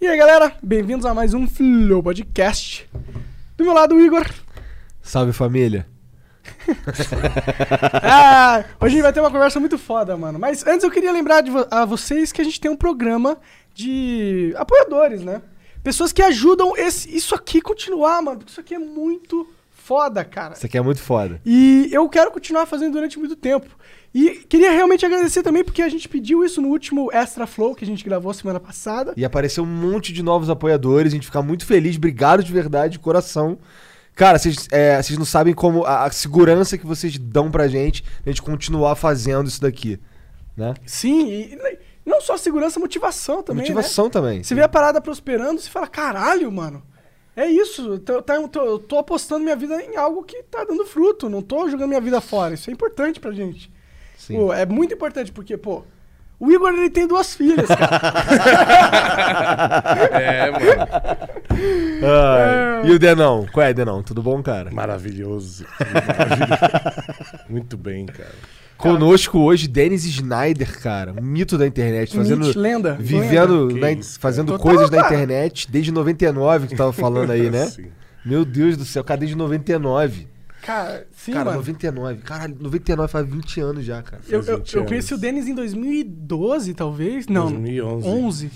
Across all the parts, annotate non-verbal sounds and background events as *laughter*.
E aí, galera? Bem-vindos a mais um Flow Podcast. Do meu lado, o Igor. Salve família. Ah, hoje a gente vai ter uma conversa muito foda, mano. Mas antes eu queria lembrar de vo- a vocês que a gente tem um programa de apoiadores, né? Pessoas que ajudam esse- isso aqui continuar, mano. Porque isso aqui é muito foda, cara. Isso aqui é muito foda. E eu quero continuar fazendo durante muito tempo. E queria realmente agradecer também, porque a gente pediu isso no último Extra Flow que a gente gravou semana passada. E apareceu um monte de novos apoiadores, a gente fica muito feliz, obrigado de verdade, de coração. Cara, vocês é, vocês não sabem como a, a segurança que vocês dão pra gente, pra gente continuar fazendo isso daqui, né? Sim, e não só segurança, motivação também. né? Motivação também. Você vê a parada prosperando, você fala, caralho, mano. É isso, tá- tá- eu tô, eu tô apostando minha vida em algo que tá dando fruto, não tô jogando minha vida fora. Isso é importante pra gente. Sim. Pô, é muito importante, porque, pô, o Igor ele tem duas filhas, cara. É, mano. Ai, E o Denão? Qual é, Denão? Tudo bom, cara? *laughs* Maravilhoso. Maravilhoso. Muito bem, cara. Conosco hoje, Dennis Snyder, cara, um mito da internet, *laughs* fazendo... Mitch, lenda. Vivendo, Que na- isso, cara. fazendo Total, coisas na cara. internet desde 99 que tu tava falando aí, né? *laughs* Sim. Meu Deus do céu, cara, desde 99. Cara, sim, cara, mano. 99. Caralho, 99 faz 20 anos já, cara. Eu, Faz eu, 20 eu conheci o anos. Denis em 2012, talvez. Não, 2011. 11.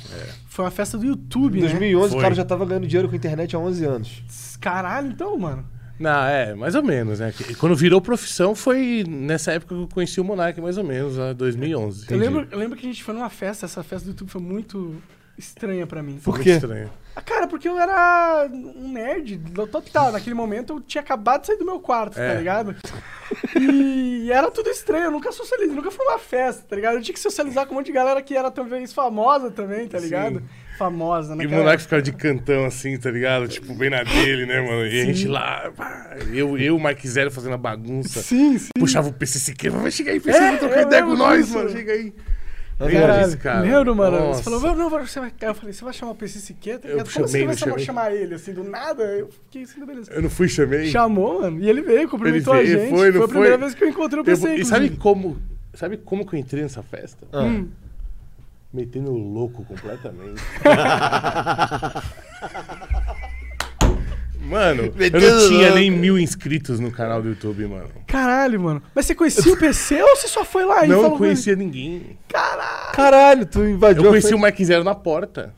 Foi uma festa do YouTube, Em né? 2011 o Foi. cara já tava ganhando dinheiro com a internet há 11 anos. Caralho, então, mano. Não, é, mais ou menos, né? Que- Quando virou profissão foi nessa época que eu conheci o Monark, mais ou menos, lá, 2011. Eu lembro, eu lembro que a gente foi numa festa, essa festa do YouTube foi muito estranha pra mim. Por Muito quê? estranho. Ah, Cara, porque eu era um nerd do- total. Naquele momento eu tinha acabado de sair do meu quarto, tá É. ligado? E era tudo estranho, eu nunca socializei, nunca fui numa festa, tá ligado? Eu tinha que socializar com um monte de galera que era talvez famosa também, tá ligado? Sim. Famosa, né? E o cara? Monark ficava de cantão assim, tá ligado? Tipo, bem na dele, né, mano? E a gente lá, pá, eu, eu, o Mike Zero fazendo a bagunça. Sim, sim. Puxava o PC Siqueira, vai chegar aí, PC, vai eu trocar ideia com lembro nós, disso. mano. Chega aí. Mas, Lembra cara, disso, cara? Lembro, mano. Você Nossa. falou, não, não, você vai. Eu falei, você vai chamar o PC Siqueira? tá Eu ligado? Como você chamei, não vai chamei. chamar ele, assim, do nada? Eu fiquei assim, beleza. Eu não fui, chamei. Chamou, mano. E ele veio, cumprimentou Ele a veio, gente. foi, não a primeira foi? vez que eu encontrei o Eu PC. vou- e inclusive. sabe como, sabe como que eu entrei nessa festa? Ah. Metendo louco *laughs* completamente. mano, eu Metendo não tinha louco. nem mil inscritos no canal do YouTube, mano. Caralho, mano. Mas você *laughs* conhecia o PC ou você só foi lá e falou né? não com conhecia ninguém. ele? Caralho, Ah. Caralho, tu invadiu Eu conheci a o Mike Zero na porta.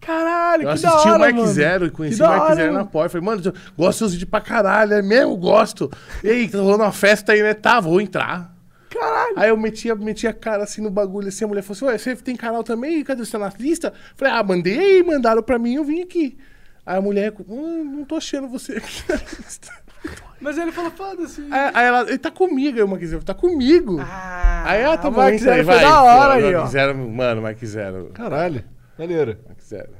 caralho, Eu que assisti da hora, o Mike mano. Zero e conheci da o Mike hora, Zero mano. na porta. Falei, mano, eu gosto de seus vídeos pra caralho, é mesmo? Gosto. E aí, tá rolando uma festa aí, né? Tá, vou entrar. Caralho. Aí eu meti, a- meti a cara assim no bagulho, assim, a mulher falou assim, ué, você tem canal também? Cadê você tá na lista? Falei, ah, mandei aí, mandaram pra mim, eu vim aqui. Aí a mulher, hum, não tô achando você aqui na *laughs* lista. Mas ele falou, foda-se. Aí, aí ela, ele tá comigo, aí o Mike Zero, tá comigo. Ah, aí ela, tá o bom, Mike entra Zero aí, foi vai. da hora Pô, aí, ó. Mike Zero, mano, Mike Zero, Caralho, maneiro. Mike Zero,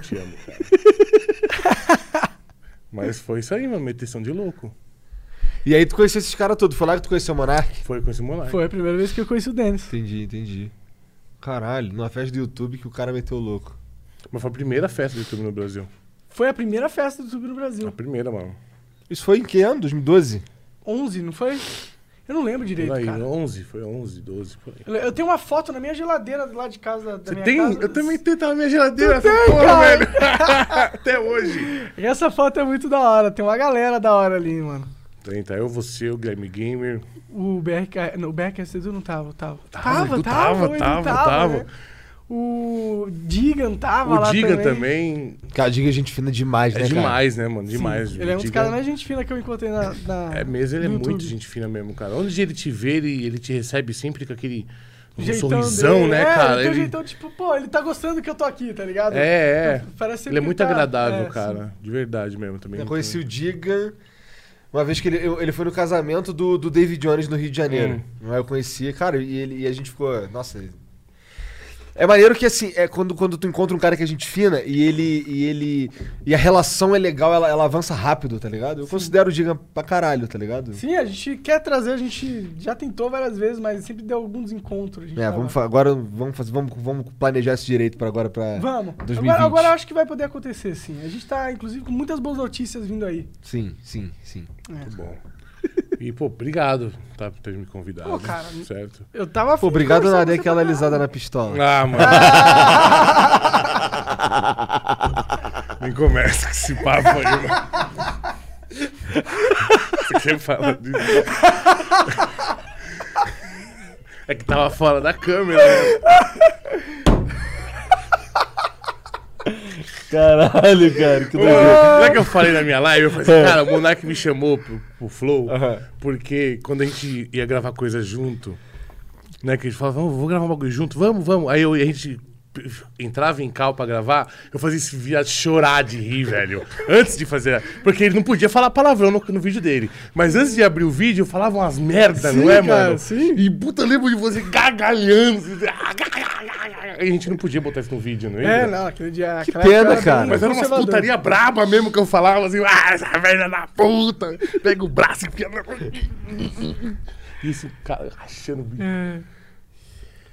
te amo, cara. *laughs* Mas foi isso aí, mano, metição de louco. E aí tu conheceu esses caras todos. Foi lá que tu conheceu o Monark? Foi com esse moleque. Foi a primeira vez que eu conheci o Dennis. Entendi, entendi. Caralho, numa festa do YouTube que o cara meteu o louco. Mas foi a primeira festa do YouTube no Brasil. Foi a primeira festa do YouTube no Brasil. A primeira, mano. Isso foi em que ano? 2012? 11, não foi? Eu não lembro Por direito, aí, cara. 11, foi 11, 12, por aí. Eu- Eu tenho uma foto na minha geladeira lá de casa da Você minha tem? casa. Eu também tenho, tá na minha geladeira essa tem, porra, cara. velho. *laughs* Até hoje. E essa foto é muito da hora. Tem uma galera da hora ali, mano. Tem, tá eu, você, o Guilherme Gamer. O BRK. Não, o BRK Cedu um não tava, tava. Tava, Edu tava, o Edu tava, né? tava. O Digan tava lá. o Diga também. também. Cara, diga gente fina demais, É né, cara? demais, né, mano? Demais. Ele é um dos Diga- caras mais gente fina que eu encontrei na. na- É mesmo, ele é no muito YouTube. gente fina mesmo, cara. Onde ele te vê, ele, ele te recebe sempre com aquele um Jeitão sorrisão, dele. né, é, cara? Ele... tem um Ele- jeitão, tipo, pô, ele tá gostando que eu tô aqui, tá ligado? É, é. Parece sempre Ele é muito que tá- agradável, é, cara. De verdade mesmo também. Eu conheci o Diga uma vez que ele, eu- ele foi no casamento do, do David Jones no Rio de Janeiro. Hum. Aí eu conheci, cara, e, ele, e a gente ficou. Nossa. É maneiro que assim, é quando, quando tu encontra um cara que é gente fina e ele. E, ele, e a relação é legal, ela, ela avança rápido, tá ligado? Eu considero o Diga pra caralho, tá ligado? Sim, a gente quer trazer, a gente já tentou várias vezes, mas sempre deu algum desencontro. a gente É, tava- vamos fa- agora vamos fazer, vamos, vamos planejar isso direito pra agora pra Vamos. 2020. Agora, agora eu acho que vai poder acontecer, sim. A gente tá, inclusive, com muitas boas notícias vindo aí. Sim, sim, sim. Muito bom. E, pô, obrigado tá, por ter me convidado. Pô, cara, certo? Eu tava afim Pô, de obrigado, eu conversar não com dei você tá pra aquela caralho. alisada na pistola. Ah, mano. Nem começa com esse papo aí, mano. Você sempre fala disso. É que tava fora da câmera, né? Caralho, cara, que doideira. Ah. Lembra que eu falei na minha live? Eu falei É. assim, cara, o Monark me chamou pro, pro Flow, Aham. porque quando a gente ia gravar coisas junto, né? Que a gente falava, vamos, vou gravar um bagulho junto, vamos, vamos. Aí eu- a gente p- entrava em cal pra gravar, eu fazia esse viado chorar de rir, velho. *laughs* Antes de fazer. Porque ele não podia falar palavrão no, no vídeo dele. Mas antes de abrir o vídeo, eu falava umas merda, Sim, não é, cara, mano? sim. E puta, eu lembro de você gargalhando. assim, ah, gargalhar. E a gente não podia botar isso no vídeo, não É, lembra? não, aquele dia. Que pena, cara. Mas era umas putaria braba mesmo que eu falava assim, ah, essa velha da puta, pega o braço e enfia na... Isso, cara, rachando o bico. É.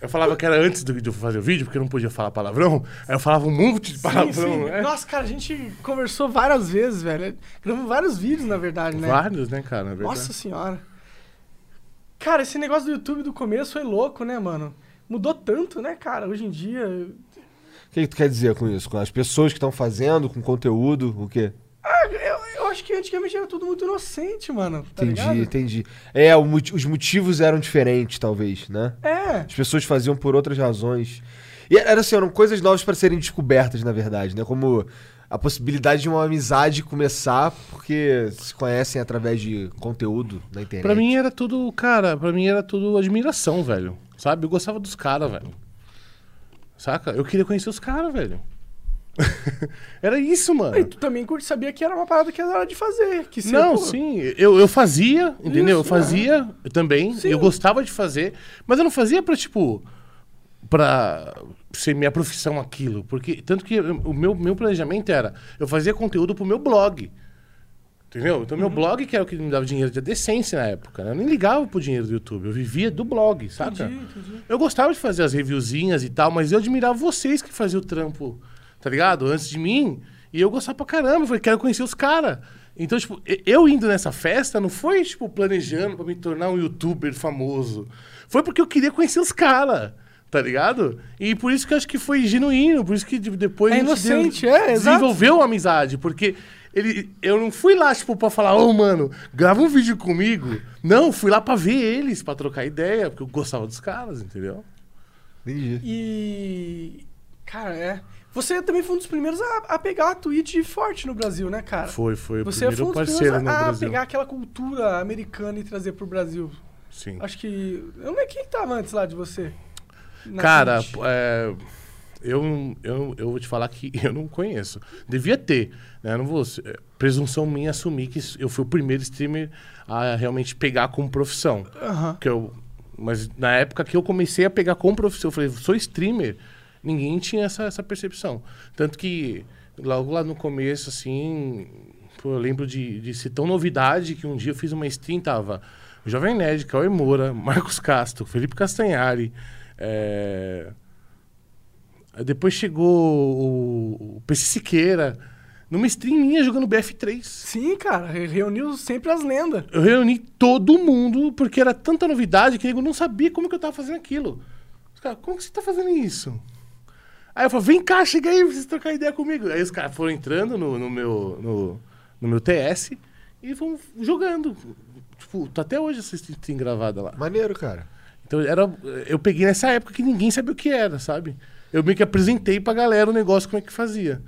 Eu falava que era antes do- de eu fazer o vídeo, porque eu não podia falar palavrão. Aí eu falava um monte de palavrão, Sim, sim. né? Nossa, cara, a gente conversou várias vezes, velho. Gravamos vários vídeos, na verdade, né? Vários, né, cara? na verdade. Nossa senhora. Cara, esse negócio do YouTube do começo foi louco, né, mano? Mudou tanto, né, cara? Hoje em dia. O que, que tu quer dizer com isso? Com as pessoas que estão fazendo, com conteúdo, o quê? Ah, eu, eu acho que antigamente era tudo muito inocente, mano. Tá entendi, ligado? entendi. É, o moti- os motivos eram diferentes, talvez, né? É. As pessoas faziam por outras razões. E era assim, eram coisas novas para serem descobertas, na verdade, né? Como a possibilidade de uma amizade começar porque se conhecem através de conteúdo na internet. Pra mim era tudo, cara, pra mim era tudo admiração, velho. Sabe? Eu gostava dos caras, velho. Saca? Eu queria conhecer os caras, velho. *laughs* era isso, mano. E tu também curte, sabia que era uma parada que era de fazer. Que você, Não, pô, sim, eu, eu fazia, entendeu? eu Isso, é. fazia eu também, Sim. eu gostava de fazer, mas eu não fazia pra, tipo, pra ser minha profissão aquilo, porque tanto que eu- o meu, meu planejamento era, eu fazia conteúdo pro meu blog, entendeu? Então Uhum. meu blog que era o que me dava dinheiro de decência na época, né? eu nem ligava pro dinheiro do YouTube, eu vivia do blog, saca? Entendi, entendi. Eu gostava de fazer as reviewzinhas e tal, mas eu admirava vocês que faziam o trampo, tá ligado? Antes de mim. E eu gostava pra caramba. Eu falei, quero conhecer os caras. Então, tipo, e- eu indo nessa festa não foi, tipo, planejando pra me tornar um youtuber famoso. Foi porque eu queria conhecer os caras, tá ligado? E por isso que eu acho que foi genuíno, por isso que de- depois. É a gente inocente, é, exato. Desenvolveu a amizade, porque. Ele, eu não fui lá, tipo, pra falar, ô, mano, grava um vídeo comigo. Não, fui lá pra ver eles, pra trocar ideia, porque eu gostava dos caras, entendeu? Entendi. E. Cara, é. Você também foi um dos primeiros a, a pegar a Twitch forte no Brasil, né, cara? Foi, foi o Você primeiro foi um dos parceiro primeiros no a, a Brasil. pegar aquela cultura americana e trazer pro Brasil. Sim. Acho que. Eu não lembro quem tava antes lá de você. Na Cara, Twitch. é, eu, eu, eu vou te falar que *laughs* eu não conheço. Devia ter, né? Eu não vou, é, presunção minha assumir que eu fui o primeiro streamer a realmente pegar como profissão. Aham. Que eu, mas na época que eu comecei a pegar como profissão, eu falei, sou streamer, ninguém tinha essa, essa percepção. Tanto que logo lá no começo, assim, pô, eu lembro de, de ser tão novidade que um dia eu fiz uma stream, tava Jovem Nerd, Cauê Moura, *laughs* Marcos Castro, Felipe Castanhari, é, Aí Depois chegou o, o PC Siqueira, numa stream minha jogando BF3. Sim, cara, re- reuniu sempre as lendas. Eu reuni todo mundo, porque era tanta novidade que eu não sabia como que eu tava fazendo aquilo. Os caras, como que você tá fazendo isso? Aí eu falei, vem cá, chega aí, pra vocês trocar ideia comigo. Aí os caras foram entrando no, no meu, no, no meu TS e foram jogando. Tipo, tá até hoje essa stream tem gravada lá. Maneiro, cara. Então era, eu peguei nessa época que ninguém sabia o que era, sabe? Eu meio que apresentei pra galera o negócio, como é que fazia.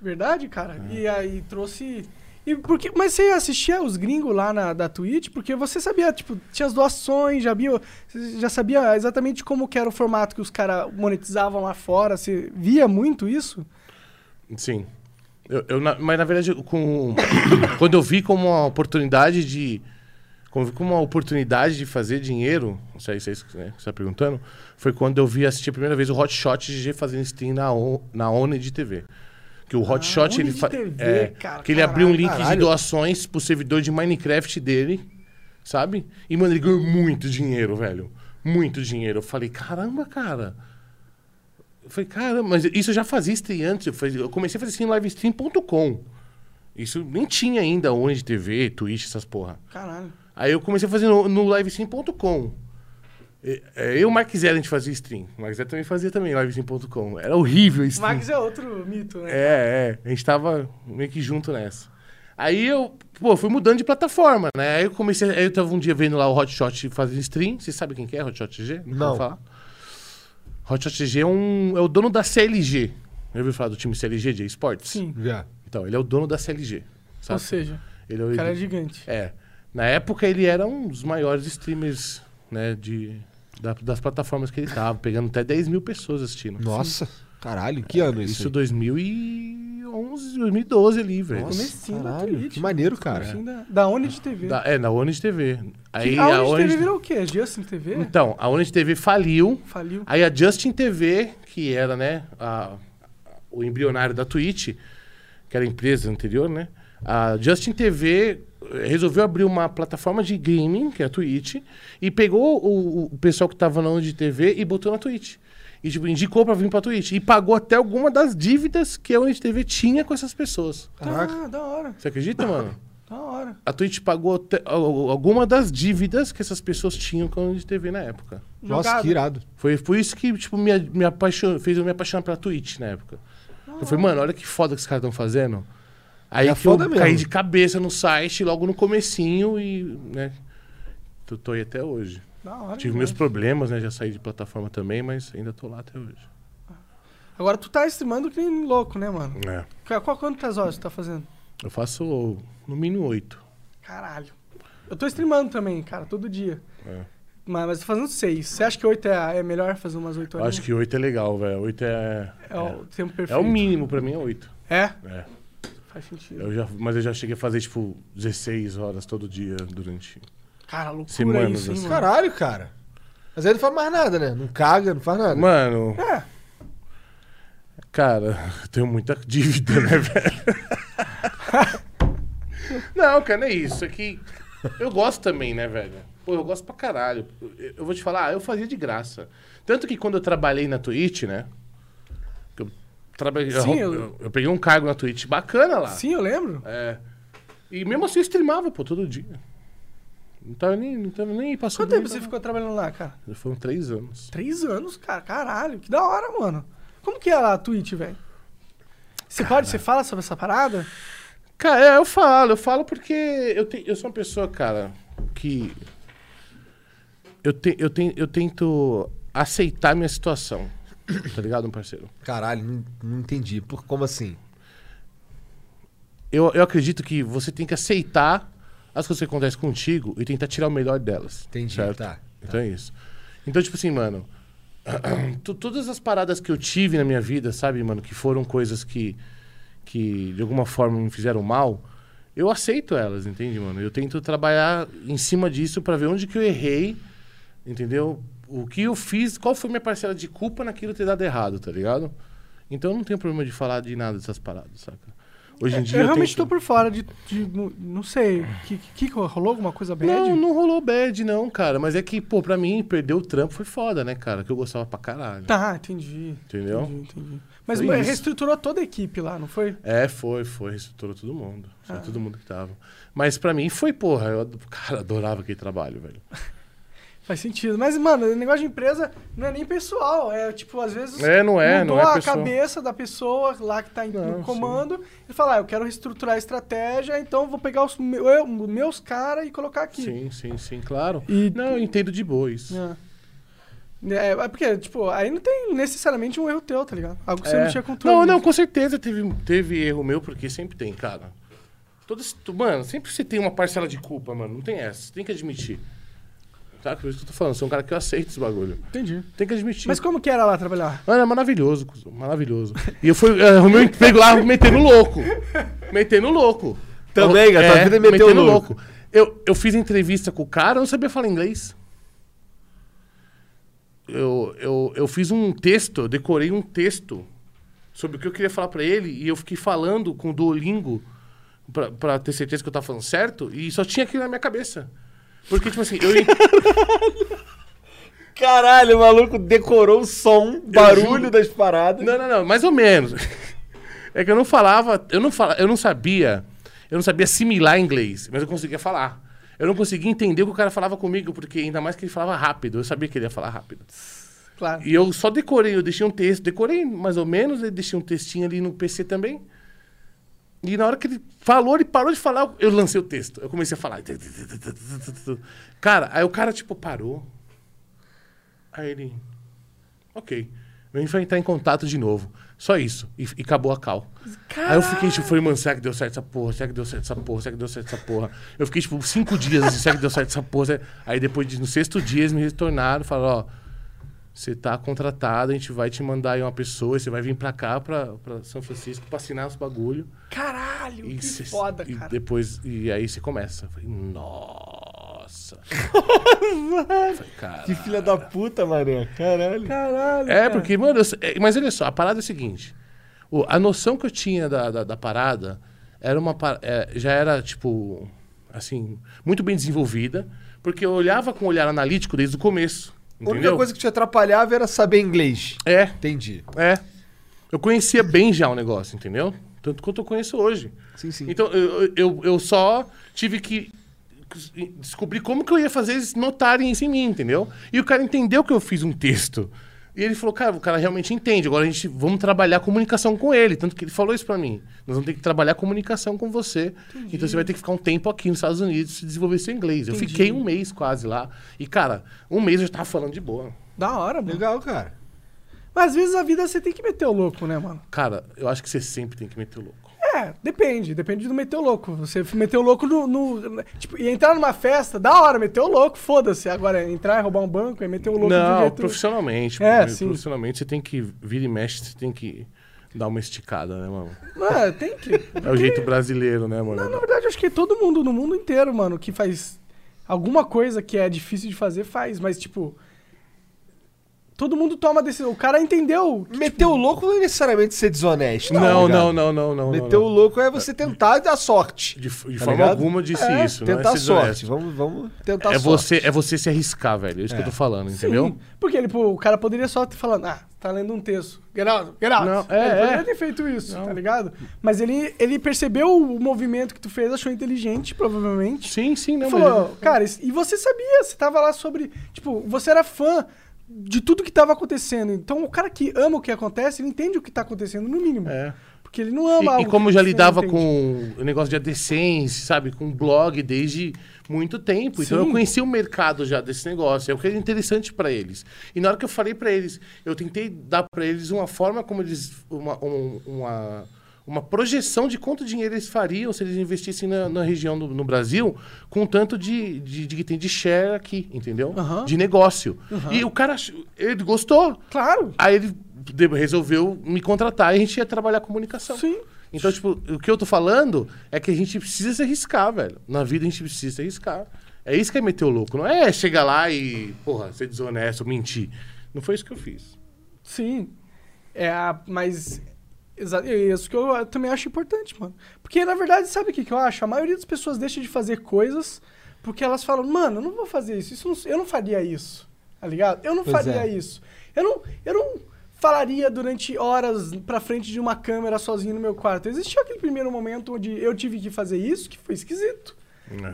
Verdade, cara? É. E aí trouxe. E por que- Mas você assistia os gringos lá na, da Twitch, porque você sabia, tipo, tinha as doações, já, via, você já sabia exatamente como que era o formato que os caras monetizavam lá fora, você via muito isso? Sim. Eu, eu na- mas na verdade, com, *coughs* quando eu vi como uma oportunidade de. Quando eu vi como uma oportunidade de fazer dinheiro, não sei se é isso que né, que você está perguntando, foi quando eu vi assistir a primeira vez o Hot Shot GG fazendo stream na, on, na ONE de TV. Que o Hot Shot ONE ele de fa- TV, é, cara, que ele caralho, abriu um link de caralho. doações pro servidor de Minecraft dele, sabe? E mano, ele ganhou muito dinheiro, velho. Muito dinheiro. Eu falei, caramba, cara. Eu falei, cara, mas isso eu já fazia stream antes. Eu, fazia- eu comecei a fazer stream em livestream.com. Isso nem tinha ainda onde TV, Twitch, essas porra. Caralho. Aí eu comecei a fazer no, no livestream.com. E- é, Eu e o Mark Zero a gente fazia stream. O Mark Zero também fazia também livestream.com. Era horrível a O stream. Max é outro mito, né? É, é. A gente tava meio que junto nessa. Aí eu, pô, fui mudando de plataforma, né? Aí eu comecei. Aí eu tava um dia vendo lá o Hot Shot fazendo stream. Vocês sabem quem que é Hot Shot G? Não. Falar. Hot Shot G é, um, é o dono da CLG. Já ouviu falar do time CLG de esportes? Sim. Já. Então, ele é o dono da CLG. Ou Sabe? seja, Ele é o o cara é gigante. é. Na época ele era um dos maiores streamers, né, de, da- das plataformas que ele tava, pegando até 10 mil pessoas assistindo. Nossa. Caralho, que ano é isso? Isso aí? 2011, 2012 ali, velho. Comecinho da Caralho, Twitch. que maneiro, cara. Comecinho da, da ONI TV. Da- é, na Orange TV. Aí Que- a a Orange TV Orange... virou o quê? Justin TV? Hum. Então, a Orange TV faliu. Faliu. Ah, Aí a Justin TV, que era, né, a- o embrionário da Twitch, que era a empresa anterior, né? A Justin TV eh, resolveu abrir uma plataforma de gaming, que é a Twitch, e pegou o, o pessoal que tava na Onda de TV e botou na Twitch. E, tipo, indicou pra vir pra Twitch. E pagou até alguma das dívidas que a Onda de TV tinha com essas pessoas. Ah, da hora, Você acredita, mano? da hora. A Twitch pagou te- al- alguma das dívidas que essas pessoas tinham com a Onda de TV na época. Nossa, Jogado. que irado. Foi por isso que, tipo, me, me apaixon- fez eu me apaixonar pela Twitch na época. Eu falei, mano, olha que foda que os caras estão fazendo. Aí É que eu foda mesmo. caí de cabeça no site logo no comecinho e, né, tô, tô aí até hoje. Da hora. Tive demais. meus problemas, né, já saí de plataforma também, mas ainda tô lá até hoje. Agora tu tá streamando que nem louco, né, mano? É. Qu- Qual, quantas horas tu tá fazendo? Eu faço no mínimo oito. Caralho. Eu tô streamando também, cara, todo dia. É. Mas, mas tô fazendo seis. Você acha que oito é, a- é melhor fazer umas oito Eu horas? acho que oito é legal, velho. Oito é... É o tempo É, perfeito. o mínimo, pra mim é oito. É? É. Faz sentido. Eu já, mas eu já cheguei a fazer, tipo, 16 horas todo dia durante... Cara, loucura Semanas, isso, hein, assim. mano? Caralho, cara. Mas aí não faz mais nada, né? Não caga, não faz nada. *laughs* Mano... É. Cara, eu tenho muita dívida, né, velho? *laughs* não, cara, não é isso. É que eu gosto também, né, velho? Pô, eu gosto pra caralho. Eu- Eu vou te falar, eu fazia de graça. Tanto que quando eu trabalhei na Twitch, né? que Eu, trabalhei, eu- Sim, eu, eu- eu peguei um cargo na Twitch bacana lá. Sim, eu lembro. É. E mesmo assim eu streamava, pô, todo dia. Não tava nem, não tava nem passando. Quanto tempo você ficou trabalhando lá, cara? ficou? Foram três anos. Três anos, cara. Caralho, que da hora, mano. Como que é lá a Twitch, velho? Você pode, você fala sobre essa parada? Cara, é, eu falo, eu falo porque eu, te, eu sou uma pessoa, cara, que. Eu, te, eu, te, eu tento aceitar a minha situação. Tá ligado, meu parceiro? Caralho, não, não entendi. Por, como assim? Eu, eu acredito que você tem que aceitar as coisas que acontecem contigo e tentar tirar o melhor delas. Entendi, tá. Então é isso. Então, tipo assim, mano, *clears throat* tu- todas as paradas que eu tive na minha vida, sabe, mano, que foram coisas que, que de alguma forma me fizeram mal, eu aceito elas, entende, mano? Eu tento trabalhar em cima disso pra ver onde que eu errei, entendeu? O que eu fiz, qual foi minha parcela de culpa naquilo ter dado errado, tá ligado? Então eu não tenho problema de falar de nada dessas paradas, saca? Hoje em dia. É, eu realmente tento- tô por fora de. de- nu- não sei. Que, que, que rolou alguma coisa bad? Não, não rolou bad, não, cara. Mas é que, pô, pra mim, perder o trampo foi foda, né, cara? Que eu gostava pra caralho. Tá, entendi. Entendeu? Entendi, entendi. Mas Foi mano, isso. reestruturou toda a equipe lá, não foi? É, foi, foi. Reestruturou todo mundo. Foi Ah. todo mundo que tava. Mas pra mim foi, porra. Eu, ad- cara, adorava aquele trabalho, velho. Faz sentido. Mas, mano, o negócio de empresa não é nem pessoal. É tipo, às vezes. É, não é, mudou não é a pessoal. cabeça da pessoa lá que tá em- Não, no comando e falar, ah, eu quero reestruturar a estratégia, então vou pegar os meu- eu- meus caras e colocar aqui. Sim, sim, sim, claro. E- Não, eu entendo de boa isso. É. É, é porque, tipo, aí não tem necessariamente um erro teu, tá ligado? Algo que você É. não tinha controle. Não, não, com certeza teve, teve erro meu, porque sempre tem, cara. Todos, tu- mano, sempre você tem uma parcela de culpa, mano. Não tem essa. Tem que admitir. Tá? Por isso que eu tô falando. Sou um cara que eu aceito esse bagulho. Entendi. Tem que admitir. Mas como que era lá trabalhar? Mano, é maravilhoso, cuzão, maravilhoso. E eu fui, eh, o meu emprego lá metendo louco. Metendo louco. Também, cara, tua vida é meter o metendo louco. Eu, eu fiz entrevista com o cara, eu não sabia falar inglês. Eu, eu, eu fiz um texto, eu decorei um texto sobre o que eu queria falar pra ele e eu fiquei falando com o Duolingo pra, pra ter certeza que eu tava falando certo e só tinha aquilo na minha cabeça. Porque, tipo assim, eu, en- Caralho, o maluco decorou o som, juro. das paradas. Não, não, não, mais ou menos. É que eu não falava, eu não fala, eu não sabia, eu não sabia assimilar inglês, mas eu conseguia falar. Eu não conseguia entender o que o cara falava comigo, porque ainda mais que ele falava rápido. Eu sabia que ele ia falar rápido. Claro. E eu só decorei, eu deixei um texto, decorei mais ou menos, eu deixei um textinho ali no PC também. E na hora que ele falou, ele parou de falar, eu lancei o texto. Eu comecei a falar. Cara, aí o cara, tipo, parou. Aí ele. Ok. Eu vou entrar em contato de novo. Só isso. E, e acabou a cal. Aí eu fiquei, tipo, falei, mano, será que deu certo essa porra? Será que deu certo essa porra? Será que deu certo essa porra? Eu fiquei, tipo, cinco dias assim, será que deu certo essa porra? Será- Aí depois, de- no sexto dia, eles me retornaram e falaram, ó. Você tá contratado, a gente vai te mandar aí uma pessoa, e você vai vir pra cá, pra, pra São Francisco, pra assinar os bagulho. Caralho, que cê- foda, e cara. depois, e aí você começa. Eu *laughs* falei, nossa. Falei, cara. Que filha da puta, Maria. Caralho. Caralho. É, cara. porque, mano, eu se- é, mas olha só, a parada é a seguinte. O- a noção que eu tinha da, da, da parada era uma par- é, já era, tipo, assim, muito bem desenvolvida, porque eu olhava com um olhar analítico desde o começo. A única Entendeu? coisa que te atrapalhava era saber inglês. É, Entendi. É. Eu conhecia bem já o negócio, entendeu? Tanto quanto eu conheço hoje. Sim, sim. Então, eu, eu, eu só tive que descobrir como que eu ia fazer eles notarem isso em mim, entendeu? E o cara entendeu que eu fiz um texto. E ele falou, cara, o cara realmente entende. Agora a gente vamos trabalhar a comunicação com ele. Tanto que ele falou isso pra mim. Nós vamos ter que trabalhar a comunicação com você. Então você vai ter que ficar um tempo aqui nos Estados Unidos e desenvolver seu inglês. Eu fiquei um mês quase lá. E, cara, um mês eu já tava falando de boa. Da hora, mano. Legal, cara. Mas às vezes a vida você tem que meter o louco, né, mano? Cara, eu acho que você sempre tem que meter o louco. É, depende. Depende do meter o louco. Você meter o louco no... no- tipo, e entrar numa festa, da hora, meter o louco, foda-se. Agora, entrar e roubar um banco e meter o louco de um Não, jeito... profissionalmente. É, pro- sim. Profissionalmente, você tem que vir e mexe, você tem que dar uma esticada, né, mano? Mano, tem que... É o jeito brasileiro, né, Não, mano? na verdade, acho que todo mundo, no mundo inteiro, mano, que faz alguma coisa que é difícil de fazer, faz. Mas, tipo... Todo mundo toma decisão. O cara entendeu. que, Meter o louco não é necessariamente ser desonesto. tá Não, ligado? não, não, não, não. Meter o não. louco é você tentar dar sorte. De, f- de tá forma ligado? alguma eu disse É, isso, não é Tentar ser sorte. desonesto. Vamos, vamos tentar É sorte. você, é você se arriscar, velho. É isso que É. eu tô falando, Sim, entendeu? Porque ele, pô, o cara poderia só ter falado, ah, tá lendo um texto. Get out, get out. Não, é, ele poderia é. ter feito isso, tá ligado? Mas ele, ele percebeu o movimento que tu fez, achou inteligente, provavelmente. Sim, sim, não, Ele mas- falou, cara, isso- e você sabia, você tava lá sobre. Tipo, você era fã de tudo que tava acontecendo. Então o cara que ama o que acontece, ele entende o que tá acontecendo, no mínimo. É. Porque ele não ama E- E, algo né, como eu que já você não lidava entende. com o negócio de AdSense, sabe? Com blog desde muito tempo. Então Sim. eu conhecia o mercado já desse negócio. É o que era interessante para eles. E na hora que eu falei para eles, eu tentei dar para eles uma forma como eles. Uma, um- uma, uma projeção de quanto dinheiro eles fariam se eles investissem na, na região do, no Brasil com o tanto de, de, de que tem de share aqui, entendeu? Aham. De negócio. E o cara ach- ele gostou. Claro. Aí ele de- resolveu me contratar e a gente ia trabalhar comunicação. Sim. Então, tipo, o que eu tô falando é que a gente precisa se arriscar, velho. Na vida a gente precisa se arriscar. É isso que é meter o louco. Não é chegar lá e, porra, ser desonesto, mentir. Não foi isso que eu fiz. Sim. É, a- mas. exa- é Isso que eu ah, também acho importante, mano. Porque, na verdade, sabe o que, que eu acho? A maioria das pessoas deixa de fazer coisas porque elas falam, mano, eu não vou fazer isso. isso não- eu não faria isso. Tá ligado? Eu não Pois faria é. isso. Eu não, eu não falaria durante horas pra frente de uma câmera sozinho no meu quarto. Existiu aquele primeiro momento onde eu tive que fazer isso, que foi esquisito.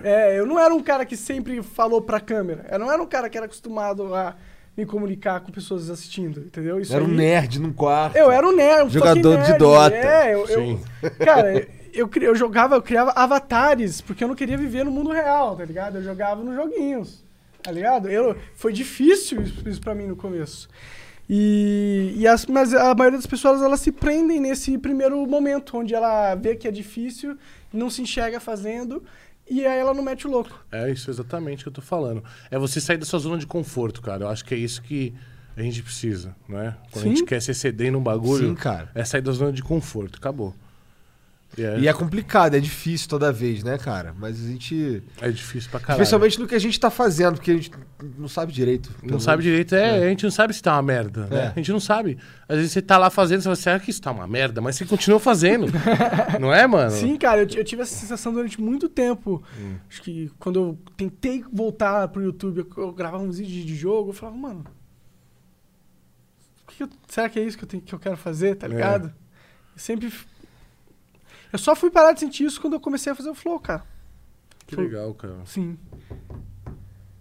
É, eu não era um cara que sempre falou pra câmera. Eu não era um cara que era acostumado a me comunicar com pessoas assistindo, entendeu? Isso Era um aí- nerd num quarto. eu era um nerd. um Jogador fucking de nerd. Dota. É, eu, eu- Sim. cara, eu- eu, cri- eu jogava, eu criava avatares, porque eu não queria viver no mundo real, tá ligado? Eu jogava nos joguinhos, tá ligado? Eu, foi difícil isso, isso pra mim no começo. E, e as, mas a maioria das pessoas elas se prendem nesse primeiro momento, onde ela vê que é difícil, não se enxerga fazendo, e aí ela não mete o louco. É isso exatamente que eu tô falando. É você sair da sua zona de conforto, cara. Eu acho que é isso que a gente precisa, né? Quando a Sim. gente quer se exceder num bagulho, Sim, cara. é sair da zona de conforto. Acabou. E é, E é complicado, é difícil toda vez, né, cara? Mas a gente. é difícil pra caralho. Especialmente no que a gente tá fazendo, porque a gente não sabe direito. Não sabe direito, é, a gente não sabe se tá uma merda, né? É. A gente não sabe. Às vezes você tá lá fazendo, você fala, será que isso tá uma merda? Mas você continua fazendo. não é, mano? Sim, cara, eu, ti- eu tive essa sensação durante muito tempo. Hum. Acho que quando eu tentei voltar pro YouTube, eu, eu gravava uns vídeos de jogo, eu falava, mano. o que que eu- será que é isso que eu, tenho, que eu quero fazer, tá É. ligado? Eu sempre. f- Eu só fui parar de sentir isso quando eu comecei a fazer o flow, cara. Que legal, cara. Sim.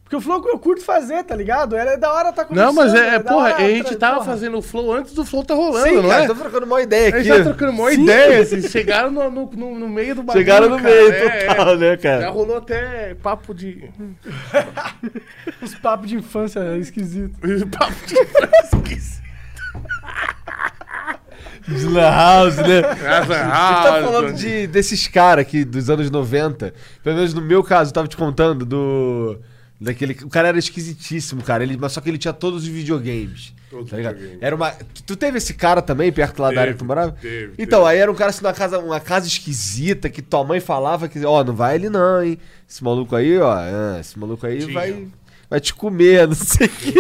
Porque o flow eu curto fazer, tá ligado? Era da hora tá Não, começando. mas é, da porra, hora a gente atrás, tava porra. fazendo o flow antes do flow tá rolando, Sim, não cara, é? tô trocando uma ideia A aqui. gente tá trocando uma Sim. ideia, assim, chegaram no, no, no- no meio do bagulho. Chegaram no cara, meio, é, total, né, é. Já cara? rolou até papo de. Os papos de infância é esquisito. *laughs* papo de. Slam House, né? É A gente tá falando de, desses caras aqui dos anos 90. Pelo menos no meu caso, eu tava te contando do. Daquele, o cara era esquisitíssimo, cara. Ele, mas só que ele tinha todos os videogames. Todos tá os ligado? videogames. Era uma. tu- Tu teve esse cara também, perto lá da área que tu Teve, morava? teve, Então, teve. aí era um cara assim, numa casa, uma casa esquisita que tua mãe falava que, ó, não vai ele não, hein? Esse maluco aí, ó. ah, Esse maluco aí Tinha. vai. Vai te comer, *laughs* não sei o quê.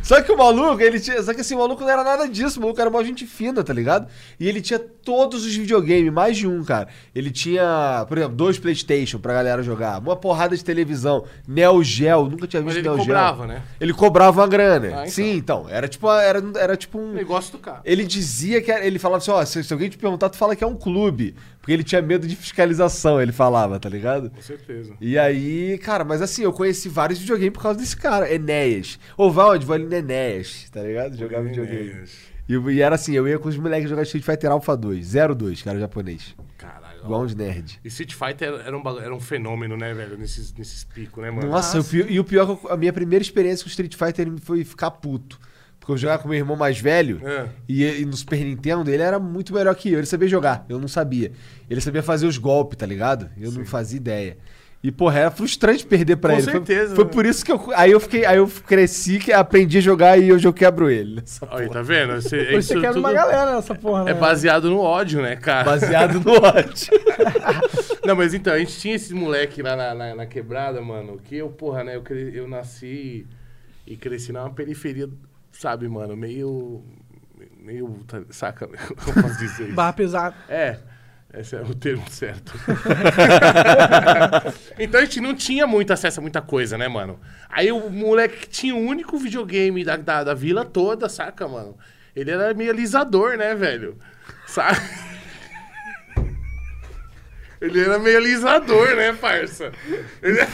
Só que o maluco, ele tinha. Só que assim, o maluco não era nada disso, o maluco era uma gente fina, tá ligado? E ele tinha todos os videogames, mais de um, cara. Ele tinha, por exemplo, dois Playstation pra galera jogar, uma porrada de televisão, Neo Geo, nunca tinha Mas visto ele Neo Geo. cobrava, né? Ele cobrava uma grana. então. Sim, então. Era tipo, era, era tipo um. Negócio do cara. Ele dizia que era, ele falava assim, ó, se, se alguém te perguntar, tu fala que é um clube. Porque ele tinha medo de fiscalização, ele falava, tá ligado? Com certeza. E aí, cara, mas assim, eu conheci vários videogames por causa desse cara, Enéas. Ou vai onde? Vou ali no Enéas, tá ligado? Jogar é videogame. E, eu- e era assim, eu ia com os moleques jogar Street Fighter Alpha 2, 02, cara, japonês. Caralho. ó. Igual uns nerd. E Street Fighter era, era um, bagu- era um fenômeno, né, velho? Nesses, nesses picos, né, mano? Nossa, o pi- e o pior é que eu- a minha primeira experiência com Street Fighter foi ficar puto. Porque eu jogava com meu irmão mais velho É. e, e no Super Nintendo ele era muito melhor que eu. Ele sabia jogar, eu não sabia. Ele sabia fazer os golpes, tá ligado? Eu não fazia ideia. E, porra, era frustrante perder pra Com ele. Foi- certeza, Foi, né? por isso que eu. Aí eu fiquei. Aí eu cresci, que aprendi a jogar e hoje eu quebro ele. Aí, tá vendo? Esse- Hoje você isso quebra uma tudo galera nessa porra, né? É baseado no ódio, né, cara? Baseado no *laughs* ódio. *laughs* Não, mas então, a gente tinha esses moleque lá na, na- na quebrada, mano, que eu, porra, né, eu, cre- eu nasci e cresci numa periferia, sabe, mano, meio. meio. tá- saca? *laughs* Como posso dizer isso? Barra pesada. É, esse é o termo *laughs* certo. então a gente não tinha muito acesso a muita coisa, né, mano? Aí o moleque que tinha o único videogame da, da, da vila toda, saca, mano? Ele era meio alisador, né, velho? Sabe? Ele era meio alisador, né, parça? Ele é era...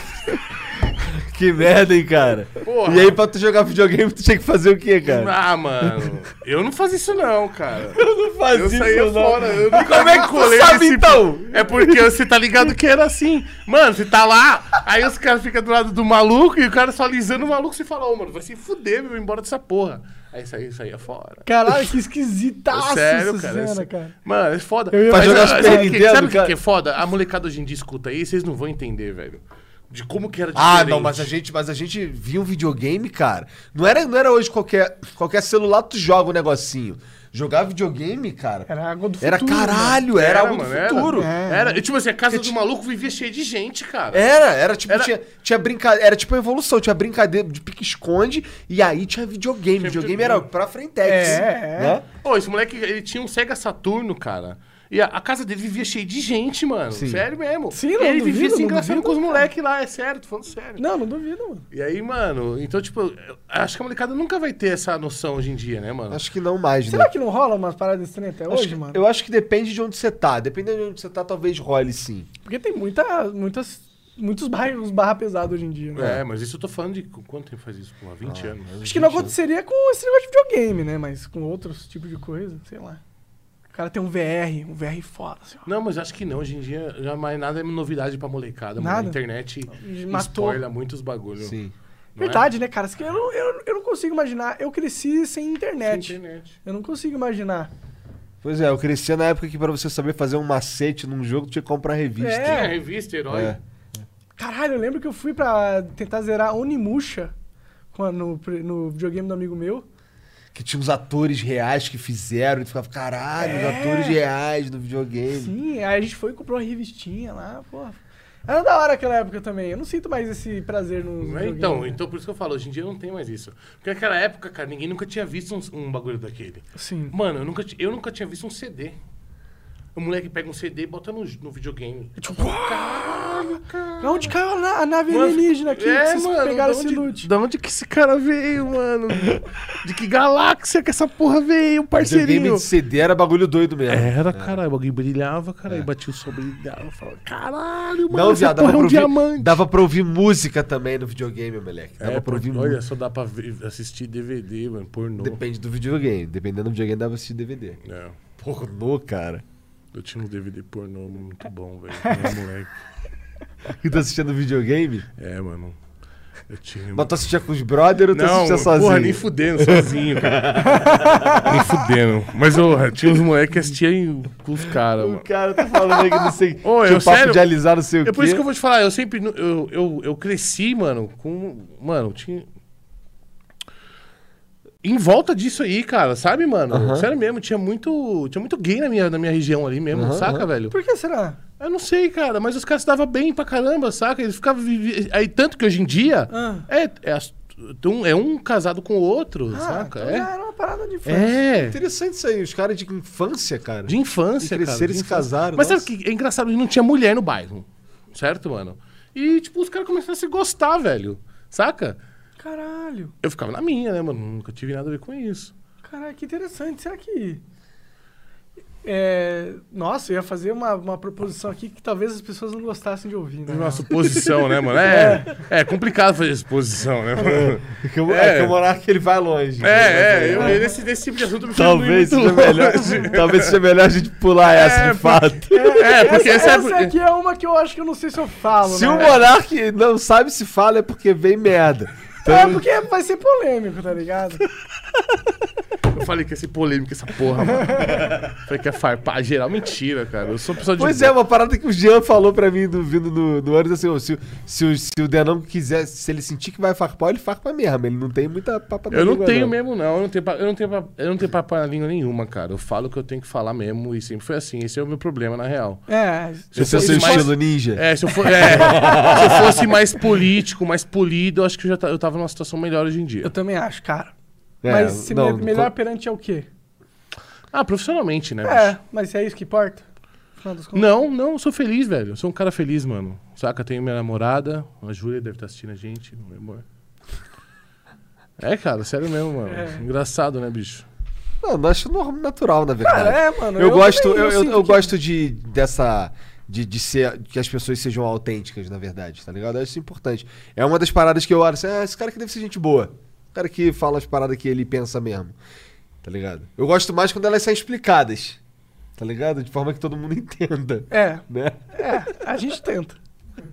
que merda, hein, cara. Porra. E aí, pra tu jogar videogame, tu tinha que fazer o quê, cara? Ah, mano. Eu não fazia isso, não, cara. É. não fazia Eu saía não. fora. Eu nunca Como é que tu colei sabe, nesse- então? É porque você tá ligado que era assim. Mano, você tá lá, aí os caras ficam do lado do maluco e o cara só alisando o maluco e fala, ô, mano, vai se fuder, meu, embora dessa porra. Aí saía, saía fora. Caralho, que esquisitaço Sério, essa cara, cena, esse- cara. Mano, é foda. Eu ia- Pra jogar Super sabe- sabe o que- Nintendo, Sabe o que cara? que é foda? A molecada hoje em dia escuta aí, vocês não vão entender, velho. De como que era diferente. Ah, não, mas a gente, mas a gente via um videogame, cara. Não era, não era hoje qualquer, qualquer celular tu joga um negocinho. Jogar videogame, cara. Era, Era água do futuro. né? caralho, era, algo do mano, era. futuro. É. Era. E, tipo assim, a casa do maluco vivia cheia de gente, cara. Era, era tipo, Era- tinha, tinha brincadeira, era tipo a evolução, tinha brincadeira de pique-esconde e aí tinha videogame. videogame era videogame. pra frentex. É, é. né? Ô, esse moleque, ele tinha um Sega Saturno, cara. E a, a casa dele vivia cheia de gente, mano. Sério mesmo. Sim, E não ele vivia duvido, se não engraçando duvido, com os moleques lá, é sério, tô falando sério. Não, não duvido, mano. E aí, mano, então, tipo, eu acho que a molecada nunca vai ter essa noção hoje em dia, né, mano? Acho que não mais, né? é. Será que não rola umas paradas estranhas até Acho hoje, que- mano? Eu acho que depende de onde você tá. Dependendo de onde você tá, talvez role sim. Porque tem muita, muitas, muitos bairros barra pesada hoje em dia, né? É, mas isso eu tô falando de qu- quanto tempo faz isso? Pô, há Ah, 20 anos. Acho que não aconteceria com esse negócio de videogame, né? Mas com outros tipos de coisa, sei lá. O cara tem um VR, um VR foda, assim, ó. Não, mas acho que não. Hoje em dia, já mais nada é novidade pra molecada. mano. Nada. A internet Matou. spoila muitos bagulhos. Não é? Verdade, né, cara? Isso que Eu não, eu, eu não consigo imaginar. Eu cresci sem internet. Internet. Eu não consigo imaginar. Pois é, eu crescia na época que pra você saber fazer um macete num jogo, tu tinha que comprar revista. É. Tinha revista, herói. É. Caralho, eu lembro que eu fui pra tentar zerar Onimusha com a- no, no videogame do amigo meu. Que tinha os atores reais que fizeram, e tu ficava, caralho, os atores reais no videogame. Sim, aí a gente foi e comprou uma revistinha lá, porra. Era da hora aquela época também. Eu não sinto mais esse prazer nos Não é? videogames, Então, né? então, por isso que eu falo, hoje em dia não tem mais isso. Porque naquela época, cara, ninguém nunca tinha visto um, um bagulho daquele. Sim. Mano, eu nunca, ti- eu nunca tinha visto um CD. O moleque pega um CD e bota no, no videogame. Tipo, uau! Caralho, da onde caiu a, na- a nave alienígena aqui? que vocês pegaram É, da esse onde, loot. Da onde que esse cara veio, mano? De que galáxia que essa porra veio, um Videogame parceirinho? É. de CD era bagulho doido mesmo. Era, caralho, o bagulho brilhava, É. caralho, batia o sol, brilhava, eu falava, caralho, mano, Não, essa viado, dava, porra é um pra ouvir, diamante. dava pra ouvir música também no videogame, moleque. É, Dava pra ouvir olha, música. só dá pra ver- assistir DVD, mano, pornô. Depende do videogame. Dependendo do videogame, dava pra assistir DVD. É, Pornô, cara. eu tinha um DVD pornô muito bom, velho, quando eu era moleque. *laughs* E tá assistindo videogame? É, mano, eu tinha... Mas tu assistia com os brothers ou tu assistia porra, sozinho? nem fudendo, sozinho, cara. *laughs* nem fudendo. Mas eu tinha uns moleques que assistiam com os caras, mano. O cara tá falando aí que não sei. *laughs* Ô, tinha eu- um papo sério? de alisar, não sei o quê. É por isso que eu vou te falar, eu sempre. nu- Eu, eu, eu cresci, mano, com. Mano, eu tinha. Em volta disso aí, cara, sabe, mano? Sério mesmo, tinha muito. Tinha muito gay na minha, na minha região ali mesmo, saca, velho? Por que será? Eu não sei, cara, mas os caras se davam bem pra caramba, saca? Eles ficavam. vivi- Aí, tanto que hoje em dia. Ah. É, é, as- um- é um casado com o outro, Ah, saca? então já É. era uma parada de infância. É. Interessante isso aí, os caras de infância, cara. De infância, E cara. cresceram e de se infância. casaram, Mas nossa. sabe o que é engraçado? Não tinha mulher no bairro. Certo, mano? E, tipo, os caras começaram a se gostar, velho. Saca? Caralho. Eu ficava na minha, né, mano? Nunca tive nada a ver com isso. Caralho, que interessante. Será que. É, Nossa, eu ia fazer uma, uma proposição aqui que talvez as pessoas não gostassem de ouvir, né? Uma suposição, né, mano? É, é complicado fazer suposição, né, mano? É que o- É. é que o monarca ele vai longe. É, é. Eu, nesse, nesse tipo de assunto eu me Talvez sinto seja muito melhor. longe. Talvez seja melhor a gente pular essa de fato. É, porque essa, essa, é- essa aqui é uma que eu acho que eu não sei se eu falo, Se o né? monarca não sabe se fala é porque vem merda. Então, É porque vai ser polêmico, tá ligado? Eu falei que ia ser polêmica essa porra, mano. Falei que ia farpar geral. Mentira, cara. Eu sou uma pessoa de. Pois é, uma parada que o Jean falou pra mim do, vindo no, no ônibus, assim, ô, se, o- se, o- se o Denão quiser, se ele sentir que vai farpar, ele farpa mesmo. Ele não tem muita papa na Eu não língua, tenho mesmo, não. Eu não tenho, pa- eu não tenho, pa- eu não tenho papo na língua nenhuma, cara. Eu falo o que eu tenho que falar mesmo e sempre foi assim. Esse é o meu problema, na real. *laughs* É. Esse é o fosse seu mais- estilo ninja? É, se eu, for- é, se eu fosse mais político, mais polido, eu acho que eu já ta- eu tava numa situação melhor hoje em dia. Eu também acho, cara. É, mas se não, me- melhor co- perante é o quê? Ah, profissionalmente, né? É, bicho? mas é isso que importa? Afinal das contas. Não, não, eu sou feliz, velho. Eu sou um cara feliz, mano. Saca? Eu Tenho minha namorada, a Júlia deve estar assistindo a gente, meu amor. É, cara, sério mesmo, mano. É. Engraçado, né, bicho? Não, eu acho normal- natural, na verdade. Cara, é, mano. eu, gosto, também, eu, eu, sinto eu que- gosto de dessa de, de ser que as pessoas sejam autênticas, na verdade, tá ligado? Eu acho isso importante. É uma das paradas que eu acho, assim, ah, esse cara que deve ser gente boa. O cara que fala as paradas que ele pensa mesmo. Tá ligado? Eu gosto mais quando elas são explicadas. Tá ligado? De forma que todo mundo *laughs* entenda, É, né? é, a gente tenta.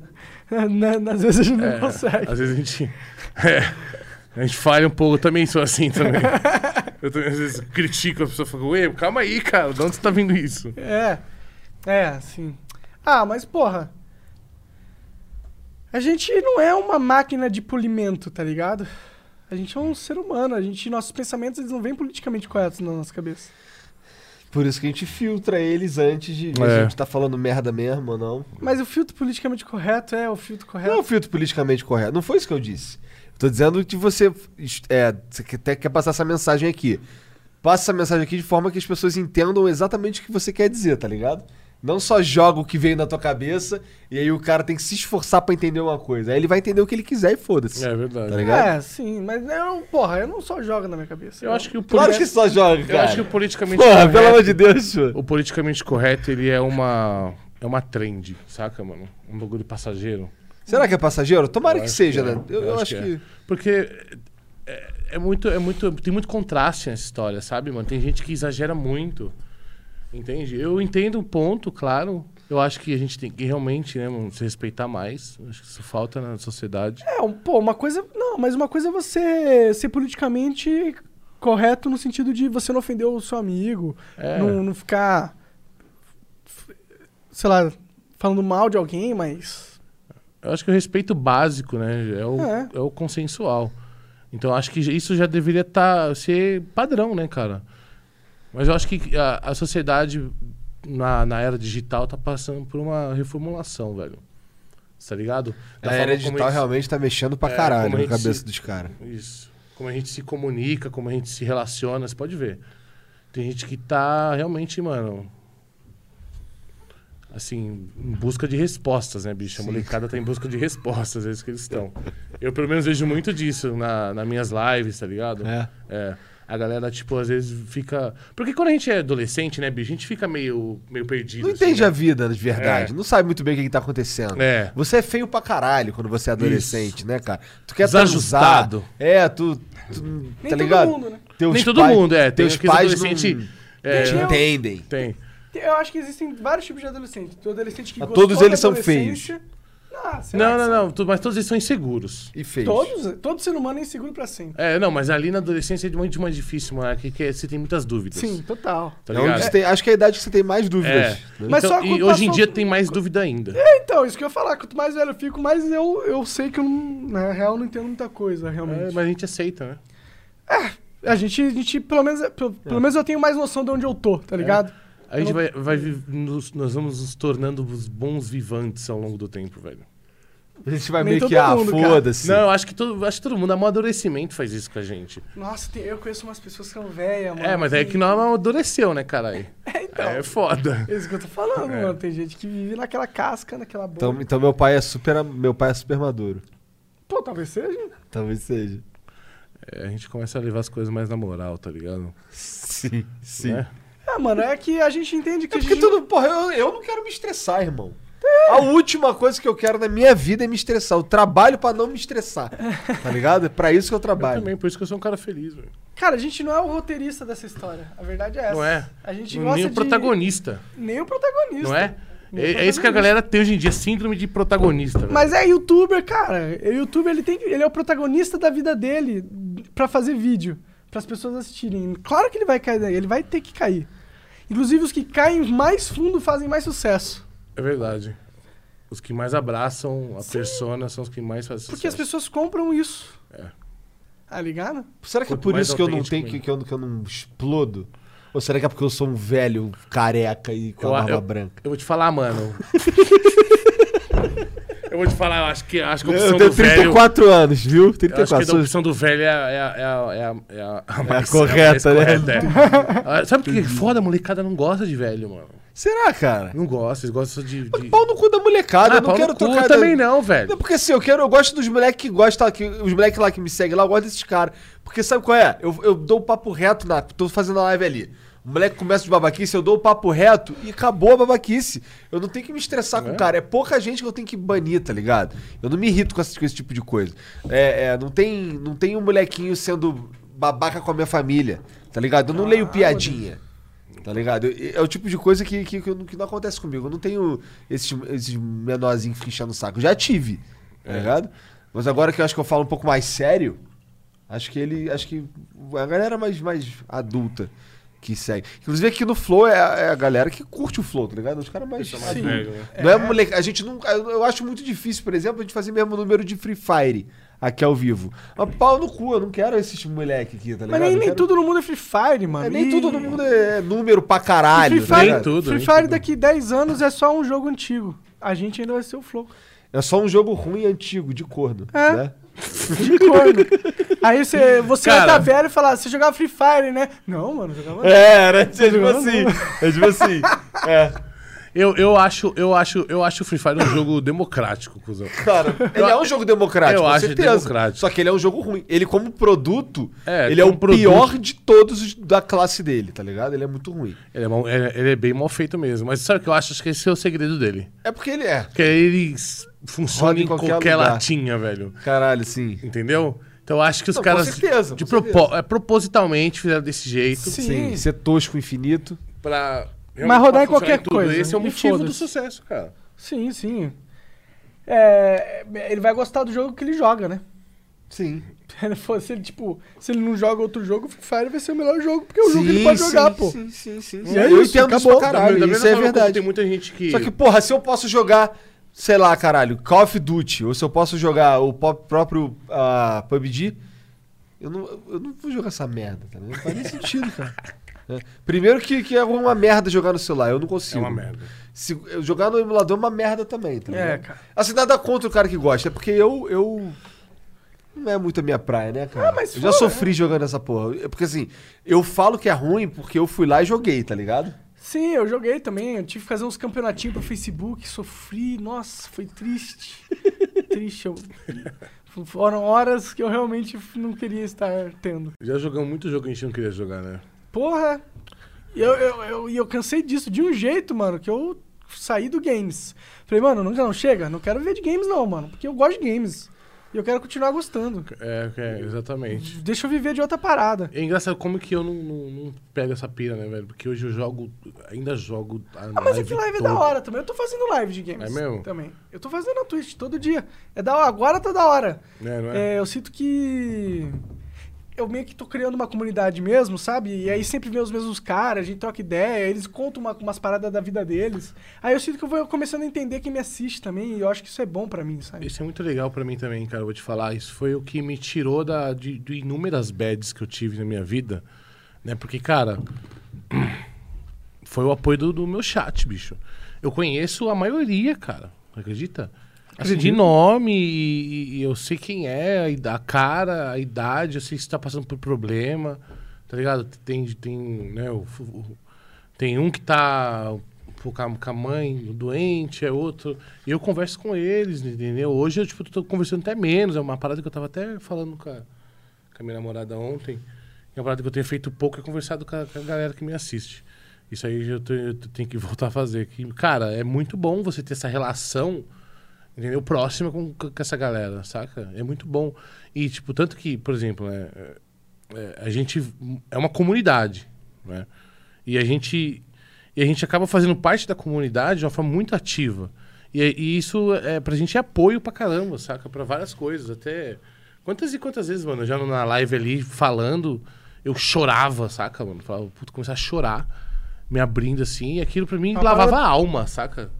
*laughs* Na- na- Às vezes a gente não É, consegue. Às vezes a gente. É, a gente falha um pouco, eu também sou *laughs* assim também. Eu também, às vezes critico, a pessoa fala, ué, calma aí, cara, de onde você tá vindo isso? É. É, sim. Ah, mas porra. A gente não é uma máquina de polimento, tá ligado? A gente é um ser humano, a gente, nossos pensamentos eles não vêm politicamente corretos na nossa cabeça. Por isso que a gente filtra eles antes de ver se É. a gente tá falando merda mesmo ou não. Mas o filtro politicamente correto é o filtro correto. Não é um filtro politicamente correto. Não foi isso que eu disse. Eu tô dizendo que você. É, você que- até quer passar essa mensagem aqui. Passa essa mensagem aqui de forma que as pessoas entendam exatamente o que você quer dizer, tá ligado? Não só joga o que veio na tua cabeça e aí o cara tem que se esforçar pra entender uma coisa. Aí ele vai entender o que ele quiser e foda-se. É Tá verdade. ligado? É, sim, mas eu não, porra, eu não só jogo na minha cabeça. Eu acho que o Claro que politi- só joga, cara. eu acho que o politicamente Porra, correto. pelo amor de Deus, senhor. O politicamente correto, ele é uma. É uma trend, saca, mano? Um bagulho passageiro. Será que é passageiro? Tomara Eu que acho seja, que é. né? Eu, eu acho que. é. Porque é, é muito, é muito. Tem muito contraste nessa história, sabe, mano? Tem gente que exagera muito. Entende? Eu entendo o ponto, claro. Eu acho que a gente tem que realmente, né, mano, se respeitar mais. Acho que isso falta na sociedade. É, um- pô, uma coisa. Não, mas uma coisa é você ser politicamente correto no sentido de você não ofender o seu amigo, É. não, não ficar. f- Sei lá, falando mal de alguém, mas. Eu acho que o respeito básico, né? É o, É. é. o consensual. Então acho que isso já deveria tá, ser padrão, né, cara? Mas eu acho que a, a sociedade na, na era digital tá passando por uma reformulação, velho. Tá ligado? Da A forma era como digital eles- realmente tá mexendo pra É, caralho como na a gente se- cabeça dos caras. Isso. Como a gente se comunica, como a gente se relaciona, você pode ver. Tem gente que tá realmente, mano. assim, em busca de respostas, né, bicho? A molecada tá em busca de respostas, é isso que eles *laughs* estão. Eu, pelo menos, vejo muito disso na, nas minhas lives, tá ligado? É. A galera, tipo, às vezes fica. Porque quando a gente é adolescente, né, bicho, a gente fica meio, meio perdido. Não assim, entende né? a vida de verdade. É. Não sabe muito bem o que, que tá acontecendo. É. Você é feio pra caralho quando você é adolescente, né, cara? Tu quer Desajustado. transar. É, tu. tu Nem tá todo ligado? mundo, né? Teus Nem todo pais- mundo, é. Tem Teus os que pais adolescente. não é, Tem- entendem. tem. Eu acho que existem vários tipos de adolescente. Tem o adolescente que Mas gostou Ah, todos da eles são adolescência. Ah, será Não, que não, são? não. tu- Mas todos eles são inseguros. E fez. Todos, todo ser humano é inseguro pra sempre. É, não, mas ali na adolescência é muito mais difícil, mano. Que, que você tem muitas dúvidas. Sim, total. Tá É onde ligado? você tem- acho que é a idade que você tem mais dúvidas. né? Mas Então, só e quando hoje em passou- dia tem mais dúvida ainda. É, então, isso que eu ia falar. Quanto mais velho eu fico, mais eu, eu sei que eu, não, na real, não entendo muita coisa, realmente. É, mas a gente aceita, né? A gente, a gente pelo, menos, pelo, É. pelo menos eu tenho mais noção de onde eu tô, tá ligado? A gente vai, vai vi- nos, nós vamos nos tornando os bons vivantes ao longo do tempo, velho. A gente vai Nem meio que, todo ah, mundo, cara. foda-se. Não, eu acho que todo, acho que todo mundo, amadurecimento faz isso com a gente. Nossa, tem- eu conheço umas pessoas que são velhas, mano. É, mas é que não amadureceu, né, caralho? *laughs* É, então. É foda. É isso que eu tô falando, mano. Tem gente que vive naquela casca, naquela boca. Então, então meu pai é super. Meu pai é super maduro. Pô, talvez seja. né? Talvez seja. É, a gente começa a levar as coisas mais na moral, tá ligado? Sim, sim. Né? É, mano, é que a gente entende que É a porque gente... tudo, porra, eu, eu não quero me estressar, irmão. A última coisa que eu quero na minha vida é me estressar. Eu trabalho pra não me estressar. Tá ligado? É pra isso que eu Eu trabalho. também, por isso que eu sou um cara feliz, velho. Cara, a gente não é o roteirista dessa história. A verdade é essa. Não é? A gente gosta Nem o de... protagonista, Nem o protagonista. não é? Nem o É, é isso que protagonista. a galera tem hoje em dia, síndrome de protagonista. velho. Mas é youtuber, cara. O youtuber, ele, tem, que- ele é o protagonista da vida dele pra fazer vídeo, pras pessoas assistirem. Claro que ele vai cair daí, ele vai ter que cair. Inclusive, os que caem mais fundo fazem mais sucesso. É verdade. Os que mais abraçam a persona são os que mais fazem Porque as sucesso. pessoas compram isso. É. Tá ligado? Será que é Quanto por mais isso que eu não autêntico, tenho que, que eu, que eu não explodo? Ou será que é porque eu sou um velho careca e com Eu- a barba eu- branca? Eu vou te *laughs* falar, mano. eu vou te falar, eu acho que, acho que a opção Eu do tenho velho... 34 anos, viu? Eu acho 34 que a sou- opção do velho é, a- é, a- é, a- é, a- é a, a mais- correta, né? é. Ah, Sabe o que é foda? A molecada não gosta de velho, mano. Será, cara? Não gosta, eles gostam de... de... Pau no cu da molecada, eu Ah, não pau no quero cu, trocar. também da- não, velho. Não, porque assim, eu quero, eu gosto dos moleques que gostam, que, os moleques lá que me seguem lá, eu gosto desses caras. Porque sabe qual é? Eu, eu dou o papo reto na. Tô fazendo a live ali. O moleque começa de babaquice, eu dou o papo reto e acabou a babaquice. Eu não tenho que me estressar com o cara. É pouca gente que eu tenho que banir, tá ligado? Eu não me irrito com, essa- com esse tipo de coisa. É, é, não, tem, não tem um molequinho sendo babaca com a minha família, tá ligado? Eu não Ah, leio piadinha. Tá ligado? Eu- É o tipo de coisa que, que, que eu não- que não acontece comigo. Eu não tenho esses, esses menorzinhos que ficam enchendo o saco. Já tive, É. tá ligado? Mas agora que eu acho que eu falo um pouco mais sério, acho que ele. Acho que a galera mais, mais adulta que segue. Inclusive aqui no Flow é, a- é a galera que curte o Flow, tá ligado? Os caras mais. Pessoal mais adultos. velho, né? Não é moleque. A gente não. Eu eu acho muito difícil, por exemplo, a gente fazer mesmo número de Free Fire aqui ao vivo. Mas pau no cu, eu não quero esses moleque aqui, tá ligado? Mas nem, Eu nem quero- tudo no mundo é Free Fire, mano. é, nem E- tudo no mundo é número pra e é caralho. Free tá Fire, ligado? tudo, Free nem Fire tudo. daqui 10 anos é só um jogo antigo. A gente ainda vai ser o Flow. É só um jogo ruim e antigo, de corno. É. Né? De *laughs* corno. Aí você, você vai Cara. tá velho e falar, você jogava Free Fire, né? Não, mano, eu jogava É, era tipo assim. É *laughs* tipo assim. Eu, eu, acho, eu, acho, eu acho o Free Fire um *coughs* jogo democrático, cuzão. Cara, ele é um jogo democrático, eu com acho certeza. democrático. Só que ele é um jogo ruim. Ele, como produto, É, ele é o como produto. pior de todos os da classe dele, tá ligado? Ele é muito ruim. Ele é, mal- ele é- ele é bem mal feito mesmo. Mas sabe o que eu acho? Acho que esse é o segredo dele. É porque ele é. Porque ele s- funciona Roda em em qualquer qualquer, lugar. latinha, velho. Caralho, sim. Entendeu? Então eu acho que os Não, com caras certeza, de com propo- certeza. é, propositalmente fizeram desse jeito Sim. Sim, ser tosco infinito. pra realmente Mas rodar em pra funcionar qualquer tudo. coisa, Esse é o e motivo do foda-se. sucesso, cara. Sim, sim. É, ele vai gostar do jogo que ele joga, né? *laughs* Sim. Se ele for- se ele, tipo, se ele não joga outro jogo, Free Fire vai ser o melhor jogo, porque é o jogo que ele pode jogar, pô. Sim, sim, sim. E é eu isso, entendo isso pra acabou. caralho, Da mesma isso é forma como verdade. Tem muita gente que. Só que, porra, se eu posso jogar, sei lá, caralho, Call of Duty, ou se eu posso jogar o pó- próprio ah, PUBG, eu não, eu não vou jogar essa merda, tá ligado? Não faz nem sentido, cara. É. Primeiro que, que é uma merda jogar no celular, eu não é consigo. uma merda. Se- eu jogar no emulador é uma merda também, tá ligado? É, cara. Assim, nada contra o cara que gosta, é porque eu. eu... Não é muito a minha praia, né, cara? Ah, mas eu já fala, sofri jogando essa porra. É Porque assim, eu falo que é ruim porque eu fui lá e joguei, tá ligado? *laughs* Sim, eu joguei também. Eu tive que fazer uns campeonatinhos pro Facebook, sofri. Nossa, foi triste. *laughs* triste. Eu... Foram horas que eu realmente não queria estar tendo. Já jogamos muito jogo que a gente não queria jogar, né? Porra! E eu, eu, eu, e eu cansei disso de um jeito, mano, que eu saí do games. Falei, mano, não, não chega, não quero ver de games não, mano, porque eu gosto de games. E eu quero continuar gostando. É, é, exatamente. Deixa eu viver de outra parada. É engraçado como que eu não, não, não pego essa pira, né, velho? Porque hoje eu jogo, ainda jogo. A Ah, mas é que live é da hora também. Eu tô fazendo live de games. É mesmo? Também. Eu tô fazendo na Twitch todo dia. É da hora. Agora tá da hora. É, não é? É, eu sinto que. Eu meio que tô criando uma comunidade mesmo, sabe? E aí sempre vem os mesmos caras, a gente troca ideia, eles contam uma- umas paradas da vida deles. Aí eu sinto que eu vou começando a entender quem me assiste também, e eu acho que isso é bom pra mim, sabe? Isso é muito legal pra mim também, cara. eu Vou te falar. Isso foi o que me tirou da, de, de inúmeras bads que eu tive na minha vida, né? Porque, cara, *clears throat* foi o apoio do, do meu chat, bicho. Eu conheço a maioria, cara. Acredita? Assim, de nome, e, e eu sei quem é, a ida- a cara, a idade, eu sei se tá passando por problema, tá ligado? Tem, tem, né, o- o- tem um que tá pô, com a com a mãe doente, é outro. E eu converso com eles, entendeu? Hoje eu tipo, tô conversando até menos. É uma parada que eu tava até falando com a, com a minha namorada ontem. que É uma parada que eu tenho feito pouco é conversado com a, com a galera que me assiste. Isso aí eu, te- eu tenho que *laughs* voltar a fazer. Que, cara, é muito bom você ter essa relação entendeu? Próxima com, com essa galera, saca? É muito bom. E, tipo, tanto que, por exemplo, né, é, a gente é uma comunidade, né? E a gente, e a gente acaba fazendo parte da comunidade de uma forma muito ativa. E, é- e isso, é, pra gente, é apoio pra caramba, saca? Pra várias coisas, até... Quantas e quantas vezes, mano, eu já na live ali, falando, eu chorava, saca, mano? Falava, puto, começar a chorar, me abrindo assim, e aquilo pra mim Uma lavava parada- a alma, saca?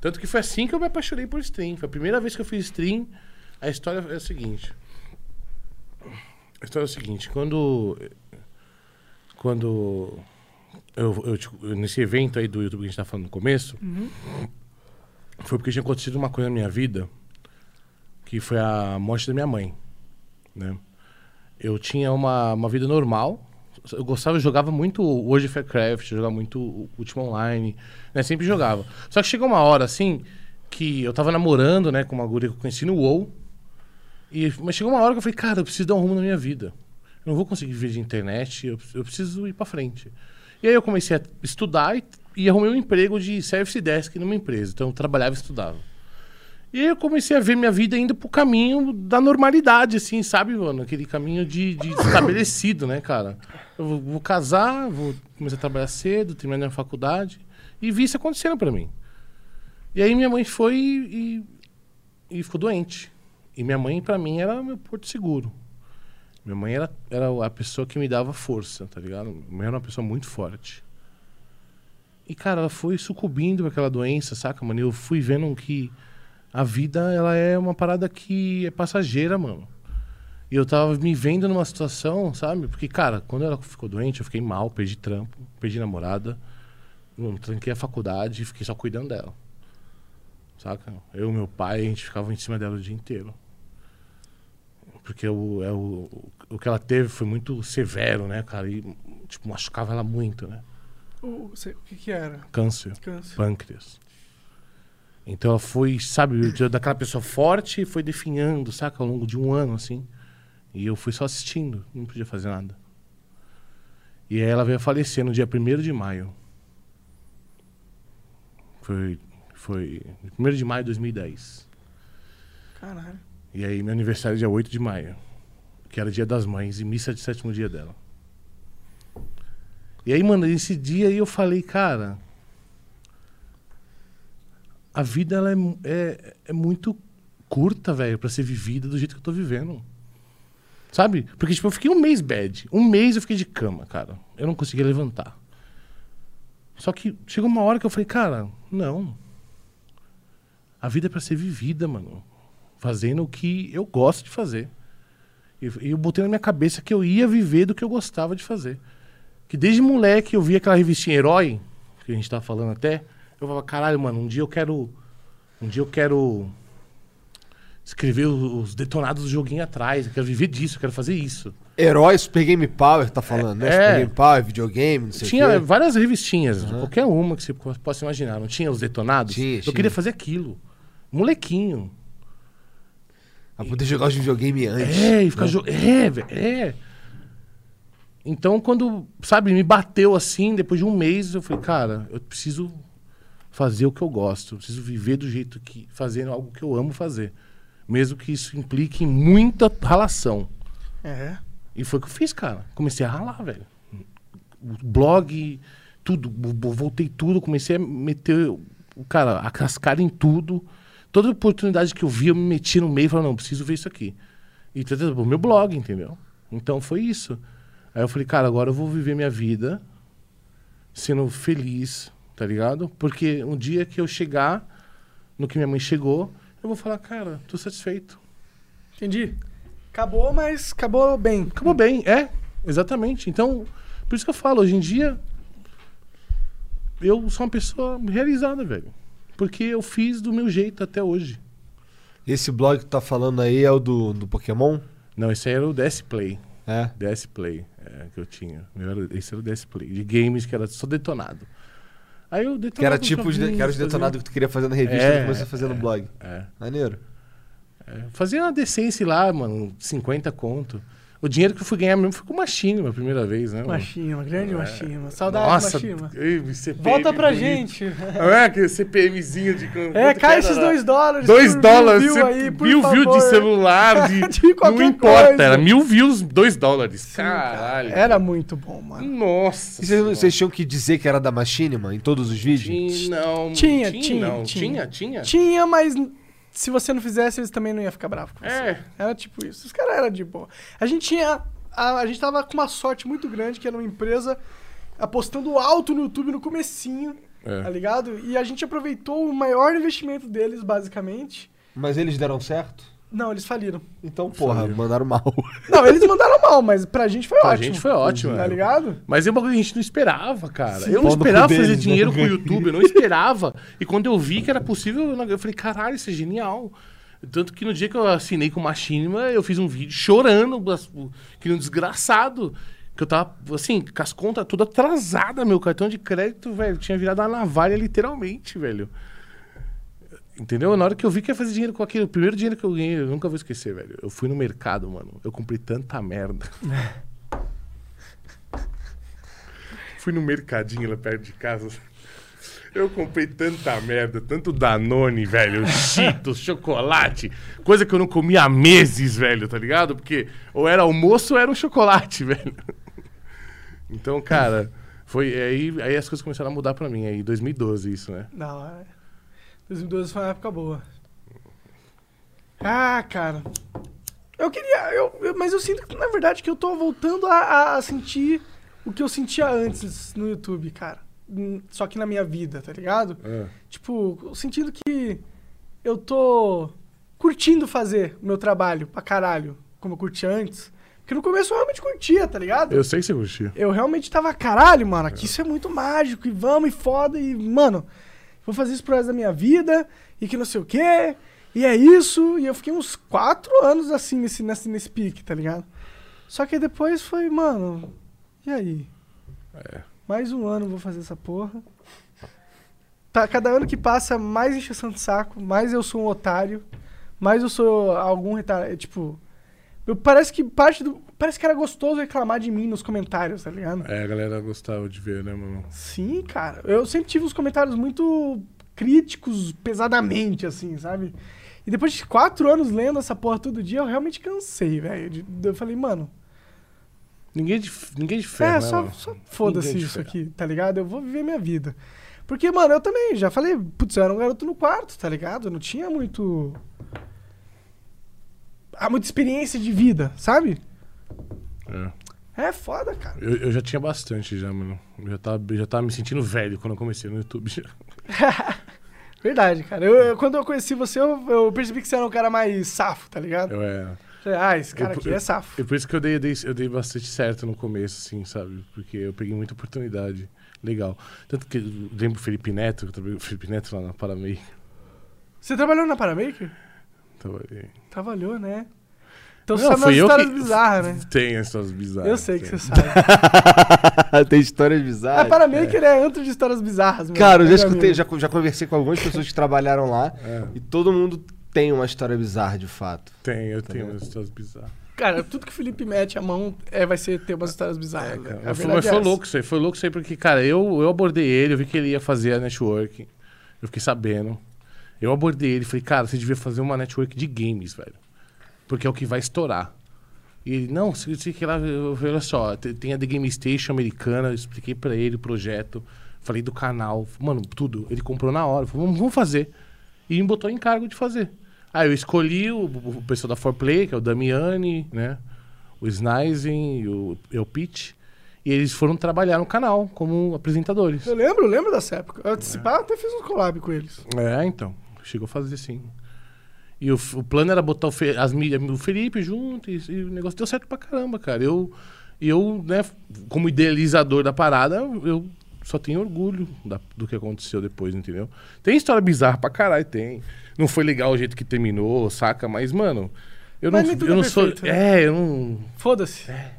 Tanto que foi assim que eu me apaixonei por stream. Foi a primeira vez que eu fiz stream. A história é a seguinte. A história é a seguinte. Quando. Quando. Eu, eu, tipo, nesse evento aí do YouTube que a gente tá falando no começo. Foi porque tinha acontecido uma coisa na minha vida. Que foi a morte da minha mãe. Né? Eu tinha uma, uma vida normal. Eu gostava, eu jogava muito World of Warcraft, eu jogava muito Ultima Online, né? Sempre jogava. Só que chegou uma hora, assim, que eu tava namorando, né, com uma guria que eu conheci no WoW. E, mas chegou uma hora que eu falei, cara, eu preciso dar um rumo na minha vida. Eu não vou conseguir viver de internet, eu, eu preciso ir pra frente. E aí eu comecei a estudar e, e arrumei um emprego de service desk numa empresa. Então eu trabalhava e estudava. E aí eu comecei a ver minha vida indo pro caminho da normalidade, assim, sabe, mano? Aquele caminho de, de estabelecido, né, cara? Eu vou, vou casar, vou começar a trabalhar cedo, terminar minha faculdade. E vi isso acontecendo pra mim. E aí minha mãe foi e, e ficou doente. E minha mãe, pra mim, era meu porto seguro. Minha mãe era, era a pessoa que me dava força, tá ligado? Minha mãe era uma pessoa muito forte. E, cara, ela foi sucumbindo pra aquela doença, saca, mano? E eu fui vendo que a vida, ela é uma parada que é passageira, mano. E eu tava me vendo numa situação, sabe? Porque, cara, quando ela ficou doente, eu fiquei mal, perdi trampo, perdi namorada, mano, tranquei a faculdade e fiquei só cuidando dela. Saca? Eu e meu pai, a gente ficava em cima dela o dia inteiro. Porque o, é o, o que ela teve foi muito severo, né, cara? E, tipo, machucava ela muito, né? O, sei- o que que era? Câncer Câncer. pâncreas. Então ela foi, sabe, eu- daquela pessoa forte, foi definhando, saca, ao longo de um ano, assim. E eu fui só assistindo, não podia fazer nada. E aí ela veio a falecer no dia 1 de maio. Foi, foi 1 de maio de 2010. Caralho. E aí meu aniversário é dia 8 de maio, que era dia das mães e missa de sétimo dia dela. E aí, mano, esse dia aí eu falei, cara, a vida ela é, mu- é, é muito curta, velho, pra ser vivida do jeito que eu tô vivendo. Sabe? Porque, tipo, eu fiquei um mês bad. Um mês eu fiquei de cama, cara. Eu não conseguia levantar. Só que chegou uma hora que eu falei, cara, não. A vida é pra ser vivida, mano fazendo o que eu gosto de fazer. E e eu botei na minha cabeça que eu ia viver do que eu gostava de fazer. Que desde moleque eu via aquela revistinha Herói, que a gente tava falando até, eu falava, caralho, mano, um dia eu quero um dia eu quero escrever o- os detonados do joguinho atrás. Eu quero viver disso, eu quero fazer isso. Herói, Super Game Power, tá falando, né? É. Super Game Power, videogame, não sei é. o tinha um quê. várias revistinhas, qualquer uma que você po- possa imaginar. Não tinha os detonados? Tinha, eu tinha. queria fazer aquilo. Molequinho. Pra Ah, poder jogar os videogame antes. né? É, e ficar jogando. É, velho, é. Então, quando, sabe, me bateu assim, depois de um mês, eu falei, cara, eu preciso fazer o que eu gosto, eu preciso viver do jeito que. fazendo algo que eu amo fazer. Mesmo que isso implique em muita ralação. É. E foi o que eu fiz, cara. Comecei a ralar, velho. O blog, tudo. bo- bo- Voltei tudo, comecei a meter, o cara, a cascar em tudo. Toda oportunidade que eu via, eu me meti no meio e falava, não, preciso ver isso aqui. E tá- tá- o meu blog, entendeu? Então foi isso. Aí eu falei, cara, agora eu vou viver minha vida sendo feliz, tá ligado? Porque um dia que eu chegar no que minha mãe chegou, eu vou falar, cara, tô satisfeito. Entendi. Acabou, mas acabou bem. Acabou bem, é, exatamente. Então, por isso que eu falo, hoje em dia, eu sou uma pessoa realizada, velho. Porque eu fiz do meu jeito até hoje. Esse blog que tu tá falando aí é o do, do Pokémon? Não, esse aí era o DS Play. É. DS Play é, que eu tinha. Meu era- esse era o DS Play. De games que era só detonado. Aí eu detonava. Que era os tipo os, de, joguinhos, que era os fazia- detonados que tu queria fazer na revista É, e tu começou a fazer no blog. É. Maneiro. Eu Fazia uma decência lá, mano, 50 conto. O dinheiro que eu fui ganhar mesmo foi com machinima a primeira vez, né? mano? Machima, grande Machima. Saudade É. Nossa, de Machima. ei, CPM Volta pra bonito. gente. Não é aquele CPMzinho de... É, cai esses dois dólares. Dois por dólares, mil cê- view aí, por mil views de favor. *laughs* celular, de, De qualquer não importa, coisa. era mil views, dois dólares. Caralho. Era muito bom, mano. Nossa. E vocês, não- senhora. vocês tinham que dizer que era da Machinima em todos os vídeos? Tinha, não, Tinha, tinha, não. tinha. tinha, tinha. Tinha, mas n- se você não fizesse, eles também não iam ficar bravos com você. É. Era tipo isso. Os caras eram de boa. A gente tinha. A, a gente tava com uma sorte muito grande, que era uma empresa apostando alto no YouTube no comecinho, É. tá ligado? E a gente aproveitou o maior investimento deles, basicamente. Mas eles deram certo? Não, eles faliram. Então, porra, Sabia. mandaram mal. *laughs* Não, eles mandaram mal, mas pra gente foi Pra ótimo. gente foi ótimo, Tá é. ligado? Mas é um bagulho que a gente não esperava, cara. Sim, eu pau não no cu esperava fazer deles, né? *laughs* dinheiro com o YouTube, eu não esperava. E quando eu vi que era possível, eu não- eu falei, caralho, isso é genial. Tanto que no dia que eu assinei com o Machinima, eu fiz um vídeo chorando, as- que nem um desgraçado. Que eu tava, assim, com as contas todas atrasadas, meu cartão de crédito, velho, tinha virado uma navalha literalmente, velho. Entendeu? Na hora que eu vi que ia fazer dinheiro com aquilo, o primeiro dinheiro que eu ganhei, eu nunca vou esquecer, velho. Eu fui no mercado, mano. Eu comprei tanta merda. Fui no mercadinho lá perto de casa. Eu comprei tanta merda, tanto Danone, velho, Cheetos, chocolate, coisa que eu não comia há meses, velho, tá ligado? Porque ou era almoço ou era um chocolate, *laughs* velho. Então, cara, foi é aí, aí as coisas começaram a mudar pra mim, aí 2012 isso, né? Da hora. 2012 foi uma época boa. Ah, cara. Eu queria. Eu, eu- mas eu sinto, que, na verdade, que eu tô voltando a, a- a sentir o que eu sentia antes no YouTube, cara. Hum, Só que na minha vida, tá ligado? É. Ah. Tipo, sentindo que eu tô curtindo fazer o meu trabalho pra caralho, como eu curti antes. Porque no começo eu realmente curtia, tá ligado? Eu sei que você curtiu. Eu realmente tava, caralho, mano, aqui isso é muito mágico, e vamos, e foda, e, mano, vou fazer isso pro resto da minha vida, e que não sei o quê, e é isso, e eu fiquei uns quatro anos assim nesse, nesse, nesse pique, tá ligado? Só que depois foi, mano, e aí? Mais um ano eu vou fazer essa porra. Tá, cada ano que passa, mais encheção de saco, mais eu sou um otário, mais eu sou algum retardado, tipo... eu- Parece que parte do. Parece que era gostoso reclamar de mim nos comentários, tá ligado? É, a galera gostava de ver, né, mano? Sim, cara. Eu sempre tive uns comentários muito críticos, pesadamente, assim, sabe? E depois de quatro anos lendo essa porra todo dia, eu realmente cansei, velho. De- de- Eu falei, mano, Ninguém de, ninguém de ferro, é, né, só, mano? só foda-se Ninguém te isso ferra. aqui, tá ligado? Eu vou viver minha vida. Porque, mano, eu também já falei, putz, eu era um garoto no quarto, tá ligado? Eu não tinha muito. Ah, muita experiência de vida, sabe? É. É foda, cara. Eu, eu já tinha bastante já, mano. Eu já tava, eu já tava me sentindo velho quando eu comecei no YouTube. já. Verdade, cara. Eu, eu- quando eu conheci você, eu, eu percebi que você era um cara mais safo, tá ligado? Eu é, era. Falei, ah, esse cara eu- aqui é safo. E por isso que eu dei, dei- eu dei bastante certo no começo, assim, sabe? Porque eu peguei muita oportunidade. Legal. Tanto que eu lembro o Felipe Neto, que eu trabalhei com o Felipe Neto lá na Paramei. Você trabalhou na Paramaker? Trabalhei. Trabalhou, né? Então você Não, sabe fui umas eu histórias que- bizarras, né? Tem essas bizarras. Eu sei que tem. você sabe. Tem histórias A bizarras. Paramaker é antro de histórias bizarras, meu. Cara, eu já Meu escutei, amigo. já, já conversei com algumas pessoas que trabalharam lá É. e todo mundo tem uma história bizarra de fato. Tem, eu Tá tenho umas histórias bizarras. Cara, tudo que o Felipe mete a mão é, vai ser ter umas histórias bizarras. Cara, velho. A mas foi, verdade mas é foi essa. louco isso aí. Foi louco isso aí porque, cara, eu, eu abordei ele, eu vi que ele ia fazer a network. Eu fiquei sabendo. Eu abordei ele, falei, cara, você devia fazer uma network de games, velho. Porque é o que vai estourar. E ele, não, sei sei que lá, eu- eu- olha só, te- tem a The Game Station americana, eu expliquei pra ele o projeto, falei do canal, mano, tudo. Ele comprou na hora, falou, vamos, vamos fazer. E me botou em cargo de fazer. Aí eu escolhi o, o pessoal da 4Play, que é o Damiani, né? O Snizen e o, e o Pete. E eles foram trabalhar no canal como apresentadores. Eu lembro, eu lembro dessa época. Eu antecipar, eu até fiz um collab com eles. É, então. Chegou a fazer sim. E o, f- o plano era botar o, Fe- as mídias, o Felipe junto, e, e o negócio deu certo pra caramba, cara. Eu, eu né, f- como idealizador da parada, eu só tenho orgulho da- do que aconteceu depois, entendeu? Tem história bizarra pra caralho, tem. Não foi legal o jeito que terminou, saca? Mas, mano, eu Mas não, nem tudo eu é não sou. perfeito, É, eu não. Foda-se. É.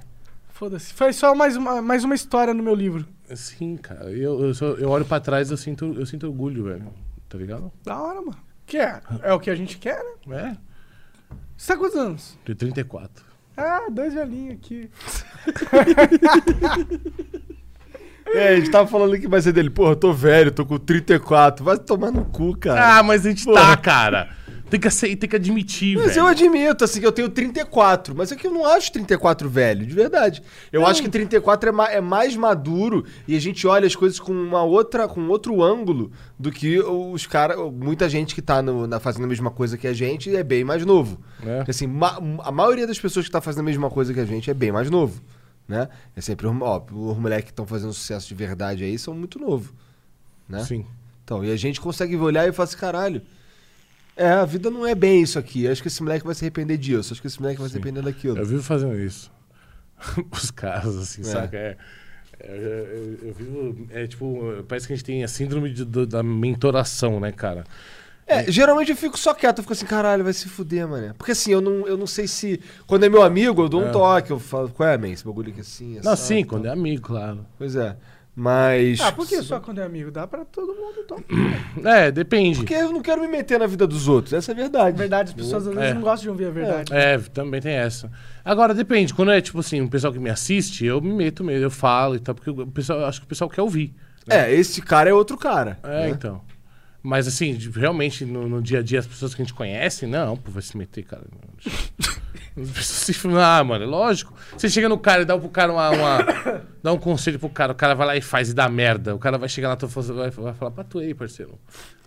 Foda-se. Foi só mais uma, mais uma história no meu livro. Assim, cara, eu, eu, sou- eu olho pra trás eu sinto, eu sinto orgulho, velho. Tá ligado? Da hora, mano. Que é? É o que a gente quer, né? É, Você tá com quantos anos? de 34. Ah, dois velhinhos aqui. É, a gente tava falando aqui mais cedo dele, porra, eu tô velho, tô com 34, vai tomar no cu, cara. Ah, mas a gente tá, cara. Tem que, acei- tem que admitir, mas velho. eu admito, assim, que eu tenho 34, mas é que eu não acho 34 velho, de verdade. Eu acho que 34 é, ma- é mais maduro e a gente olha as coisas com uma outra, com outro ângulo do que os caras, muita gente que tá no- na, fazendo a mesma coisa que a gente é bem mais novo. É. Assim, ma- a maioria das pessoas que tá fazendo a mesma coisa que a gente é bem mais novo, né? É sempre, os- ó, os moleques que estão fazendo sucesso de verdade aí são muito novos, né? Sim. Então, e a gente consegue olhar e falar assim, caralho, é, a vida não é bem isso aqui. Acho que esse moleque vai se arrepender disso, acho que esse moleque vai se arrepender daquilo. Eu vivo fazendo isso. *laughs* Os caras, assim, É. saca? É, é, eu, eu vivo. É tipo, parece que a gente tem a síndrome de- do- da mentoração, né, cara? É, geralmente eu fico só quieto, eu fico assim, caralho, vai se fuder, mané. Porque assim, eu não, eu não sei se. Quando é meu amigo, eu dou um É. toque, eu falo, qual é, man? Esse bagulho aqui assim, Não, sim, quando é amigo, claro. Pois é. Mas. Ah, por que só quando é amigo? Dá pra todo mundo, então. É, depende. Porque eu não quero me meter na vida dos outros, essa é a verdade. Na verdade, as pessoas às vezes É. não gostam de ouvir a verdade. É, também tem essa. Agora, depende. Quando é, tipo assim, um pessoal que me assiste, eu me meto mesmo, eu falo e tal, porque o pessoal, eu acho que o pessoal quer ouvir. É, esse cara é outro cara. É, né? então. Mas assim, de- realmente, no, no dia a dia, as pessoas que a gente conhece, não, pô, vai se meter, cara. As pessoas se filmam, ah, mano, é lógico. Você chega no cara e dá pro cara uma. *coughs* uma- dá um conselho pro cara, o cara vai lá e faz e dá merda. O cara vai chegar na tua força vai, vai falar pra tu aí, parceiro.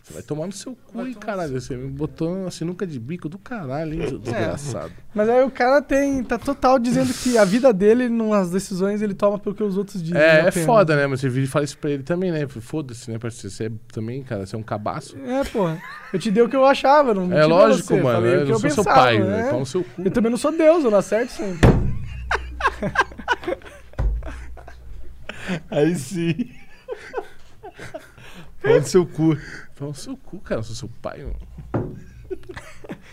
Você vai tomar no seu cu, hein, caralho. Você me botou assim nunca de bico do caralho, É. hein, seu desgraçado. Mas aí o cara tem. tá total dizendo que a vida dele, nas decisões, ele toma pelo que os outros dizem. É, é apenas. foda, né? Mas você vira e fala isso pra ele também, né? Foda-se, né, parceiro? Você é também, cara, você é um cabaço. É, porra. Eu te dei o que eu achava, não É te dei lógico, você, mano. falei o Eu que não sou seu pensava, pai, então né? velho. Toma no seu cu. Eu também não sou Deus, eu não acerto sempre. Aí sim. *laughs* Pau no seu cu. Fala no seu cu, cara, eu sou seu pai, mano.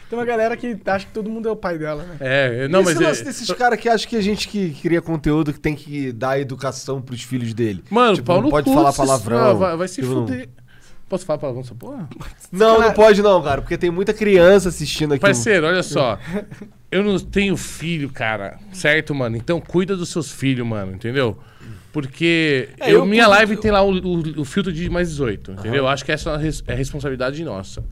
Tem uma galera que acha que todo mundo é o pai dela, né? É, é, não, Esse mas. lance é- desses caras que acham que a gente que cria conteúdo que tem que dar educação pros filhos dele. Mano, Tipo, Paulo não pode falar palavrão. Ah, vai, vai se Tipo, não- fuder. Posso falar palavrão nessa porra? Não, não Cara- pode não, cara, porque tem muita criança assistindo aqui. Parceiro, olha só. Eu não tenho filho, cara. Certo, mano? Então cuida dos seus filhos, mano, entendeu? Porque É, eu, eu minha cuido- live tem lá o, o- o filtro de mais 18, entendeu? Acho que essa é a res- é a responsabilidade nossa.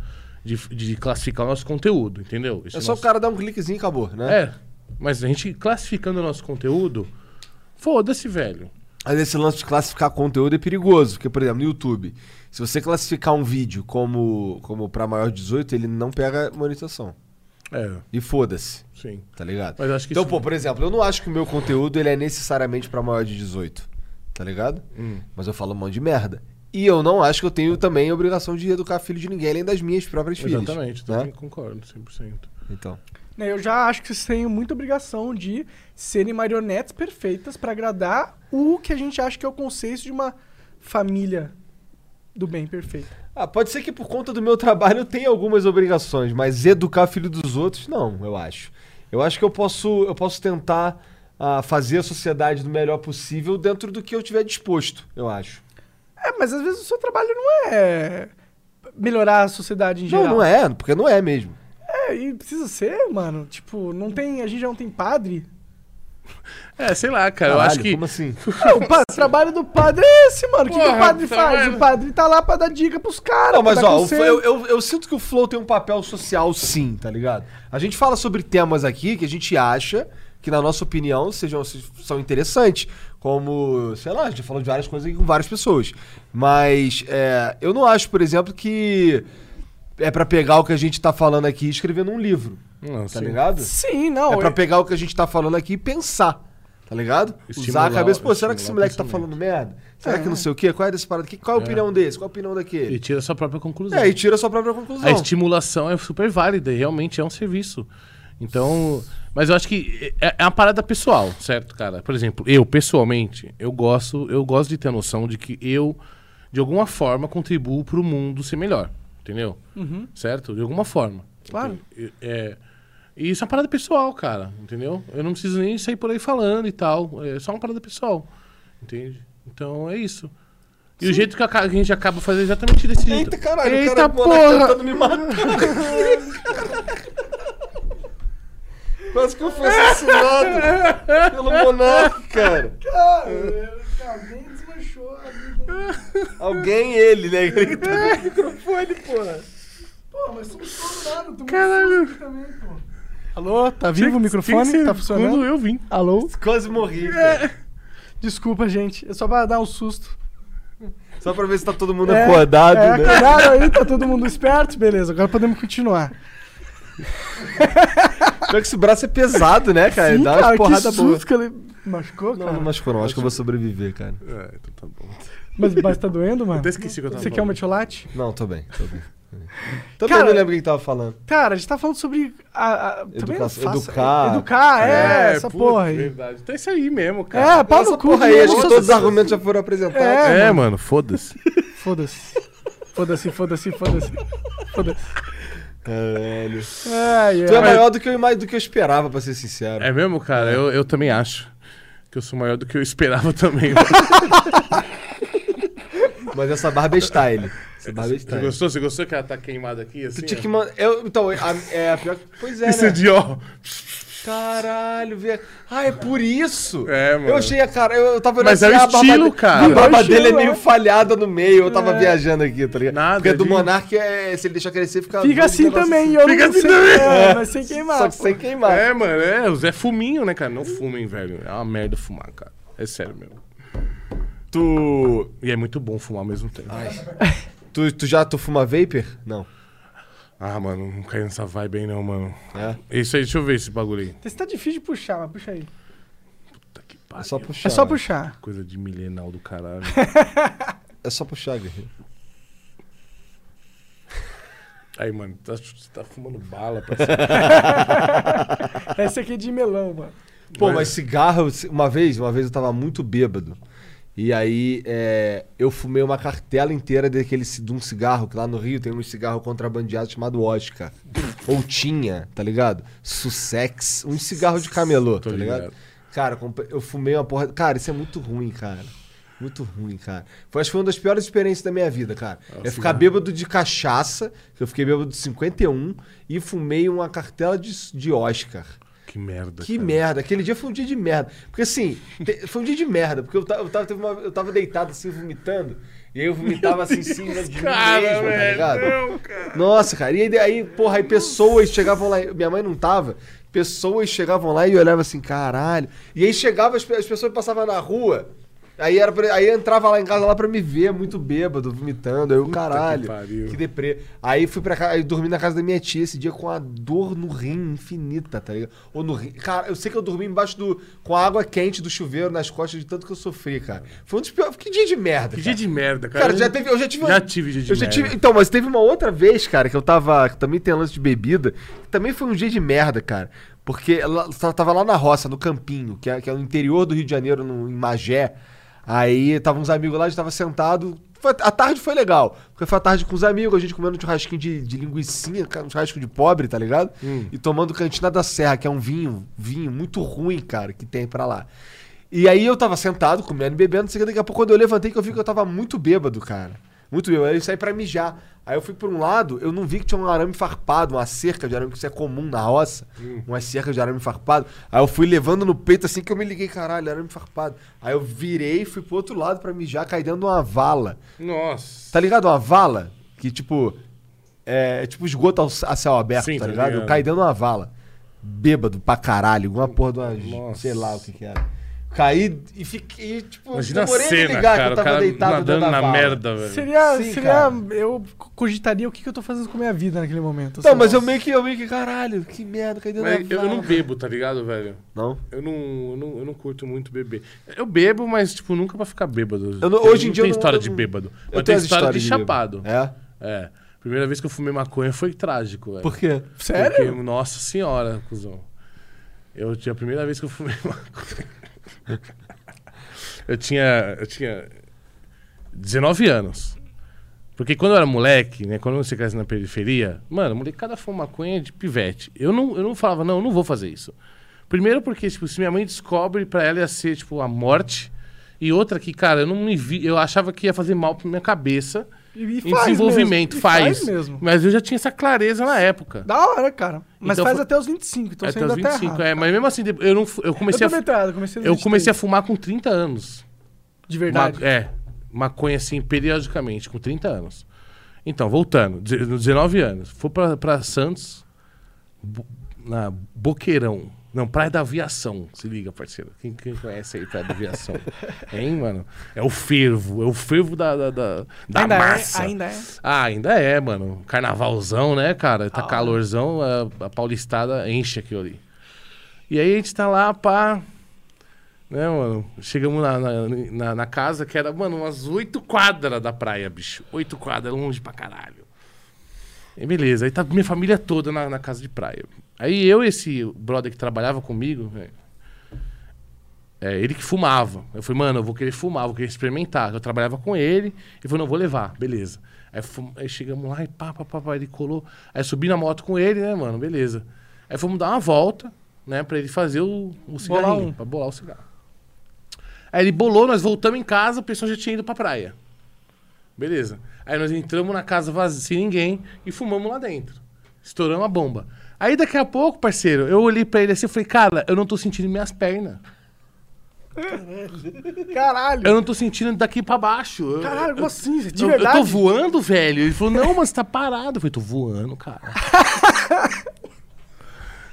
De, de classificar o nosso conteúdo, entendeu? Esse É só o nosso- cara dar um cliquezinho e acabou, né? É. Mas a gente classificando o nosso conteúdo, foda-se, velho. Mas esse lance de classificar conteúdo é perigoso, porque, por exemplo, no YouTube, se você classificar um vídeo como, como pra maior de 18, ele não pega monetização. É, E foda-se, sim. tá ligado? Mas eu acho que então, isso- pô, por exemplo, eu não acho que o meu conteúdo ele é necessariamente pra maior de 18, tá ligado? Hum. Mas eu falo um monte de merda. E eu não acho que eu tenho também a obrigação de educar filho de ninguém, além das minhas próprias filhas. Exatamente, né? também concordo, 100%. Então. Né, Eu já acho que vocês têm muita obrigação de serem marionetes perfeitas pra agradar o que a gente acha que é o conceito de uma família do bem perfeita. Ah, pode ser que por conta do meu trabalho eu tenha algumas obrigações, mas educar filho dos outros, não, eu acho. Eu acho que eu posso, eu posso tentar ah, fazer a sociedade do melhor possível dentro do que eu tiver disposto, eu acho. É, mas às vezes o seu trabalho não é melhorar a sociedade em geral. Não, não é, porque não é mesmo. É, e precisa ser, mano. Tipo, não tem. A gente já não tem padre. É, sei lá, cara. eu acho Caralho, que. Como assim? É, o, pa- trabalho do padre é esse, mano. O que, que o Porra, padre tá faz? vendo? O padre tá lá pra dar dica pros caras. Não, mas pra dar ó, o- conselho. eu, eu- eu sinto que o Flow tem um papel social sim, tá ligado? A gente fala sobre temas aqui que a gente acha que, na nossa opinião, sejam, se- são interessantes. Como, sei lá, a gente falou de várias coisas aqui com várias pessoas. Mas é, eu não acho, por exemplo, que é pra pegar o que a gente tá falando aqui e escrever num livro, Não, tá sim. ligado? Sim, não. é pra eu- pegar o que a gente tá falando aqui e pensar. Tá ligado? Estimular- Usar a cabeça. Pô, será que esse estimular o moleque tá pensamento. falando merda? Será que não sei o quê? Qual é desse parado aqui? Qual é a opinião desse? Qual é a opinião daquele? E tira sua própria conclusão. É, e tira a sua própria conclusão. A tipo estimulação é super válida e realmente é um serviço. Então, mas eu acho que é, é uma parada pessoal, certo, cara? Por exemplo, eu pessoalmente, eu gosto, eu gosto de ter a noção de que eu de alguma forma contribuo para o mundo ser melhor, entendeu? Certo? De alguma forma. Uhum, Claro. E- é, e isso é uma parada pessoal, cara, entendeu? Eu não preciso nem sair por aí falando e tal, é só uma parada pessoal. Entende? Então é isso. E o jeito que a ca- que a gente acaba fazendo é exatamente desse jeito. Eita, caralho, Eita, o cara mano, tá porra! tentando me matar. *laughs* Quase que eu fui assassinado pelo monarca, cara. Alguém desmanchou a vida. *laughs* Alguém ele, né? Ele que tá- Pô, mas somos todos nada, tô muito Caralho. susto também, pô. Alô, tá vivo o microfone? Tem que ser Tá funcionando? Quando eu vim. Alô? Quase morri, cara. Desculpa, gente. É só pra dar um susto. Só pra ver se tá todo mundo É, acordado, é, né? acordaram aí, tá todo mundo esperto? Beleza, agora podemos continuar. Pior que esse braço é pesado, né, cara? Ih, Dá umas cara, que porradas susto boas. que ele... Machucou, Não, cara? não machucou não. Acho que eu vou sobreviver, cara. É, então tá bom. Mas, mas tá doendo, mano? Até esqueci que eu tava Você quer falando. uma tiolate? Não, tô bem, tô bem. Também Cara- não lembro o que tava falando. Cara, a gente tá falando sobre... A, a- também não Educação- faça- educar. Educar, é, essa puta, porra aí. Verdade. Então é isso aí mesmo, É, cara. pau Essa no cu. porra aí, acho que nossa, todos tá? os argumentos já foram apresentados. É, É, mano. mano, foda-se. Foda-se. Foda-se, foda-se, foda-se. Foda-se. Caralho. Ai, Tu é ai. maior do que, eu, ima- do que eu esperava, pra ser sincero. É mesmo, cara? Eu, eu também acho. Que eu sou maior do que eu esperava *laughs* também. mano. Mas essa barba é style. Essa barba é Você style. gostou? Você gostou que ela tá queimada aqui? Assim, Tu tinha ó? que mandar. eu- Então, a- é a pior. Pois é. Isso Né? de ó. Caralho, velho. Ah, é por isso? É, mano. Eu achei a cara. Eu, eu tava olhando Mas é assim, o a barba estilo, de- cara. A barba É o dele é estilo, meio é. falhada no meio. Eu tava viajando aqui, tá ligado? Nada, Porque do de- Monark, é, se ele deixar crescer, fica. Fica um assim negócio também. Eu Fica não assim sei- também. É, mas sem assim. Só queimar. que pô. sem queimar. É, mano, é. O Zé Fuminho, né, cara? Não fumem, velho. É uma merda fumar, cara. É sério mesmo. Tu. E é muito bom fumar ao mesmo tempo. Tu, tu já tu fuma vapor? Não. Ah, mano, não caiu nessa vibe aí, não, mano. É. Isso aí, deixa eu ver esse bagulho aí. Esse tá difícil de puxar, mas puxa aí. Puta que É pariu. só puxar. é só mano. puxar. Coisa de milenal *laughs* do caralho. É só puxar, guerreiro. Aí, mano, tá- você tá *laughs* fumando bala, parceiro. Esse aqui é de melão, mano. Pô, Mas- mas cigarro, ci- uma vez, uma vez eu tava muito bêbado. E aí é, eu fumei uma cartela inteira daquele, ci- de um cigarro, que lá no Rio tem um cigarro contrabandeado chamado Oscar. Ou tinha, tá ligado? Sussex, um cigarro de camelô, Tô tá ligado? ligado. Cara, compre- eu fumei uma porra. Cara, isso é muito ruim, cara. Muito ruim, cara. Foi, acho que foi uma das piores experiências da minha vida, cara. é ficar bêbado de cachaça, que eu fiquei bêbado de 51, e fumei uma cartela de, de Oscar. Que merda. Que cara. merda, aquele dia foi um dia de merda. Porque assim, te- foi um dia de merda, porque eu tava, eu tava, teve uma- eu tava deitado assim, vomitando, e aí eu vomitava assim, sim, de mim mesmo, Cara, tá velho, ligado? não, cara. Nossa, cara, e aí- aí, porra, aí pessoas chegavam lá, e- minha mãe não tava, pessoas chegavam lá e olhavam assim, caralho. E aí chegava, as, pe- as pessoas passavam na rua, aí, era pra- aí entrava lá em casa lá pra me ver, muito bêbado, vomitando, aí eu, caralho, pariu. que deprê. Aí fui pra casa, aí dormi na casa da minha tia esse dia com a dor no rim infinita, tá ligado? Ou no rim. Cara, eu sei que eu dormi embaixo do. com a água quente do chuveiro nas costas de tanto que eu sofri, cara. Foi um dos piores. Que dia de merda. Que cara. dia de merda, cara. Cara, já teve, eu já tive. Já tive dia de eu já merda. tive- então, mas teve uma outra vez, cara, que eu tava. Que também tem lance de bebida. Que também foi um dia de merda, cara. Porque ela ela tava lá na roça, no Campinho, que é, que é no interior do Rio de Janeiro, no, em Magé. Aí tava uns amigos lá, a gente tava sentado, foi- a tarde foi legal. Porque foi a tarde com os amigos, a gente comendo um churrasquinho de, de linguicinha, cara, um churrasco de pobre, tá ligado? Hum. E tomando Cantina da Serra, que é um vinho, vinho muito ruim, cara, que tem pra lá. E aí eu tava sentado, comendo e bebendo, não sei o que, daqui a pouco quando eu levantei que eu vi que eu tava muito bêbado, cara. Muito bêbado. Aí eu saí pra mijar. Aí eu fui pra um lado, eu não vi que tinha um arame farpado, uma cerca de arame, que isso é comum na roça. Uma cerca de arame farpado. Aí eu fui levando no peito assim que eu me liguei, caralho, arame farpado. Aí eu virei, fui pro outro lado pra mijar, caí dentro de uma vala. Nossa. Tá ligado? Uma vala que, tipo, é é tipo esgoto ao- a céu aberto, Sim, tá tá ligado? Eu ligado. caí dentro de uma vala. Bêbado pra caralho, alguma porra de uma. Nossa. Sei lá o que que era. Caí e fiquei, tipo, Imagina a demorei a me cena, ligar cara. que eu o tava cara deitado dentro nadando da na vala. merda, velho. Seria. Sim, seria cara. eu cogitaria o que, que eu tô fazendo com a minha vida naquele momento. Não, assim. mas eu meio que, eu meio que, caralho, que merda, caí dentro Mas da eu, eu vala. não bebo, tá ligado, velho? Não? Eu não, eu, não, eu não curto muito beber. Eu bebo, mas, tipo, nunca pra ficar bêbado. Eu não- hoje em dia eu tem não- história eu de não- bêbado. Eu Mas tem tenho as história de histórias bêbado. chapado. É? É. Primeira vez que eu fumei maconha foi trágico, velho. Por quê? Sério? Porque, nossa senhora, cuzão. Eu tinha a primeira vez que eu fumei *laughs* maconha. eu tinha. Eu tinha 19 anos. Porque quando eu era moleque, né? Quando você cresce na periferia, mano, molecada fuma maconha é de pivete. Eu não, eu não falava, não, eu não vou fazer isso. Primeiro porque, tipo, se minha mãe descobre, pra ela ia ser, tipo, a morte. E outra que, cara, eu não me vi, eu achava que ia fazer mal pra minha cabeça. E- e em faz desenvolvimento, mesmo, e faz. faz mesmo. Mas eu já tinha essa clareza na época. Da hora, cara. Mas Então faz foi- até os 25, então você Até ainda os tá 25, errado. é, mas mesmo assim, de- eu, não, fu- eu comecei eu a. tô fu- metrado, comecei nos Eu 23, comecei a fumar com 30 anos. De verdade. Ma- é, maconha assim, periodicamente, com 30 anos. Então, voltando, de- 19 anos. Fui pra, pra Santos, bo- na Boqueirão. Não, Praia da Aviação. Se liga, parceiro. Quem, quem conhece aí Praia *laughs* da Aviação? hein, mano? É o fervo. É o fervo da, da, da, da ainda massa. é, ainda é. Ah, ainda é, mano. Carnavalzão, né, cara? Tá calorzão, a, a paulistada enche aquilo ali. E aí a gente tá lá, pá. Né, mano? Chegamos na, na, na- na casa que era, mano, umas oito quadras da praia, bicho. Oito quadras, longe pra caralho. E beleza, aí tá minha família toda na, na casa de praia. Aí eu e esse brother que trabalhava comigo, né, é, ele que fumava. Eu falei, mano, eu vou querer fumar, vou querer experimentar. Eu trabalhava com ele e falei, não, vou levar, beleza. Aí, fum- aí chegamos lá e pá, pá, pá, pá, ele colou. Aí subi na moto com ele, né, mano, beleza. Aí fomos dar uma volta, né, pra ele fazer o, o cigarrinho, um. pra bolar o cigarro. Aí ele bolou, nós voltamos em casa, o pessoal já tinha ido pra praia. Beleza. Aí nós entramos na casa vazia, sem ninguém, e fumamos lá dentro. Estouramos a bomba. Aí daqui a pouco, parceiro, eu olhei pra ele assim e falei, cara, eu não tô sentindo minhas pernas. Caralho. Eu não tô sentindo daqui pra baixo. Eu- Caralho, como assim? De eu, eu verdade? tô voando, velho. Ele falou, não, mas tá parado. Eu falei, tô voando, cara.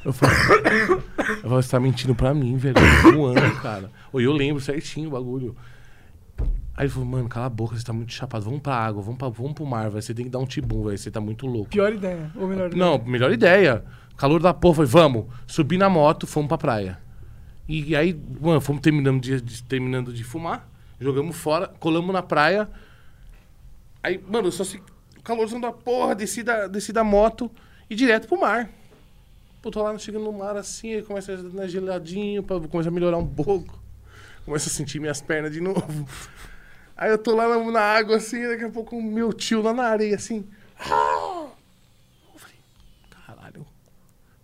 Eu falei, eu falei, você tá mentindo pra mim, velho. Eu tô voando, cara. Ou eu lembro certinho o bagulho. Aí ele falou, mano, cala a boca, você tá muito chapado. Vamos pra água, vamos, pra, vamos pro mar, velho. Você tem que dar um tibum, velho. Você tá muito louco. Pior ideia, ou melhor ideia. Não, melhor ideia. Calor da porra, falei, vamos. Subi na moto, fomos pra praia. E aí, mano, fomos terminando de, de- terminando de fumar, jogamos fora, colamos na praia. Aí, mano, só se. Calorzão da porra, desci da, desci da moto e direto pro mar. Pô, tô lá chegando no mar assim, aí começa a dar geladinho, pra, começa a melhorar um pouco. Começo a sentir minhas pernas de novo. Aí eu tô lá na, na água assim, daqui a pouco meu tio lá na areia assim. Caralho.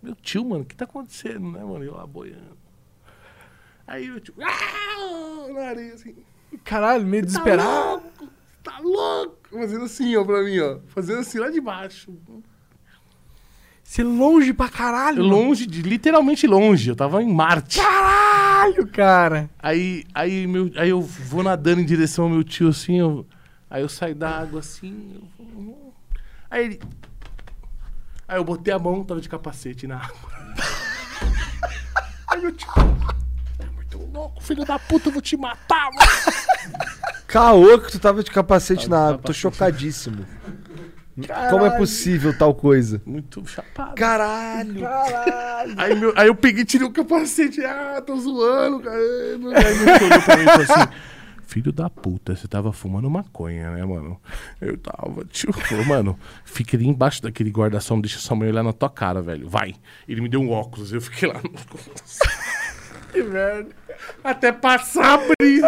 Meu tio, mano, o que tá acontecendo, né, mano? Eu lá boiando. Aí meu tio. Ah! Na areia, assim. Caralho, meio desesperado. Tá louco? Tá louco? Fazendo assim, ó, pra mim, ó. Fazendo assim lá de baixo. Você longe pra caralho. mano. Longe, de, literalmente longe. Eu tava em Marte. Caralho, cara. Aí, aí, meu, aí eu vou nadando em direção ao meu tio assim, eu- aí eu saio da água assim. eu vou- aí ele. Aí eu botei a mão, tava de capacete na água. *laughs* aí meu tio. Tá muito louco, filho da puta, eu vou te matar, mano. Caô que tu tava de capacete Tava de na água, tô capacete. *laughs* chocadíssimo. Como é possível tal coisa? Muito chapado. Caralho! Caralho. Aí, meu- aí eu peguei, tirei o capacete. Ah, tô zoando, cara. Aí meu aí meu tio olhou pra mim e falou assim: Filho da puta, você tava fumando maconha, né, mano? Eu tava, tio. Ele Falou, mano, fica ali embaixo daquele guarda-som, deixa sua mãe olhar na tua cara, velho. Vai. Ele me deu um óculos, eu fiquei lá no óculos. Que merda. Até passar a brisa.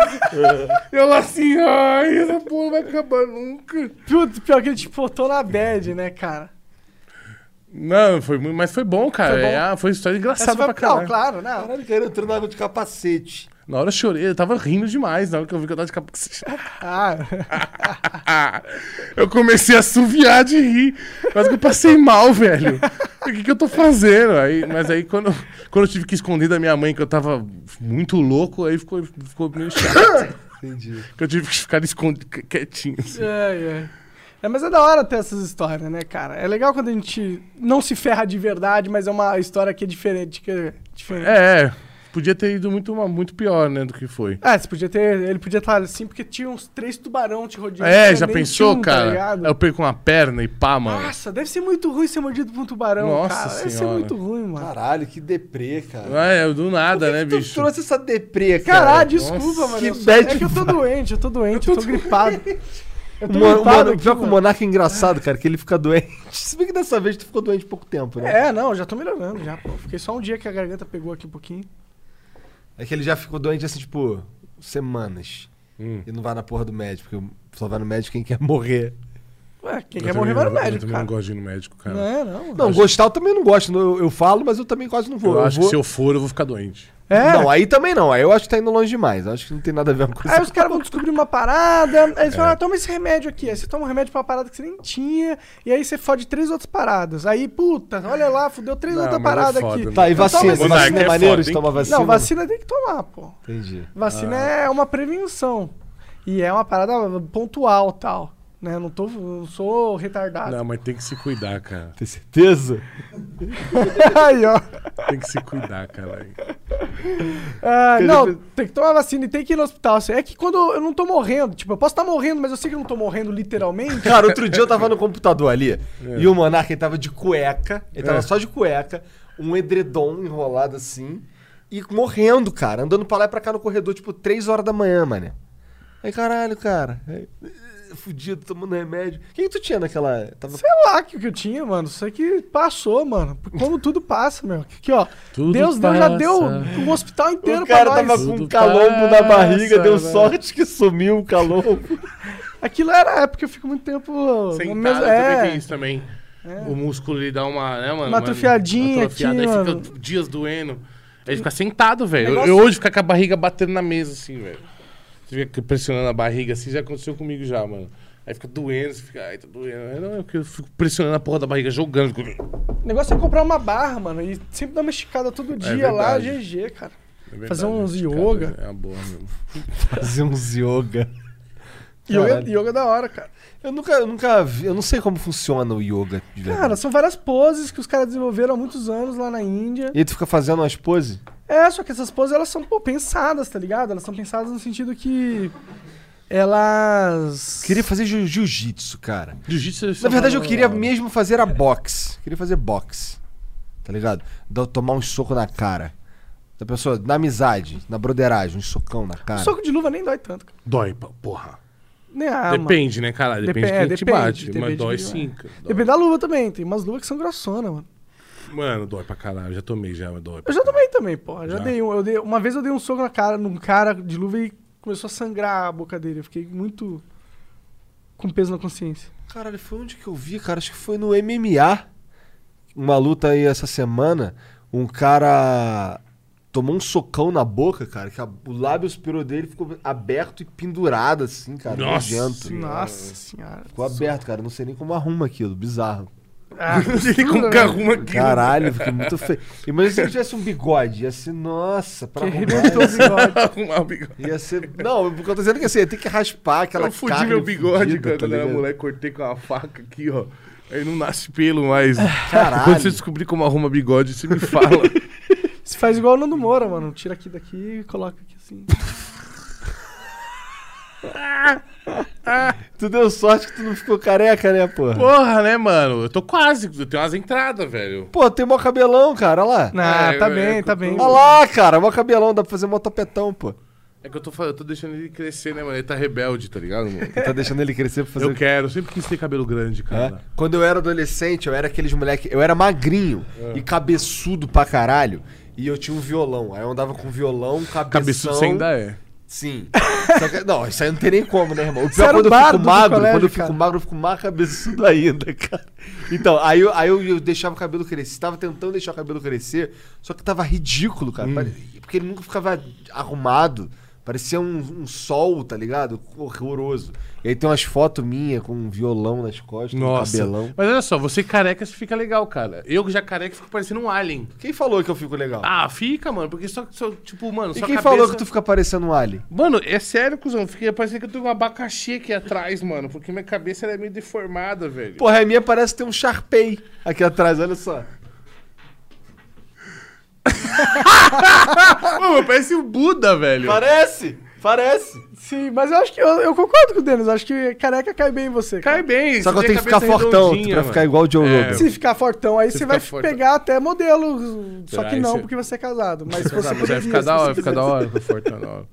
eu lá assim, ai, essa porra vai acabar nunca. Putz, pior que ele te botou na bad, né, cara? Não, foi muito, mas foi bom, cara. Foi Foi, bom. foi história engraçada foi pra caralho. Não, claro, não. Caralho, cara, entrando na água de capacete. Na hora eu chorei, eu tava rindo demais na hora que eu vi que eu tava de *laughs* capacete. Ah, eu comecei a assoviar de rir. Mas que eu passei mal, velho. O que, que eu tô fazendo? Aí, mas aí quando, quando eu tive que esconder da minha mãe que eu tava muito louco, aí ficou, ficou meio chato. Entendi. que eu tive que ficar escondido, quietinho. assim. ai, ai. É, mas é da hora ter essas histórias, né, cara? É legal quando a gente não se ferra de verdade, mas é uma história que é diferente. Que é, diferente. É, podia ter ido muito, muito pior, né, do que foi. Ah, você podia ter. Ele podia estar assim, porque tinha uns três tubarão te rodeando. É, né? já Nem pensou, tinha um, tá cara? ligado? eu perco uma perna e pá, mano. Nossa, deve ser muito ruim ser mordido por um tubarão, Nossa cara. Deve ser senhora. muito ruim, mano. Caralho, que deprê, cara. É, do nada, né, Por que que bicho? Tu trouxe essa deprê, cara. Caralho, desculpa, nossa, mano. que eu sou- bad é que eu tô doente, eu tô doente, eu tô, gripado. Eu *laughs* tô Mano, gripado mano, aqui, pior que o mano. Monarca é engraçado, cara, que ele fica doente. *laughs* Se bem que dessa vez tu ficou doente pouco tempo, né? É, não, já tô melhorando já, pô. Fiquei só um dia que a garganta pegou aqui um pouquinho. É, que ele já ficou doente assim, tipo, semanas. Hum. E não vai na porra do médico, porque só vai no médico quem quer morrer. Ué, quem Eu quer também morrer vai no não- Eu médico, também cara. não gosto de ir no médico, cara. Não é, não. Não, gostar eu também não gosto. Eu, eu falo, mas eu também quase não vou. Eu acho vou... que se eu for, eu vou ficar doente. É. Não, aí também não. Aí eu acho que tá indo longe demais. Eu acho que não tem nada a ver com Aí isso. os caras vão descobrir uma parada, aí eles É. falam, ah, toma esse remédio aqui. Aí você toma um remédio pra uma parada que você nem tinha, e aí você fode três outras paradas. Aí, puta, olha lá, fudeu três Não, outras mas é paradas foda, aqui. né? Tá, e Então toma vacina? esse- Vacina é Monarca é maneiro de foda, hein? tomar vacina? Não, vacina tem que tomar, pô. Entendi. Ah. Vacina é uma prevenção. E é uma parada pontual, tal. Né? Não, tô, não sou retardado. Não, mas tem que se cuidar, cara. Tem certeza? *laughs* Aí, ó. Tem que se cuidar, cara. Ah, Ele não, fez- tem que tomar vacina e tem que ir no hospital. assim. É que quando eu não tô morrendo, tipo, eu posso estar morrendo, mas eu sei que eu não tô morrendo literalmente. Cara, outro dia eu tava no computador ali e o Monarca ele tava de cueca, ele tava É. só de cueca, um edredom enrolado assim e morrendo, cara, andando pra lá e pra cá no corredor, tipo, 3 horas da manhã, mané. Aí, caralho, cara, aí, eh, fudido, tomando remédio. O que, que tu tinha naquela. Tava... Sei lá o que que eu tinha, mano. Sei que passou, mano. Como tudo passa, meu. Aqui, ó. Tudo Deus, Deus já passa. deu um hospital inteiro O cara pra nós. tava com Tudo um calombo na passa, barriga, deu né? sorte que sumiu o calombo. Aquilo era é porque eu fico muito tempo. no Sentado mesmo- também é, tem isso também. O músculo, ele dá uma, né, mano? Uma atrofiadinha uma aqui, aí mano. fica dias doendo. Aí fica sentado, velho. Eu- Negócio- Eu hoje ficar com a barriga batendo na mesa, assim, velho. Você fica pressionando a barriga, assim, já aconteceu comigo já, mano. Aí fica doendo, você fica, ai, tá doendo. Aí não, é porque eu fico pressionando a porra da barriga, jogando. O negócio é comprar uma barra, mano. E sempre dar uma esticada todo dia lá, É verdade. GG, cara. É verdade, Fazer uns né? yoga. É uma boa mesmo. Fazer uns yoga. Yoga, Caralho. yoga é da hora, cara. Eu nunca, eu nunca vi, eu não sei como funciona o yoga de verdade. Cara, são várias poses que os caras desenvolveram há muitos anos lá na Índia. E aí tu fica fazendo umas poses? É, só que essas poses, elas são, pô, pensadas, tá ligado? Elas são pensadas no sentido que elas... Queria fazer jiu- jiu-jitsu, cara. Jiu-jitsu é Na verdade, eu queria mesmo fazer a boxe. Queria fazer boxe. Tá ligado? Dar- tomar um soco na cara. Da pessoa, na amizade, na broderagem, um socão na cara. Um soco de luva nem dói tanto, cara. Dói, pa- porra. Nem a arma. depende, né, cara? Depende Ah, Depe- de é, quem te depende, bate. depende mas de dói quem sim, cara. Dói. Depende da luva também. Tem umas luvas que são grossonas, mano. Mano, dói pra caralho. Eu já tomei, já, mas dói. pra Eu já *laughs* tomei caralho. também, pô. Já, Já? dei um. Eu dei, uma vez eu dei um soco na cara, num cara de luva e começou a sangrar a boca dele. Eu fiquei muito com peso na consciência. Caralho, foi onde que eu vi, cara? Acho que foi no MMA. Uma luta aí essa semana. Um cara tomou um socão na boca, cara, que a- o lábio superior dele ficou aberto e pendurado, assim, cara. Nossa Nojento. Senhora. Nossa senhora. Ficou aberto, cara. Não sei nem como arruma aquilo. Bizarro. *laughs* Ah, *laughs* Não sei nem como que arruma aqui. né? Caralho, fiquei muito feio. Imagina se ele tivesse um bigode. Ia ser, nossa, pra que arrumar. arrebentou o bigode. *laughs* Arrumar o bigode. Ia ser. Não, porque eu tô dizendo que assim, tem que raspar aquela eu fudi carne meu bigode, fudida, cara, né, tá quando eu era ligado? moleque, cortei com uma faca aqui, ó. Aí não nasce pelo mais. Caralho. Quando você descobrir como arruma bigode, você *laughs* me fala. Você faz igual o Nando Moura, mano. Tira aqui daqui e coloca aqui *laughs* assim. Tu deu sorte que tu não ficou careca, né, porra? Pô, Porra, né, mano? Eu tô quase. Eu tenho umas entradas, velho. tem mó cabelão, cara. Olha lá. Ah, É, tá é, bem, é, tá bem. Olha lá, cara. Mó cabelão, dá pra fazer mó topetão, pô. É que eu tô, fa- eu tô deixando ele crescer, né, mano? Ele tá rebelde, tá ligado, mano? Tu tá deixando ele crescer pra *laughs* fazer. Eu quero, eu sempre quis ter cabelo grande, É. cara. É. Quando eu era adolescente, eu era aqueles moleque. Eu era magrinho e cabeçudo pra caralho. E eu tinha um violão. Aí eu andava com violão, cabeção. Cabeçudo você ainda é. Sim. Só que- não, isso aí não tem nem como, né, irmão? O Você pior é era o quando eu bardo fico do magro, colégio, quando eu fico cara. magro, eu fico mais cabeçudo ainda, cara. Então, aí, eu, aí eu, eu deixava o cabelo crescer. Tava tentando deixar o cabelo crescer, só que tava ridículo, cara. Hum. Pare- Porque ele nunca ficava arrumado. Parecia um, um sol, tá ligado? Horroroso. E aí tem umas fotos minhas com um violão nas costas, Nossa. um cabelão. Mas olha só, você careca, você fica legal, cara. Eu que já careca, fico parecendo um alien. Quem falou que eu fico legal? Ah, fica, mano, porque só, só tipo, mano, e sua quem cabeça- falou que tu fica parecendo um alien? Mano, é sério, cuzão. Fiquei parecendo que eu tenho um abacaxi aqui atrás, mano. Porque minha cabeça ela é meio deformada, velho. Porra, a minha parece ter um Sharpay aqui atrás, olha só. Mano, parece o Buda, velho. Parece! Parece! Sim, mas eu acho que. Eu, eu concordo com o Denis. Acho que careca cai bem em você. cara. Cai bem. Só que eu você tem tenho a que ficar cabeça fortão redondinha, pra mano. ficar igual o Joe É, Rogan. Se ficar fortão aí, você, fica vai fortão. pegar até modelo. Só Será? que não, Esse- porque você é casado. Mas se Ah, você mas poderia, vai ficar da se hora, você fica da hora, fica fortão, da hora.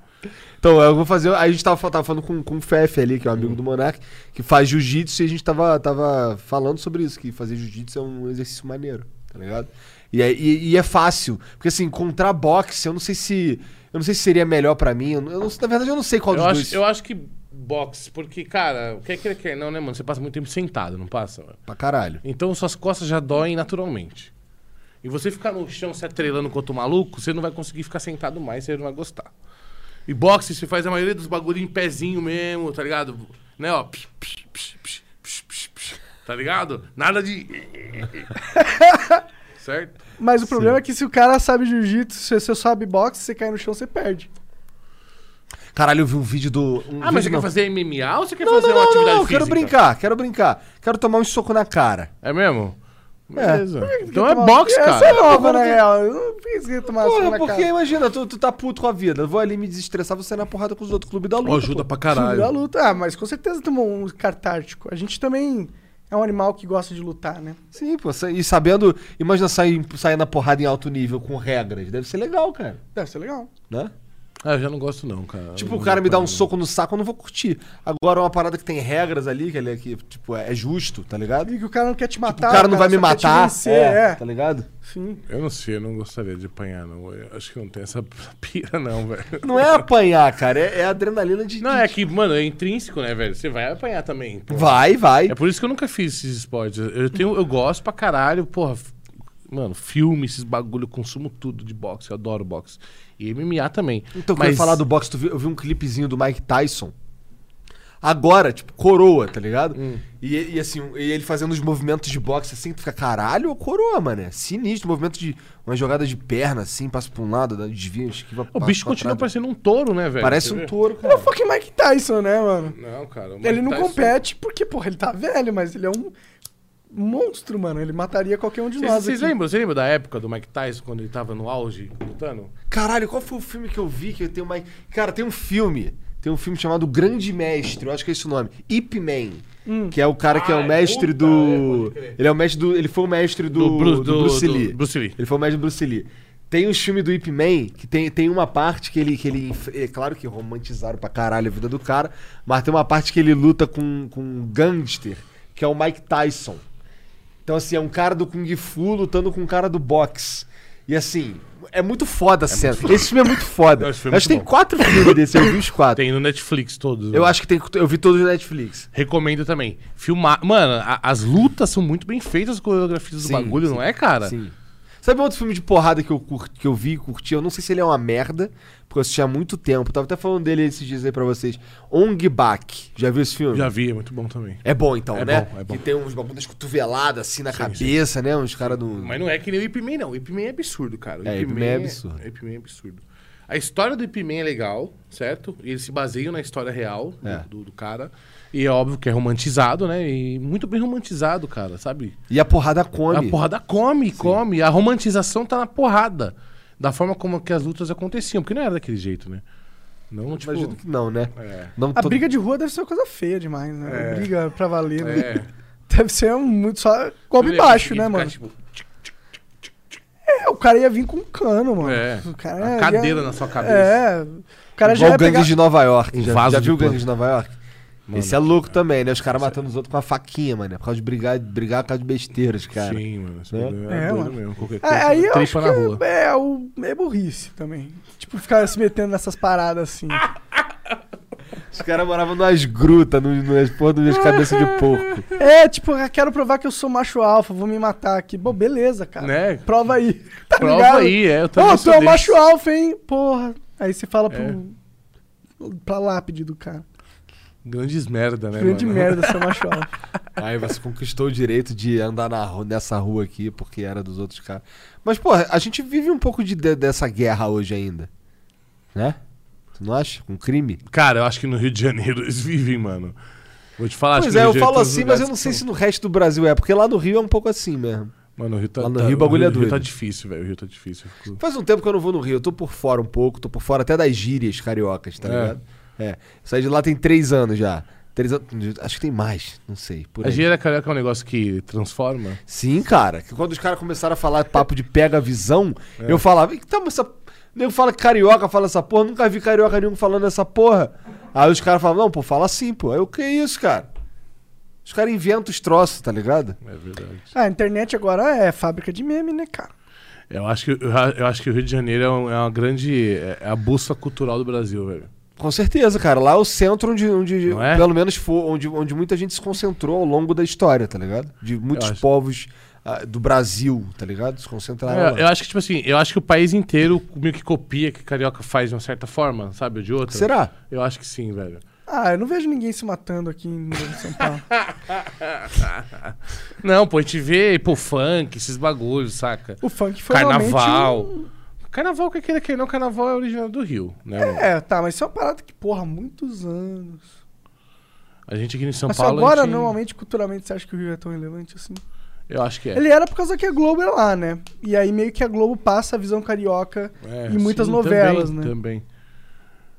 Então, eu vou fazer. A gente tava, fal- tava falando com, com o Fefe ali, que é um amigo do Monark, que faz jiu-jitsu, e a gente tava, tava falando sobre isso, que fazer jiu-jitsu é um exercício maneiro, tá ligado? E é, e- e é fácil. Porque assim, contra boxe, eu não sei se. Eu não sei se seria melhor pra mim. Eu não, eu não- na verdade, eu não sei qual Eu dos acho, dois. eu acho que boxe, porque, cara, o que é que ele quer? Não, né, mano? Você passa muito tempo sentado, não passa, mano? Pra caralho. Então suas costas já doem naturalmente. E você ficar no chão se atrelando com outro maluco, você não vai conseguir ficar sentado mais, você não vai gostar. E boxe, você faz a maioria dos bagulho em pezinho mesmo, tá ligado? Né, ó. Psh, psh, psh, psh, psh, psh, psh, tá ligado? Nada de. *laughs* certo? Mas o problema é que se o cara sabe jiu-jitsu, se você sabe boxe, você cai no chão, você perde. Caralho, eu vi um vídeo do. Um Ah, mas você vídeo, quer não. fazer MMA ou você quer Não, fazer não, uma não, não, atividade não, quero física? brincar, quero brincar. Quero tomar um soco na cara. É mesmo? Beleza. Então é Tomar- boxe, Essa é cara. nova, na real. Eu não fiz que tomar soco Porra, na porque cara. imagina, tu, tu tá puto com a vida. Eu vou ali me desestressar, vou sair na porrada com os outros clubes da luta. Ó, ajuda pô. pra Subiu a caralho. luta. Ah, mas com certeza tomou um cartártico. A gente também é um animal que gosta de lutar, né? Sim, pô. sa- E sabendo, imagina sair, sair na porrada em alto nível com regras. Deve ser legal, cara. Deve ser legal. Né? Ah, eu já não gosto, não, cara. Tipo, Eu o não cara me dá um gosto, não. soco no saco, eu não vou curtir. Agora, uma parada que tem regras ali, que, ele é, que tipo, é é justo, tá ligado? E que o Tá, cara não quer te matar. o cara não vai me só quer te matar. vencer, é. Tá ligado? Sim. Eu não sei, eu não gostaria de apanhar, não. Eu acho que não tem essa *laughs* pira, não, velho. Não é apanhar, cara. É, é adrenalina de. Não, é que, mano, é intrínseco, né, velho? Você vai apanhar também. pô. Vai, vai. É por isso que eu nunca fiz esses esportes. Eu, tenho, eu gosto pra caralho, porra. f- Mano, filme, esses bagulho, eu consumo tudo de boxe, eu adoro boxe. E MMA também. Então, quando eu falar do boxe, tu viu- eu vi um clipezinho do Mike Tyson. Agora, tipo, coroa, tá ligado? Hum. E, e assim, e ele fazendo os movimentos de boxe assim, tu fica, caralho, ô coroa, mano. Sinistro, movimento de. Uma jogada de perna, assim, passa pra um lado, dá- desvia, esquiva. O passa bicho pra continua trás. parecendo um touro, né, velho? tá Parece Você um vê? touro, É o cara. fucking Mike Tyson, né, mano? Não, cara. o Mike Ele não Tyson- compete porque, porra, ele tá velho, mas ele é um monstro, mano. Ele mataria qualquer um de Vocês- nós Vocês aqui. lembram? Você lembra da época do Mike Tyson quando ele tava no auge lutando? Caralho, qual foi o filme que eu vi que tem o Mike. Cara, tem um filme. Tem um filme chamado Grande Mestre, eu acho que é esse o nome. Ip Man. Hum. Que é o cara que é Ai, o mestre puta, é, do. pode crer. ele é o mestre do. Ele foi o mestre do, Do Bru- do do- Bruce do Lee. Bruce Lee. Ele foi o mestre do Bruce Lee. Tem os filmes do Ip Man, que tem, tem uma parte que ele, que ele. enf- É claro que romantizaram pra caralho a vida do cara, mas tem uma parte que ele luta com, com um gangster, que é o Mike Tyson. Então, assim, é um cara do Kung Fu lutando com um cara do boxe. E assim, é muito foda a cena. Esse filme é muito foda. *laughs* Não, esse filme Eu acho é que tem muito bom. quatro filmes desse, eu vi os quatro. Tem no Netflix todos. Eu né? acho que tem. Eu vi todos no Netflix. Recomendo também. Filmar. Mano, a- as lutas são muito bem feitas, as coreografias Sim, do bagulho, sim, não é, cara? Sim. Sabe um outro filme de porrada que eu, curti, que eu vi e curti? Eu não sei se ele é uma merda, porque eu assisti há muito tempo. Eu tava até falando dele esses dias aí pra vocês. Ong Bak. Já viu esse filme? Já vi, é muito bom também. É bom então, É né? bom, é bom. Que tem uns bagulho das cotoveladas assim na cabeça, né? Uns caras do. Mas não é que nem o Ip Man, não. O Ip Man é absurdo, cara. O É, Ip Ip Man Man é absurdo. O Ip Man é absurdo. A história do Ip Man é legal, certo? E eles se baseiam na história real do- É. do, do cara. E é óbvio que é romantizado, né? E muito bem romantizado, cara, sabe? É E a porrada come. A porrada come, come. A romantização tá na porrada. Da forma como que as lutas aconteciam. Porque não era daquele jeito, né? Não, tipo... Imagino que não, né? É. Não A todo- briga de rua deve ser uma coisa feia demais, né? É. Briga pra valer, né? É. *laughs* Deve ser um muito só Eu golpe lembro, baixo, eu né, ficar, mano? tipo, É, o cara ia vir com um cano, mano. É, O a cara cadeira ia... na sua cabeça. É. O cara já Igual ia Gangues pegar... de Nova York. Um já vaso já de viu planta. Gangues de Nova York? Esse é louco também, né? Os caras matando os outros com a faquinha, mano. É Por causa de brigar, brigar por causa de besteiras, cara. Sim, mano. Isso Né? é, É, doido mano. mesmo. Qualquer coisa, É, aí eu acho tripa que na rua. é, é, o, é burrice também. Tipo, ficar se metendo nessas paradas assim. Os caras moravam nas grutas, no- nas porra das cabeças de porco. É, tipo, ah, quero provar que eu sou macho alfa, vou me matar aqui. Bom, beleza, cara. Né? Prova aí. *laughs* Tá Prova ligado? aí, é. Eu Ô, também tu sou é um desse. macho alfa, hein? Porra. Aí você fala pro. É. Pra lápide do cara. Grandes merda, né, Grande mano? merda seu macho alfa. Aí você conquistou o direito de andar na ru- nessa rua aqui, porque era dos outros caras. Mas, porra, a gente vive um pouco de- de- dessa guerra hoje ainda. Né? Tu não acha? Com crime? *laughs* Cara, eu acho que no Rio de Janeiro eles vivem, mano. Vou te falar. acho pois que é, no eu Rio de Janeiro falo todos os assim, mas eu lugares não sei são- se no resto do Brasil é, porque lá no Rio é um pouco assim mesmo. Mano, o Rio tá, Lá no tá- Rio o bagulho é O Rio tá doido. difícil, velho. O Rio tá difícil. Eu fico- Faz um tempo que eu não vou no Rio, eu tô por fora um pouco, tô por fora até das gírias cariocas, tá É. ligado? É. Saí de lá tem três anos já. Três anos. Acho que tem mais, não sei. Por A aí. gíria carioca é um negócio que transforma. Sim, cara. Que quando os caras começaram a falar papo de pega a visão, eu falava, "Eita, mas essa. O nego fala que carioca fala essa porra, nunca vi carioca nenhum falando essa porra. Aí os caras falavam, não, pô, fala assim, pô. Aí eu, que isso, cara? Os caras inventam os troços, tá ligado? É verdade. Ah, a internet agora é fábrica de meme, né, cara? Eu acho que, eu, a- eu acho que o Rio de Janeiro é, um- é uma grande. É a bússola cultural do Brasil, velho. Com certeza, cara. Lá é o centro onde, onde Não é? pelo menos, foi, onde, onde muita gente se concentrou ao longo da história, tá ligado? De muitos acho. povos ah, do Brasil, tá ligado? Se concentraram É, lá. eu acho que, tipo assim, eu acho que o país inteiro meio que copia que carioca faz de uma certa forma, sabe? Ou de outra. Será? Eu acho que sim, velho. Ah, eu não vejo ninguém se matando aqui em São *laughs* Paulo. Não, pô, a gente vê, pô, funk, esses bagulhos, saca? O funk foi Carnaval. um- realmente Carnaval, quer queira que não, carnaval é original do Rio, né? um- mano? É, tá, mas isso é uma parada que, porra, há muitos anos. A gente aqui em São Mas Paulo. é a agora, gente- normalmente, culturalmente, você acha que o Rio é tão relevante assim? Eu acho que é. Ele era por causa que a Globo é lá, né? E aí meio que a Globo passa a visão carioca É, em muitas sim, novelas, também, né? Também.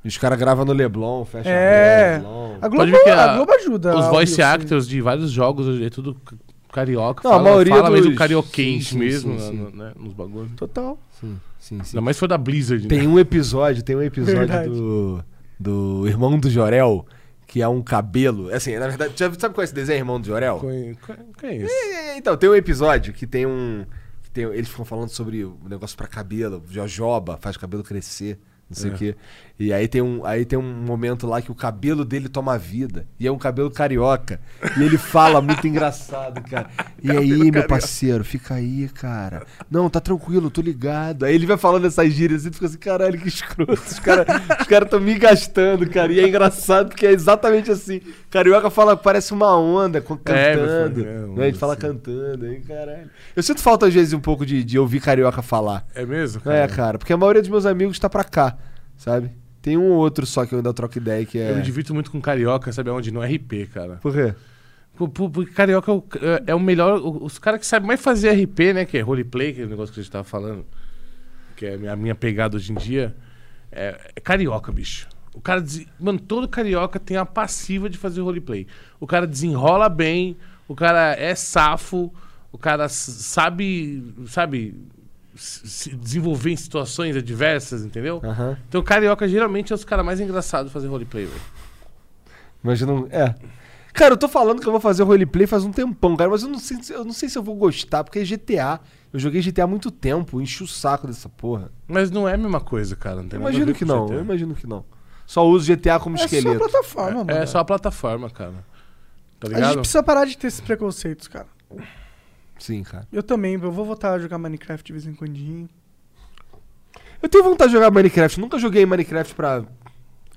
E os caras gravam no Leblon, fecham É. a rua, Leblon. A Globo, ver que a, a- Globo ajuda. Os ao voice Rio, assim. actors de vários jogos hoje é tudo c- carioca. Não, a maioria fala mesmo dos- carioquense sim, sim, mesmo, sim, né, né, nos bagulhos. Total. Sim, sim, sim. Ainda mais se for da Blizzard, né? Tem um episódio, tem um episódio Verdade. do, do Irmão do Jorel, que é um cabelo. Assim, na verdade, já- sabe qual é esse desenho, Irmão do Jorel? Conhe- conhe- Conheço. É, Então, tem um episódio que tem um. que tem- eles ficam falando sobre o negócio pra cabelo, jojoba, faz o cabelo crescer, não sei o quê. E aí tem, um, aí tem um momento lá que o cabelo dele toma vida. E é um cabelo carioca. E ele fala muito *laughs* engraçado, cara. E aí, meu parceiro, fica aí, cara. Não, tá tranquilo, tô ligado. Aí ele vai falando essas gírias e fica assim, caralho, que escroto. Os caras os cara tão me gastando, cara. E é engraçado porque é exatamente assim. Carioca fala, parece uma onda, co- É, cantando. meu filho, é uma né? A gente onda, fala sim. cantando, aí, caralho. Eu sinto falta, às vezes, um pouco de, de ouvir carioca falar. É mesmo? É, cara, porque a maioria dos meus amigos tá pra cá, sabe? Tem um ou outro só que eu ainda troco ideia que é. Eu me divirto muito com carioca, sabe aonde? No RP, cara. Por quê? Pô, pô, Porque carioca é o, é o melhor. o- Os caras que sabem mais fazer RP, né? Que é roleplay, que é o negócio que a gente tava falando. Que é a minha- a minha pegada hoje em dia. É, é carioca, bicho. O cara. desen- Mano, todo carioca tem a passiva de fazer roleplay. O cara desenrola bem, o cara é safo, o cara s- sabe. Sabe. Se se desenvolver em situações adversas, entendeu? Aham. Então, carioca geralmente é os caras mais engraçados fazer roleplay, velho. Imagina um. É. Cara, eu tô falando que eu vou fazer roleplay faz um tempão, cara, mas eu não sei, se- eu não sei se eu vou gostar, porque é GTA. Eu joguei GTA há muito tempo, enchi o saco dessa porra. Mas não é a mesma coisa, cara. Não tem Eu nada a imagino ver que com não, GTA. eu imagino que não. Só uso GTA como É só a esqueleto. plataforma, mano. um É só a plataforma, cara. Tá a gente ligado? precisa parar de ter esses preconceitos, cara. Sim, cara. Eu também, eu vou voltar a jogar Minecraft de vez em quando. Eu tenho vontade de jogar Minecraft, nunca joguei Minecraft pra,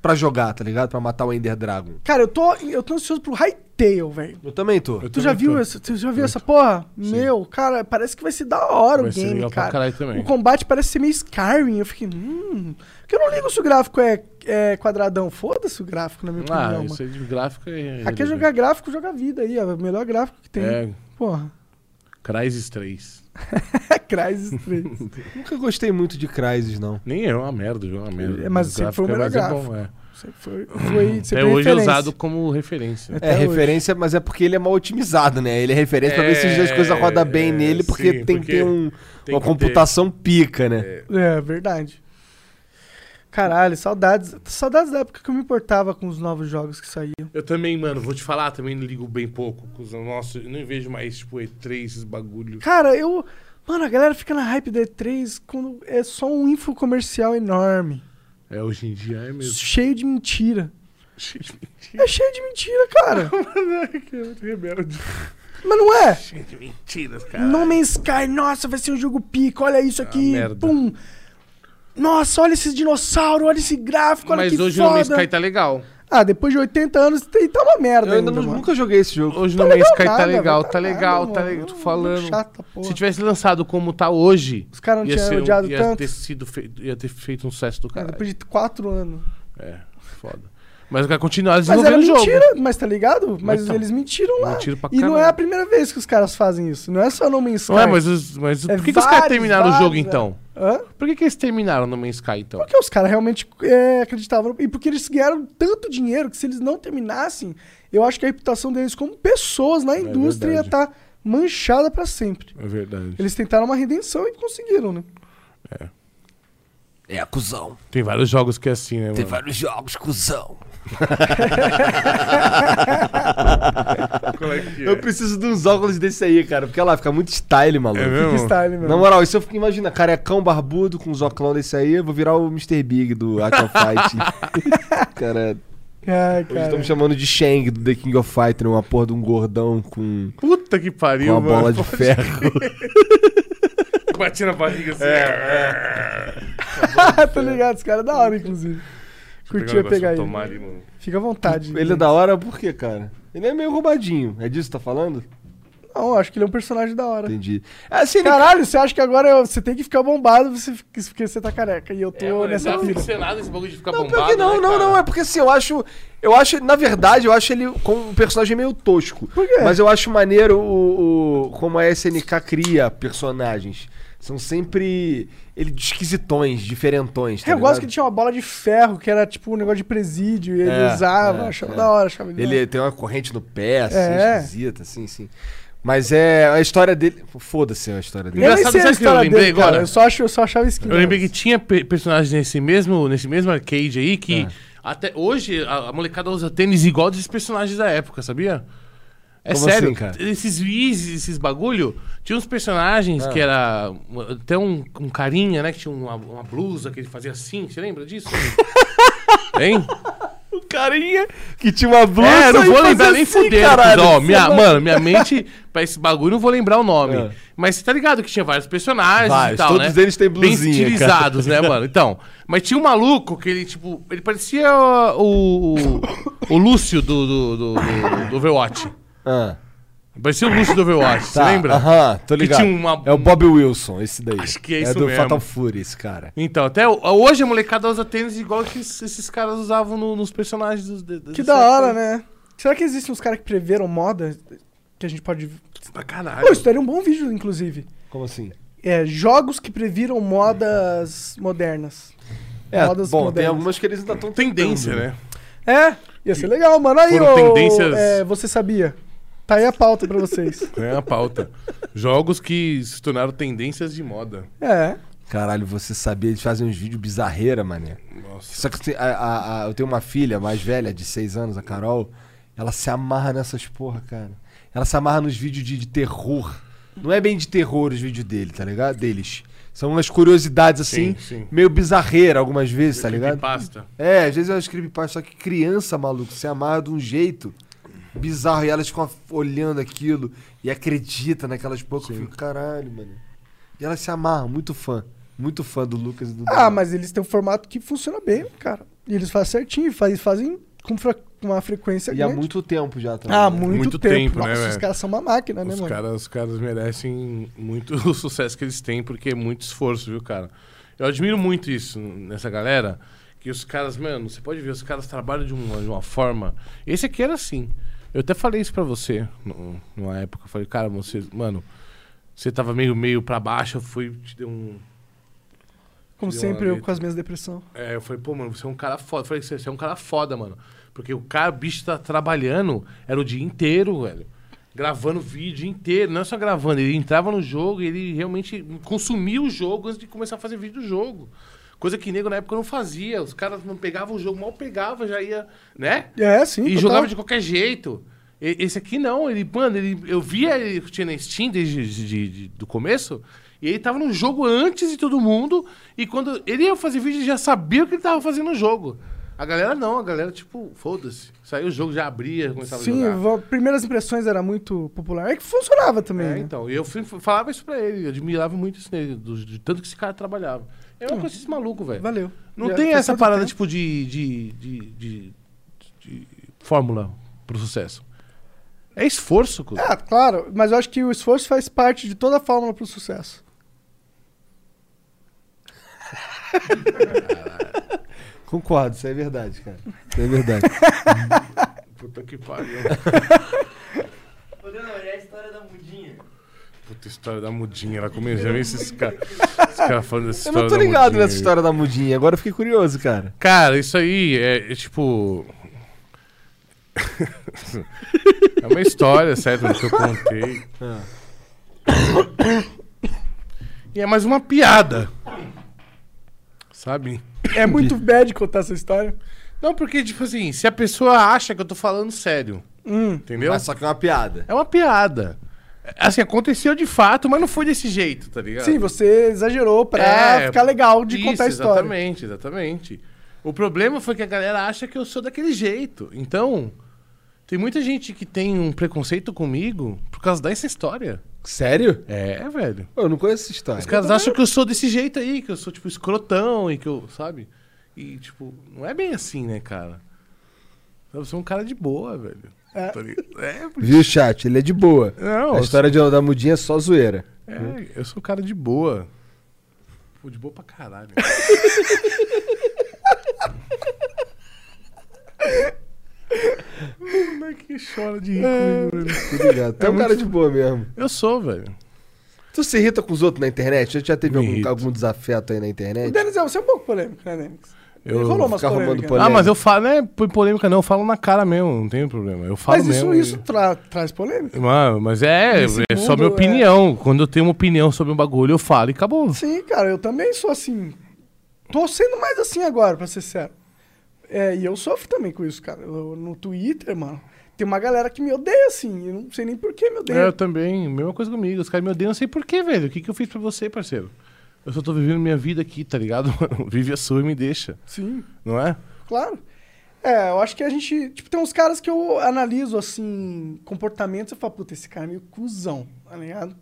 pra jogar, tá ligado? Pra matar o Ender Dragon. Cara, eu tô, eu tô ansioso pro Hytale, velho. Eu também tô. Eu Tu já também viu, tô. essa, tu já viu essa porra? Meu, cara, parece que vai ser da hora Vai o ser game, legal pra cara. caralho também. O combate parece ser meio Skyrim. Eu fiquei, hum. Porque eu não ligo se o gráfico é, é quadradão. Foda-se o gráfico, na minha Ah, opinião. isso mano. aí de gráfico é. Aqui é jogar gráfico, joga vida aí. É o melhor gráfico que tem. É, Porra. *laughs* Crysis 3. É Crysis *laughs* 3. Nunca gostei muito de Crysis, não. Nem é uma merda, viu? É Uma merda. É, mas O sempre foi o gráfico é- melhor mas é bom, é. Sempre foi, foi sempre Até hoje é referência. usado como referência. né? É. É Até hoje. referência, mas é porque ele é mal otimizado, né? Ele é referência pra ver se as É, coisas rodam bem é, nele, porque sim, tem que É, porque ter um, tem uma que computação pica, né? É, verdade. É, Caralho, saudades. Saudades da época que eu me importava com os novos jogos que saíam. Eu também, mano, vou te falar, também ligo bem pouco. com os- Nossa, eu não vejo mais, tipo, E3, esses bagulho. Cara, eu. Mano, a galera fica na hype da E3 quando é só um info comercial enorme. É, hoje em dia é *laughs* mesmo. *laughs* Cheio de mentira. É cheio de mentira, *laughs* cara. que *laughs* é muito rebelde. Mas não é? Cheio de mentiras, cara. Ah, No Man's Sky, nossa, vai ser um jogo pico, olha isso aqui, merda. pum. Nossa, olha esses dinossauros, olha esse gráfico, olha Mas que hoje foda. no Man's Sky tá legal. Ah, depois de 80 anos, tem, tá uma merda Eu ainda não- mano. nunca joguei esse jogo. Hoje Tá no Man's legal Sky tá nada, legal, velho, tá nada, legal, tá mano. legal. Tô Muito falando. chato, porra. Se tivesse lançado como tá hoje, Os caras não ia, ser tinham um- odiado ia tanto. ter sido feito, ia ter feito um sucesso do Ah, cara. depois de 4 anos. É, foda. Mas o cara continuar Mas era desenvolvendo o jogo. mentira, mas tá ligado? Mas então, eles mentiram lá. mentira pra e não é caralho. a primeira vez que os caras fazem isso. Não é só no Man's Sky. Não é, mas, os- mas É por que, que os caras vários, terminaram o jogo vários, então? Hã? Por que, que eles terminaram no Man's Sky então? Porque os caras realmente é, acreditavam. E porque eles ganharam tanto dinheiro que se eles não terminassem, eu acho que a reputação deles como pessoas na indústria ia estar É verdade. manchada pra sempre. É verdade. Eles tentaram uma redenção e conseguiram, né? É, cuzão. Tem vários jogos que é assim, né, Tem mano? vários jogos, cuzão. É. Eu preciso de uns óculos desse aí, cara, porque olha lá fica muito style, maluco. É mesmo? Que style, meu. Na moral, isso eu fico, imagina, carecão barbudo com uns óculão desse aí, eu vou virar o Mr. Big do Art of Fight. cara, Ai, hoje cara. estão me chamando de Shang do The King of Fighter, uma porra de um gordão com, Puta que com pariu, uma mano. *laughs* bola de ferro. Bati na barriga assim. *laughs* tá ligado? Os caras é da hora, inclusive. Curtia pegar ele. Fica à vontade. né? Ele é da hora por quê, cara? Ele é meio roubadinho. É disso que tá falando? Não, acho que ele é um personagem da hora. Ah, Entendi. É Assim, ele... Caralho, você acha que agora eu- você tem que ficar bombado você fica- porque você tá careca e eu tô É, mano, nessa tá fila. ficcionado esse bagulho de ficar Não, bombado, pior que não, né, não, cara? não. É porque assim, eu acho. Eu acho, na verdade, eu acho ele como um personagem meio tosco. Por quê? Mas eu acho maneiro o, o- como a SNK cria personagens. São sempre. Ele esquisitões, diferentões. tá É, eu gosto que ligado? tinha uma bola de ferro, que era tipo um negócio de presídio, e ele É, usava, é, achava é. da hora, achava da hora. Ele tem uma corrente no pé, assim, É. esquisita, assim, sim. Mas é. A história dele. Foda-se a história dele. Eu nem Engraçado, sei a sabe o que eu história lembrei dele, cara. agora? Eu só, acho, eu só achava skin. Eu lembrei que tinha pe- personagens nesse mesmo, nesse mesmo arcade aí que É. até hoje a, a molecada usa tênis igual desses personagens da época, sabia? É Como sério, assim, cara? esses Wiz, esses bagulho, tinha uns personagens Ah. que era um- até um, um carinha, né, que tinha uma, uma blusa que ele fazia assim, você *laughs* lembra disso? hein? O carinha que tinha uma blusa. É, não e vou fazia lembrar nem assim, fudendo. caralho. ó, minha, mano, minha mente, pra esse bagulho, não vou lembrar o nome. É. Mas você tá ligado que tinha vários personagens e Vários, tal, todos né? eles têm blusinha, Bem estilizados, né, mano? Então, mas tinha um maluco que ele, tipo, ele parecia o, o, o Lúcio do, do, do, do- do Overwatch. Ah, Parecia o Lúcio do Overwatch, tá. você lembra? Aham, tô Que ligado. tinha uma- É o Bob Wilson, esse daí. Acho que é É isso do mesmo. Fatal Fury, esse cara. Então, até o- hoje a molecada usa tênis igual que esses, esses caras usavam no- nos personagens dos... de- Que dessa da época. hora, né? Será que existem uns caras que preveram moda? Que a gente pode. Pra caralho. Pô, isso daria um bom vídeo, inclusive. Como assim? É, jogos que previram modas modernas. É, Modas bom, tem modernas. algumas que eles ainda estão Tendência, né? É, ia ser legal, mano. Aí, Foram ô, tendências- é, você sabia? Tá aí a pauta pra *laughs* vocês. É a pauta. Jogos que se tornaram tendências de moda. É. Caralho, você sabia, eles fazem uns vídeos bizarreira, mané. Nossa. Só que tem- a- a- a- eu tenho uma filha mais velha, de 6 anos, a Carol. Ela se amarra nessas porra, cara. Ela se amarra nos vídeos de, de terror. Não é bem de terror os vídeos dele, tá ligado? Deles. São umas curiosidades, assim, Sim, sim. meio bizarreira algumas vezes, tá ligado? Pasta. É, às vezes eu escrevi parte, só que criança, maluco, se amarra de um jeito bizarro e elas ficam olhando aquilo e acredita naquelas poucas. Eu fico, caralho, mano. E elas se amarram, muito fã. Muito fã do Lucas e do Ah, Daniel. mas eles têm um formato que funciona bem, cara. E eles fazem certinho, fazem, fazem com fra- com uma frequência E há é grande. muito tempo já também. Ah, né? muito, Muito tempo. tempo, né, Nossa, os velho? caras são uma máquina, né, Os mano? caras, os caras merecem muito *laughs* o sucesso que eles têm, porque é muito esforço, viu, cara? Eu admiro muito isso nessa galera. Que os caras, mano, você pode ver, os caras trabalham de uma, de uma forma. Esse aqui era assim. Eu até falei isso pra você no- numa época. Eu falei, cara, você, mano, você tava meio, meio pra baixo, eu fui, te dei um, Como Deu sempre, uma eu letra. com as minhas depressão. É, eu falei, pô, mano, você é um cara foda. Eu falei, você você é um cara foda, mano. Porque o cara, o bicho tá trabalhando, era o dia inteiro, velho. Gravando vídeo inteiro, não é só gravando, ele entrava no jogo e ele realmente consumia o jogo antes de começar a fazer vídeo do jogo. Coisa que nego na época não fazia. Os caras não pegavam o jogo, mal pegava, já ia, né? É, sim. e total. jogava de qualquer jeito. E- Esse aqui não, ele, mano, ele, eu via ele que tinha na Steam desde de- de- de- do começo, e ele tava no jogo antes de todo mundo, e quando ele ia fazer vídeo, ele já sabia o que ele tava fazendo no jogo. A galera não, a galera, tipo, foda-se. Saiu o jogo, já abria, começava Sim, a jogar. vo- primeiras impressões era muito popular. É que funcionava também. É, né? então, e eu fui- falava isso pra ele, eu admirava muito isso nele, do, de tanto que esse cara trabalhava. É uma coisa desse maluco, velho. Hum. Valeu. Não Já tem faz essa tanto parada, tempo. tipo, de, de, de, de- de fórmula pro sucesso. É esforço, cara. Ah, claro, mas eu acho que o esforço faz parte de toda a fórmula pro sucesso. Concordo, isso é *laughs* verdade, cara. Isso é verdade. Ah, Puta que *laughs* pariu. Podendo é olhar a história da mudinha. Puta história da mudinha. Ela começou já vi esses caras esse cara falando dessa eu história não tô da ligado mudinha nessa aí. história da mudinha, agora eu fiquei curioso, cara. Cara, isso aí é, é tipo. *laughs* é uma história, certo? Que eu contei. E é mais uma piada. Sabe? É muito bad contar essa história. Não, porque, tipo assim, se a pessoa acha que eu tô falando sério, Hum. entendeu? Mas só que é uma piada. É uma piada. Assim, aconteceu de fato, mas não foi desse jeito, tá ligado? Sim, você exagerou pra É, ficar legal de Isso, contar a história. Exatamente, exatamente. O problema foi que a galera acha que eu sou daquele jeito. Então, tem muita gente que tem um preconceito comigo por causa dessa história. Sério? É, velho. Pô, eu não conheço essa Os história. caras acham que eu sou desse jeito aí, que eu sou, tipo, escrotão e que eu, sabe? E, tipo, não é bem assim, né, cara? Eu sou um cara de boa, velho. É. Tá ligado? *laughs* É, Viu, chat? Ele é de boa. não, a história de- da mudinha é só zoeira. É, eu sou um cara de boa. Pô, de boa pra *laughs* caralho. Moleque é chora de rico. Tô *laughs* ligado. Tu é, um cara de boa mesmo. É. Eu sou, velho. Tu se irrita com os outros na internet? Já- Já teve Me algum, irrito. algum desafeto aí na O internet? Denis, é, você é um pouco polêmico, né, Denis? Eu- Rolou umas ficar arrumando polêmicas. né? polêmica. Ah, mas eu falo, não é por polêmica não, eu falo na cara mesmo, não tem problema. Eu falo Mas isso, mesmo. e- isso tra- traz polêmica. Mano, mas é, Nesse é só mundo, minha é. opinião. Quando eu tenho uma opinião sobre um bagulho, eu falo e acabou. Sim, cara, eu também sou assim. Tô sendo mais assim agora, pra ser sério. É, e eu sofro também com isso, cara. Eu- no Twitter, mano, tem uma galera que me odeia assim. Eu não sei nem por que me É, odeia. eu também. Mesma coisa comigo. Os caras me odeiam, não sei porquê, velho. O que, que eu fiz pra você, parceiro? Eu só tô vivendo minha vida aqui, tá ligado? *laughs* mano? Vive a sua e me deixa, Sim, não é? claro. É, eu acho que a gente. Tipo, tem uns caras que eu analiso, assim, comportamentos e falo, puta, esse cara é meio cuzão, tá ligado?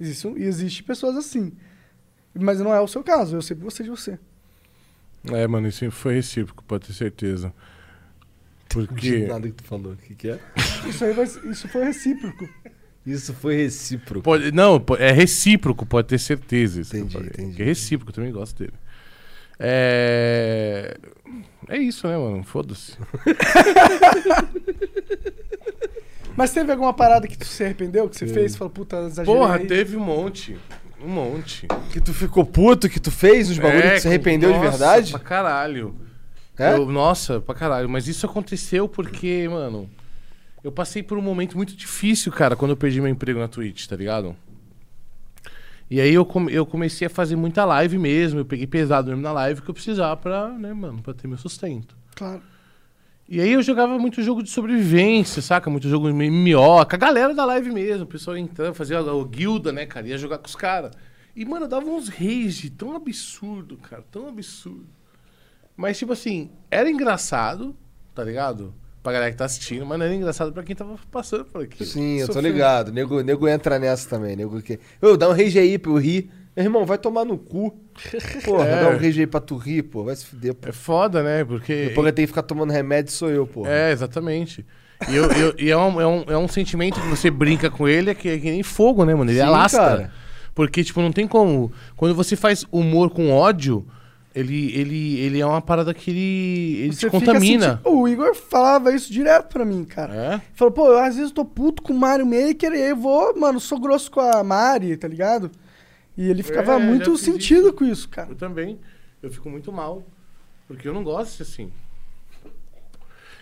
Existe, um- existe pessoas assim. Mas não é o seu caso, eu sempre gostei de você. É, mano, isso foi recíproco, pode ter certeza. Porque. Nada que tu falou. O que, que é? Isso aí vai, isso foi recíproco. Isso foi recíproco. Pode, não, po- é recíproco, pode ter certeza. Isso que eu Entendi, falei. entendi. Porque É recíproco, eu também gosto dele. É. É isso, né, mano? Foda-se. Mas teve alguma parada que tu se arrependeu, que você Teve. fez? Falou, puta, exagerei. Porra, teve um monte. Um monte. Que tu ficou puto, que tu fez uns bagulho que tu se com- arrependeu de É, nossa, verdade? Pra caralho. É? Eu- nossa, pra caralho. Mas isso aconteceu porque, mano, eu passei por um momento muito difícil, cara, quando eu perdi meu emprego na Twitch, tá ligado? E aí eu, come- eu comecei a fazer muita live mesmo, eu peguei pesado mesmo na live que eu precisava pra, né, mano, pra ter meu sustento. Claro. E aí eu jogava muito jogo de sobrevivência, saca? Muito jogo de MMO, com a galera da live mesmo. O pessoal entrando, fazia a a guilda, né, cara? Ia jogar com os caras. E, mano, eu dava uns rage tão absurdo, cara, tão absurdo. Mas, tipo assim, era engraçado, tá ligado? Pra galera que tá assistindo, mas não era engraçado pra quem tava passando por aqui. Sim, eu tô Sofrendo. ligado. Nego, nego entra nessa também. Nego que... Ô, dá um rage aí pra eu rir. Meu irmão, vai tomar no cu. Porra, *laughs* É. dá um rage aí pra tu rir, pô. Vai se fuder, pô. É foda, né? Porque. Depois que eu tenho que ficar tomando remédio, sou eu, pô. É, exatamente. E, eu- eu- e é, um, é, um, é um sentimento que você brinca com ele, é que, é que nem fogo, né, mano? Ele Sim, alastra. cara. Porque, tipo, não tem como. Quando você faz humor com ódio, ele, ele, ele é uma parada que ele, ele Você te fica contamina. sentindo- O Igor falava isso direto pra mim, cara. É? Falou, pô, eu, às vezes eu tô puto com o Mario Maker e aí eu vou, mano, sou grosso com a Mari, tá ligado? E ele ficava É, já muito fiz sentido com isso, cara. Eu também. Eu fico muito mal. Porque eu não gosto de ser assim.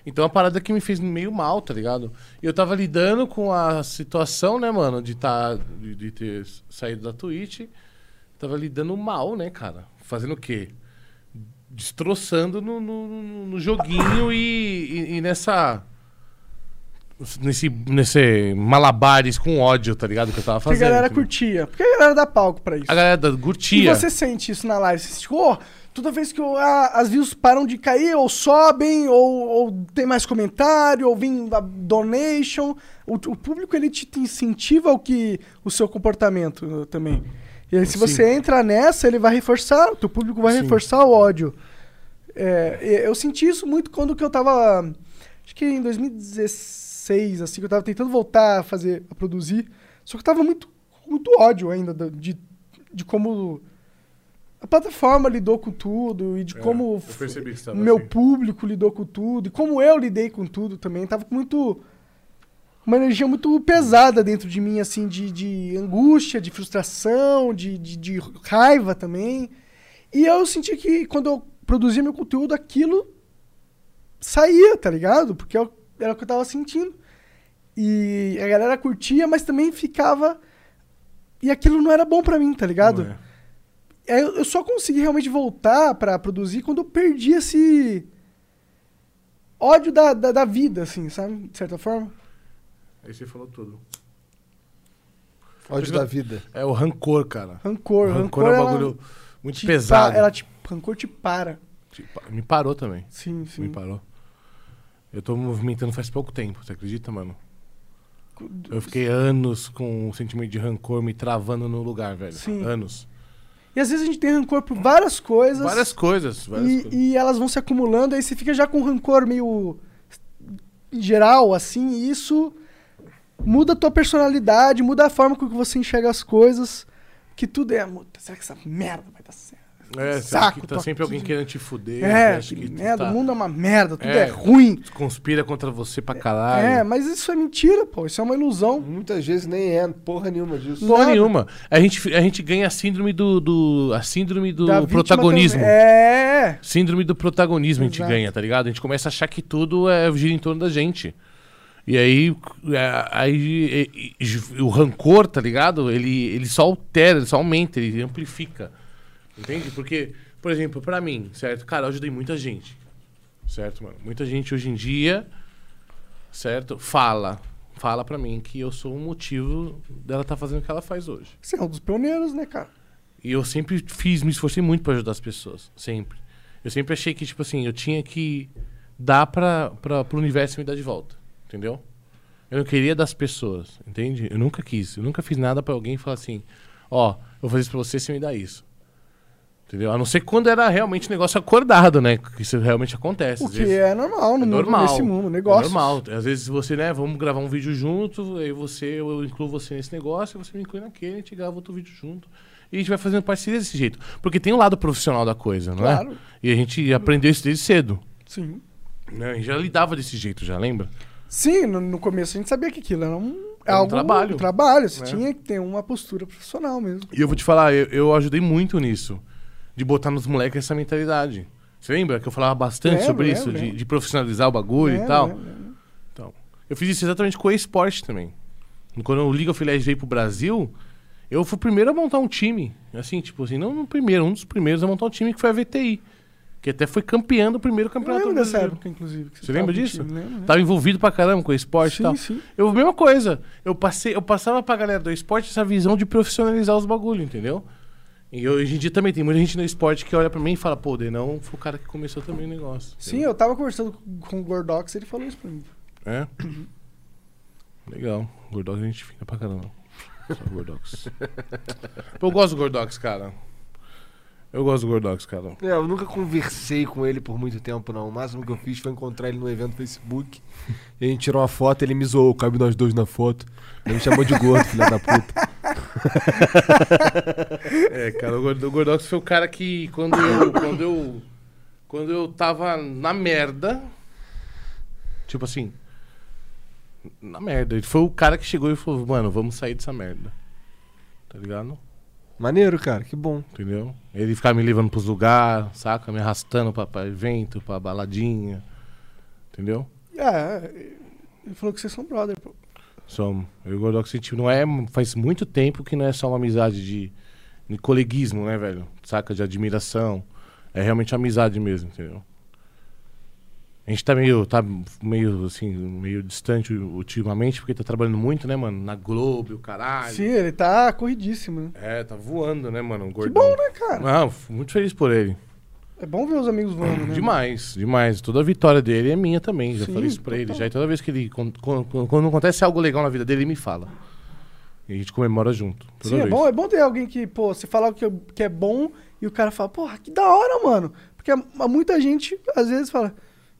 Então a parada que me fez meio mal, tá ligado? E eu tava lidando com a situação, né, mano, de, tá, de, de ter saído da Twitch. Tava lidando mal, né, cara? Fazendo o quê? destroçando no, no- no- no joguinho e, e- e nessa. Nesse, nesse malabares com ódio, tá ligado? Que eu tava Porque a fazendo. galera entendeu? curtia. Porque a galera dá palco pra isso. A galera da- E curtia. você sente isso na live. Você sente, "Ô, toda vez que eu- ah, as views param de cair, ou sobem, ou, ou tem mais comentário, ou vem a donation. O, o público, ele te, te incentiva o que o seu comportamento eh, também. E aí, se Sim. você entra nessa, ele vai reforçar, o teu público vai Sim. reforçar o ódio. É, e- eu senti isso muito quando que eu tava... Acho que em 2016, assim, que eu tava tentando voltar a fazer, a produzir. Só que eu tava muito, muito ódio ainda do- de, de como a plataforma lidou com tudo e de como É, eu percebi que você o tava meu assim. público lidou com tudo e como eu lidei com tudo também. Tava com muito. Uma energia muito pesada dentro de mim, assim, de, de angústia, de frustração, de, de, de raiva também. E eu senti que quando eu produzia meu conteúdo, aquilo saía, tá ligado? Porque eu- era o que eu tava sentindo. E a galera curtia, mas também ficava. E aquilo não era bom pra mim, tá ligado? Não é. Aí eu eu só consegui realmente voltar pra produzir quando eu perdi esse ódio da, da, da vida, assim, sabe? De certa forma. Aí você falou tudo. Ódio da vida. É o rancor, cara. Rancor. o Rancor, rancor é um ela bagulho muito te pesado. pa- Ela te, rancor te para. Te pa- Me parou também. Sim, Me sim. parou. Eu tô me movimentando faz pouco tempo, você acredita, mano? Eu fiquei anos com um sentimento de rancor me travando no lugar, velho. Sim. Anos. E às vezes a gente tem rancor por várias coisas. Várias coisas, várias e, coisas. e elas vão se acumulando, aí você fica já com um rancor meio geral, assim, e isso muda a tua personalidade, muda a forma com que você enxerga as coisas, que tudo é, "Puta, será que essa merda vai dar certo? É, saco, saco, que tá tô sempre aqui. alguém querendo te fuder. É, acho que tu merda, tá- o mundo é uma merda, tudo é, É. ruim. Conspira contra você pra É, caralho. mas isso é mentira, pô, isso é uma ilusão. Muitas vezes nem é porra nenhuma disso. Porra nada. nenhuma. A gente, a gente ganha a síndrome do, do- a síndrome do Da vítima protagonismo. também. É, Síndrome do protagonismo a Exato. gente ganha, tá ligado? A gente começa a achar que tudo é, gira em torno da gente. E aí, é, aí e- e- ju- o rancor, tá ligado? Ele, ele só altera, ele só aumenta, ele amplifica. Entende? Porque, por exemplo, pra mim, certo? Cara, eu ajudei muita gente. Certo, mano? Muita gente hoje em dia, certo? Fala. Fala pra mim que eu sou o motivo dela tá fazendo o que ela faz hoje. você é um dos pioneiros, né, cara? E eu sempre fiz, me esforcei muito pra ajudar as pessoas, sempre. Eu sempre achei que, tipo assim, eu tinha que dar pra, pra, pro universo me dar de volta, entendeu? Eu não queria das pessoas, entende? Eu nunca quis, eu nunca fiz nada pra alguém e falar assim, ó, eu vou fazer isso pra você, você me dá isso. Entendeu? A não ser quando era realmente um negócio acordado, né? Que isso realmente acontece. O às que vezes. é normal no É mundo, normal. nesse mundo, É negócio. normal. Às vezes você, né, vamos gravar um vídeo junto, aí você, eu incluo você nesse negócio, você me inclui naquele, a gente grava outro vídeo junto. E a gente vai fazendo parceria desse jeito. Porque tem um lado profissional da coisa, não é? Claro. E a gente aprendeu isso desde cedo. Sim. Né? A gente já lidava desse jeito, já lembra? Sim, no, no começo a gente sabia que aquilo era um, Era um algo- trabalho. um trabalho. Você É. tinha que ter uma postura profissional mesmo. E eu vou te falar, eu, eu ajudei muito nisso. De botar nos moleques essa mentalidade. Você lembra que eu falava bastante Lembro, sobre lembro, isso? de- lembro. De, profissionalizar o bagulho É, e tal. né, né. Eu fiz isso exatamente com o esporte também. Quando o League of Legends veio pro Brasil, eu fui o primeiro a montar um time. Assim, tipo assim, não no primeiro, um dos primeiros a montar um time que foi a VTI. Que até foi campeão do primeiro Eu campeonato lembro dessa brasileiro. época, inclusive. que Você tava lembra com o disso? Tá time, lembro, né? Tava envolvido pra caramba com o esporte e sim, tal. sim. Eu, mesma coisa. Eu, passei, eu passava pra galera do esporte essa visão de profissionalizar os bagulho, entendeu? E hoje em dia também tem muita gente no esporte que olha pra mim e fala, pô, Denão foi o cara que começou também o negócio. Sim, eu tava conversando com- com o Gordox ele falou isso pra mim. É? Legal. Gordox a gente fina pra caramba. Só Gordox. Pô, *laughs* eu gosto do Gordox, cara. Eu gosto do Gordox, cara. É, eu nunca conversei com ele por muito tempo, não. O máximo que eu fiz foi encontrar ele num evento no Facebook. E a gente tirou uma foto, ele me zoou, cabe nós dois na foto. Ele me chamou de gordo, *laughs* filha da puta. É, cara, o Gord- o Gordox foi o cara que quando eu. Quando eu, quando eu tava na merda. Tipo assim. Na merda. Ele foi o cara que chegou e falou, mano, vamos sair dessa merda. Tá ligado? Maneiro, cara, que bom. Entendeu? Ele ficava me levando pros lugares, saca? Me arrastando pra, pra evento, pra baladinha. Entendeu? É, ele falou que vocês são brother, pô. Somos. Eu e o Gordox, a gente não é. Faz muito tempo que não é só uma amizade de, de coleguismo, né, velho? Saca? De admiração. A É realmente amizade mesmo, entendeu? A gente tá meio, tá meio assim, meio distante ultimamente, porque tá trabalhando muito, né, mano? Na Globo, e o caralho. Sim, ele tá corridíssimo, né? É, tá voando, né, mano? O Que gordão. bom, né, cara? Não, f- muito feliz por ele. É bom ver os amigos voando, né? Demais, demais. Toda a vitória dele é minha também. Já Sim, falei isso pra ele. total. Já e toda vez que ele. con- con- con- Quando acontece algo legal na vida dele, ele me fala. E a gente comemora junto. toda Sim, é vez. bom, é bom ter alguém que, pô, você fala que, que é bom e o cara fala, porra, que da hora, mano. Porque a- muita gente, às vezes, fala,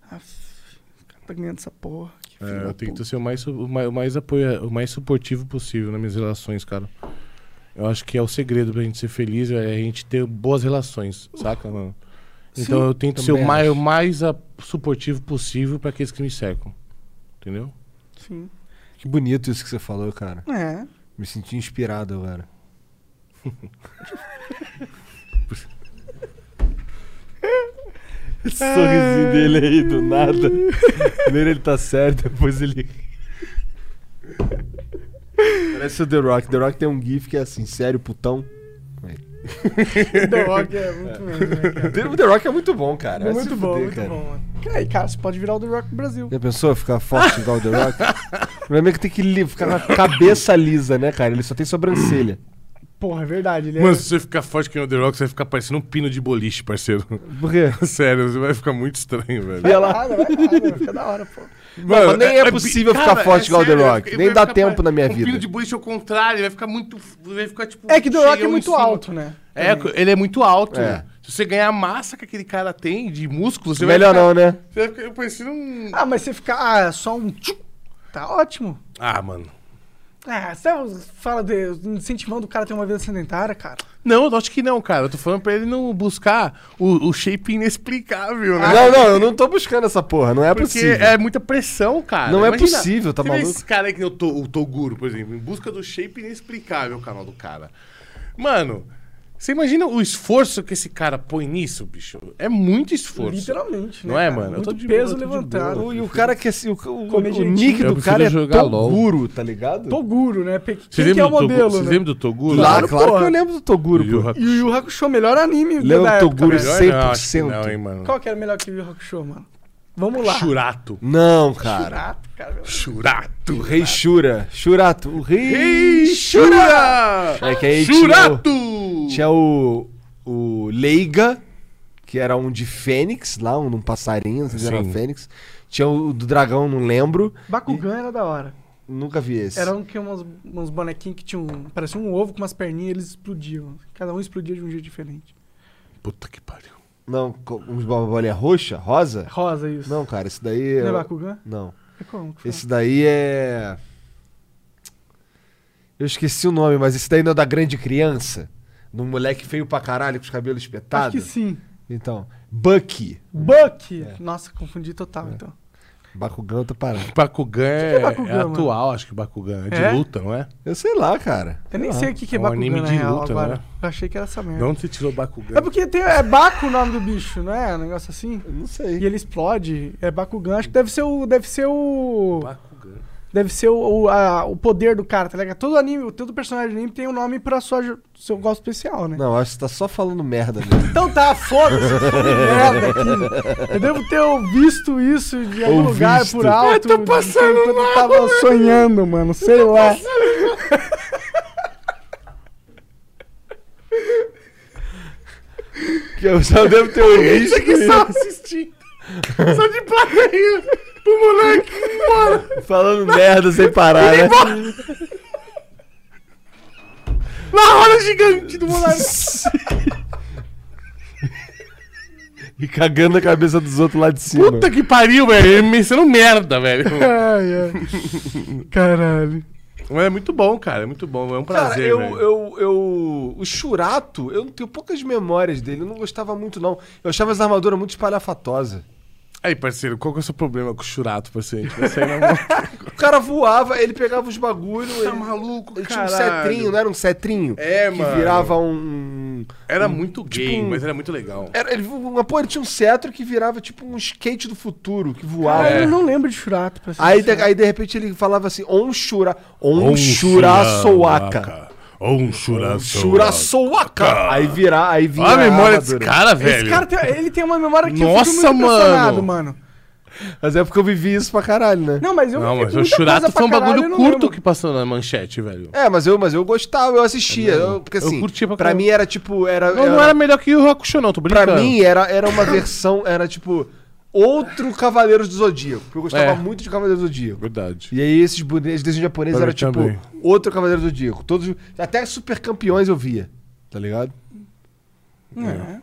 ah, fica pegando tá essa porra. Que filho É, da eu tento puta." ser o mais, su- o mais, o mais apoia, o mais suportivo possível nas minhas relações, cara. Eu acho que é o segredo pra gente ser feliz, é a gente ter boas relações, saca, mano? Então Sim, eu tento ser o também mais, acho. o mais a- suportivo possível pra aqueles que me cercam. Entendeu? Sim. Que bonito isso que você falou, cara. É. Me senti inspirado *laughs* agora. Esse sorrisinho dele aí do nada. Primeiro ele tá certo, depois ele. Parece o The Rock. The Rock tem um gif que é assim, sério, putão. The Rock *laughs* é muito mesmo, né, cara? The, o The Rock é muito bom, cara. Vai se muito bom, fuder, muito cara. bom, mano. Cara, e, cara, você pode virar o The Rock do Brasil. Já pensou ficar forte igual o The Rock? O problema é que tem que li- ficar com a cabeça lisa, né, cara? Ele só tem sobrancelha. Porra, é verdade. Ele é... Mano, se você ficar forte que nem o The Rock, você vai ficar parecendo um pino de boliche, parceiro. Por quê? *laughs* Sério, você vai ficar muito estranho, velho. vai nada, vai nada, fica da hora, *laughs* pô. Mano, nem é possível bi- ficar forte igual o sério, The vai Rock. ficar- Nem vai dá ficar tempo pa- na minha Um vida. filho de bucho ao contrário, vai ficar muito. Vai ficar tipo. É que The Rock é cheião em muito cima. alto, né? É, ele é muito alto. É. Se você ganhar a massa que aquele cara tem de músculo, você Melhor vai. não, né? Você vai ficar parecendo um. Ah, mas você fica, ah, só um tchum, tá ótimo. Ah, mano. Ah, você fala de incentivando o cara a ter uma vida sedentária, cara. Não, eu acho que não, cara. Eu tô falando pra ele não buscar o, o shape inexplicável, né? Não, não, eu não tô buscando essa porra. Não é Porque possível. é muita pressão, cara. Não é possível, tá você vê maluco? Esse cara que eu tô, o Toguro, por exemplo, em busca do shape inexplicável, o canal do cara. Mano, você imagina o esforço que esse cara põe nisso, bicho? É muito esforço. Literalmente, né? Não é, cara? mano? Eu Muito tô de- peso eu tô de levantado. O- E o cara que assim, o, o, Comer o direitinho. nick Eu do cara é prefiro jogar tão LOL. duro, tá ligado? Toguro, né? Pe- Você Quem que lembra é o do Toguro? modelo, Você né? lembra do Toguro? Claro, Claro, claro porra. que eu lembro do Toguro, Yu Yu pô. E o Yu Hakusho, melhor anime Lembro da do época. Toguro velho. Melhor não, acho que 100%. não, hein, mano. Qual que era melhor que o Yu Hakusho, mano? Vamos lá. Churato. Não, cara. Churato, cara. velho. O Churato. *laughs* rei Shura. Shurato. O rei... Ei, Chura! É que aí tinha o- Churato! Tinha o, o Leiga, que era um de Fênix, lá, um, um passarinho, não sei se era Sim. Fênix. Tinha o do dragão, não lembro. Bakugan era da hora. Nunca vi esse. Era um que umas, uns bonequinhos que tinham. um- Parecia um ovo com umas perninhas e eles explodiam. Cada um explodia de um jeito diferente. Puta que pariu. Não, co- uns bolinha roxa, rosa? Rosa, isso. Não, cara, esse daí... Não é eu- Bakugan? Não. É como que foi? Esse daí é... Eu esqueci o nome, mas esse daí não é da grande criança? De um moleque feio pra caralho, com os cabelos Acho que espetados? sim. Então, Bucky. Buck! Nossa, confundi total, então. Bakugan, tá parado. Bakugan é, é Bakugan, é mano? atual, acho que Bakugan. É de É? luta, não é? Eu sei lá, cara. Eu nem sei o que, que é, é um Bakugan anime na de real luta, agora. né? Eu achei que era essa merda. De onde você tirou Bakugan? É porque tem, é Baku o nome do bicho, não é? Um negócio assim. Eu não E sei. ele explode. É Bakugan. Acho que deve ser o. Deve ser o. Bakugan. Deve ser o, o, a- o poder do cara, tá ligado? Todo anime, todo personagem de anime tem um nome pra sua, ju- seu gosto especial, né? Não, acho que você tá só falando merda mesmo. *laughs* Então tá, foda-se, que merda aqui. Eu devo ter visto isso de algum Ou lugar visto. por alto. Eu tô passando quando eu tava sonhando, mano. Sei lá. Que eu só devo ter um risco. que só assistindo. só de plateia. Pro moleque. Bora. Falando merda sem parar, é né? Na hora gigante do moleque. *laughs* E cagando a cabeça dos outros lá de cima. Puta que pariu, velho. Ele me ensinou merda, *laughs* velho. Ai, ai. Caralho. Mas é muito bom, cara. É muito bom. É um Cara, prazer, eu, velho. eu, eu. O Churato, eu tenho poucas memórias dele. Eu não gostava muito, não. Eu achava as armaduras muito espalhafatosas. Aí, parceiro, qual que é o seu problema com o Churato, parceiro? A gente vai sair na mão. O cara voava, ele pegava os bagulho. *laughs* Tá ele, maluco, ele tinha um caralho. cetrinho, não era um cetrinho? É, que mano. virava um. Era muito gay, tipo um- mas era muito legal. Era, ele, uma, porra, ele tinha um cetro que virava tipo um skate do futuro, que voava. É. Ah, Eu não lembro de Shurato, pra ser Aí, de, sincero. Um Um aí de repente ele falava assim, Onshura, Onshura Soaka. Um churaço. Churaçouaca! Aí virar, aí virar. Olha a memória desse armadura. cara, velho. Esse cara tá tem, ele tem uma memória que eu fico Nossa, muito impressionado, mano. Mas é porque eu vivi isso pra caralho, né? Não, mas eu Não, fico mas o muita coisa Churato pra foi um caralho, eu bagulho não curto lembro. que passou na manchete, velho. É, mas eu, mas eu gostava, eu assistia. eu- porque É, Eu assim, curtia pra pra, caralho. mim era tipo. Era, Não, não era melhor que o Hakusho, não, tô Pra brincando. mim era, era uma versão, era tipo. Outro Cavaleiros do Zodíaco. Porque eu gostava É. muito de Cavaleiros do Zodíaco. Verdade. E aí esses bonecos, desenhos japoneses Pra eram mim tipo também. outro Cavaleiro do Zodíaco. Todos, até super campeões eu via, tá ligado? É,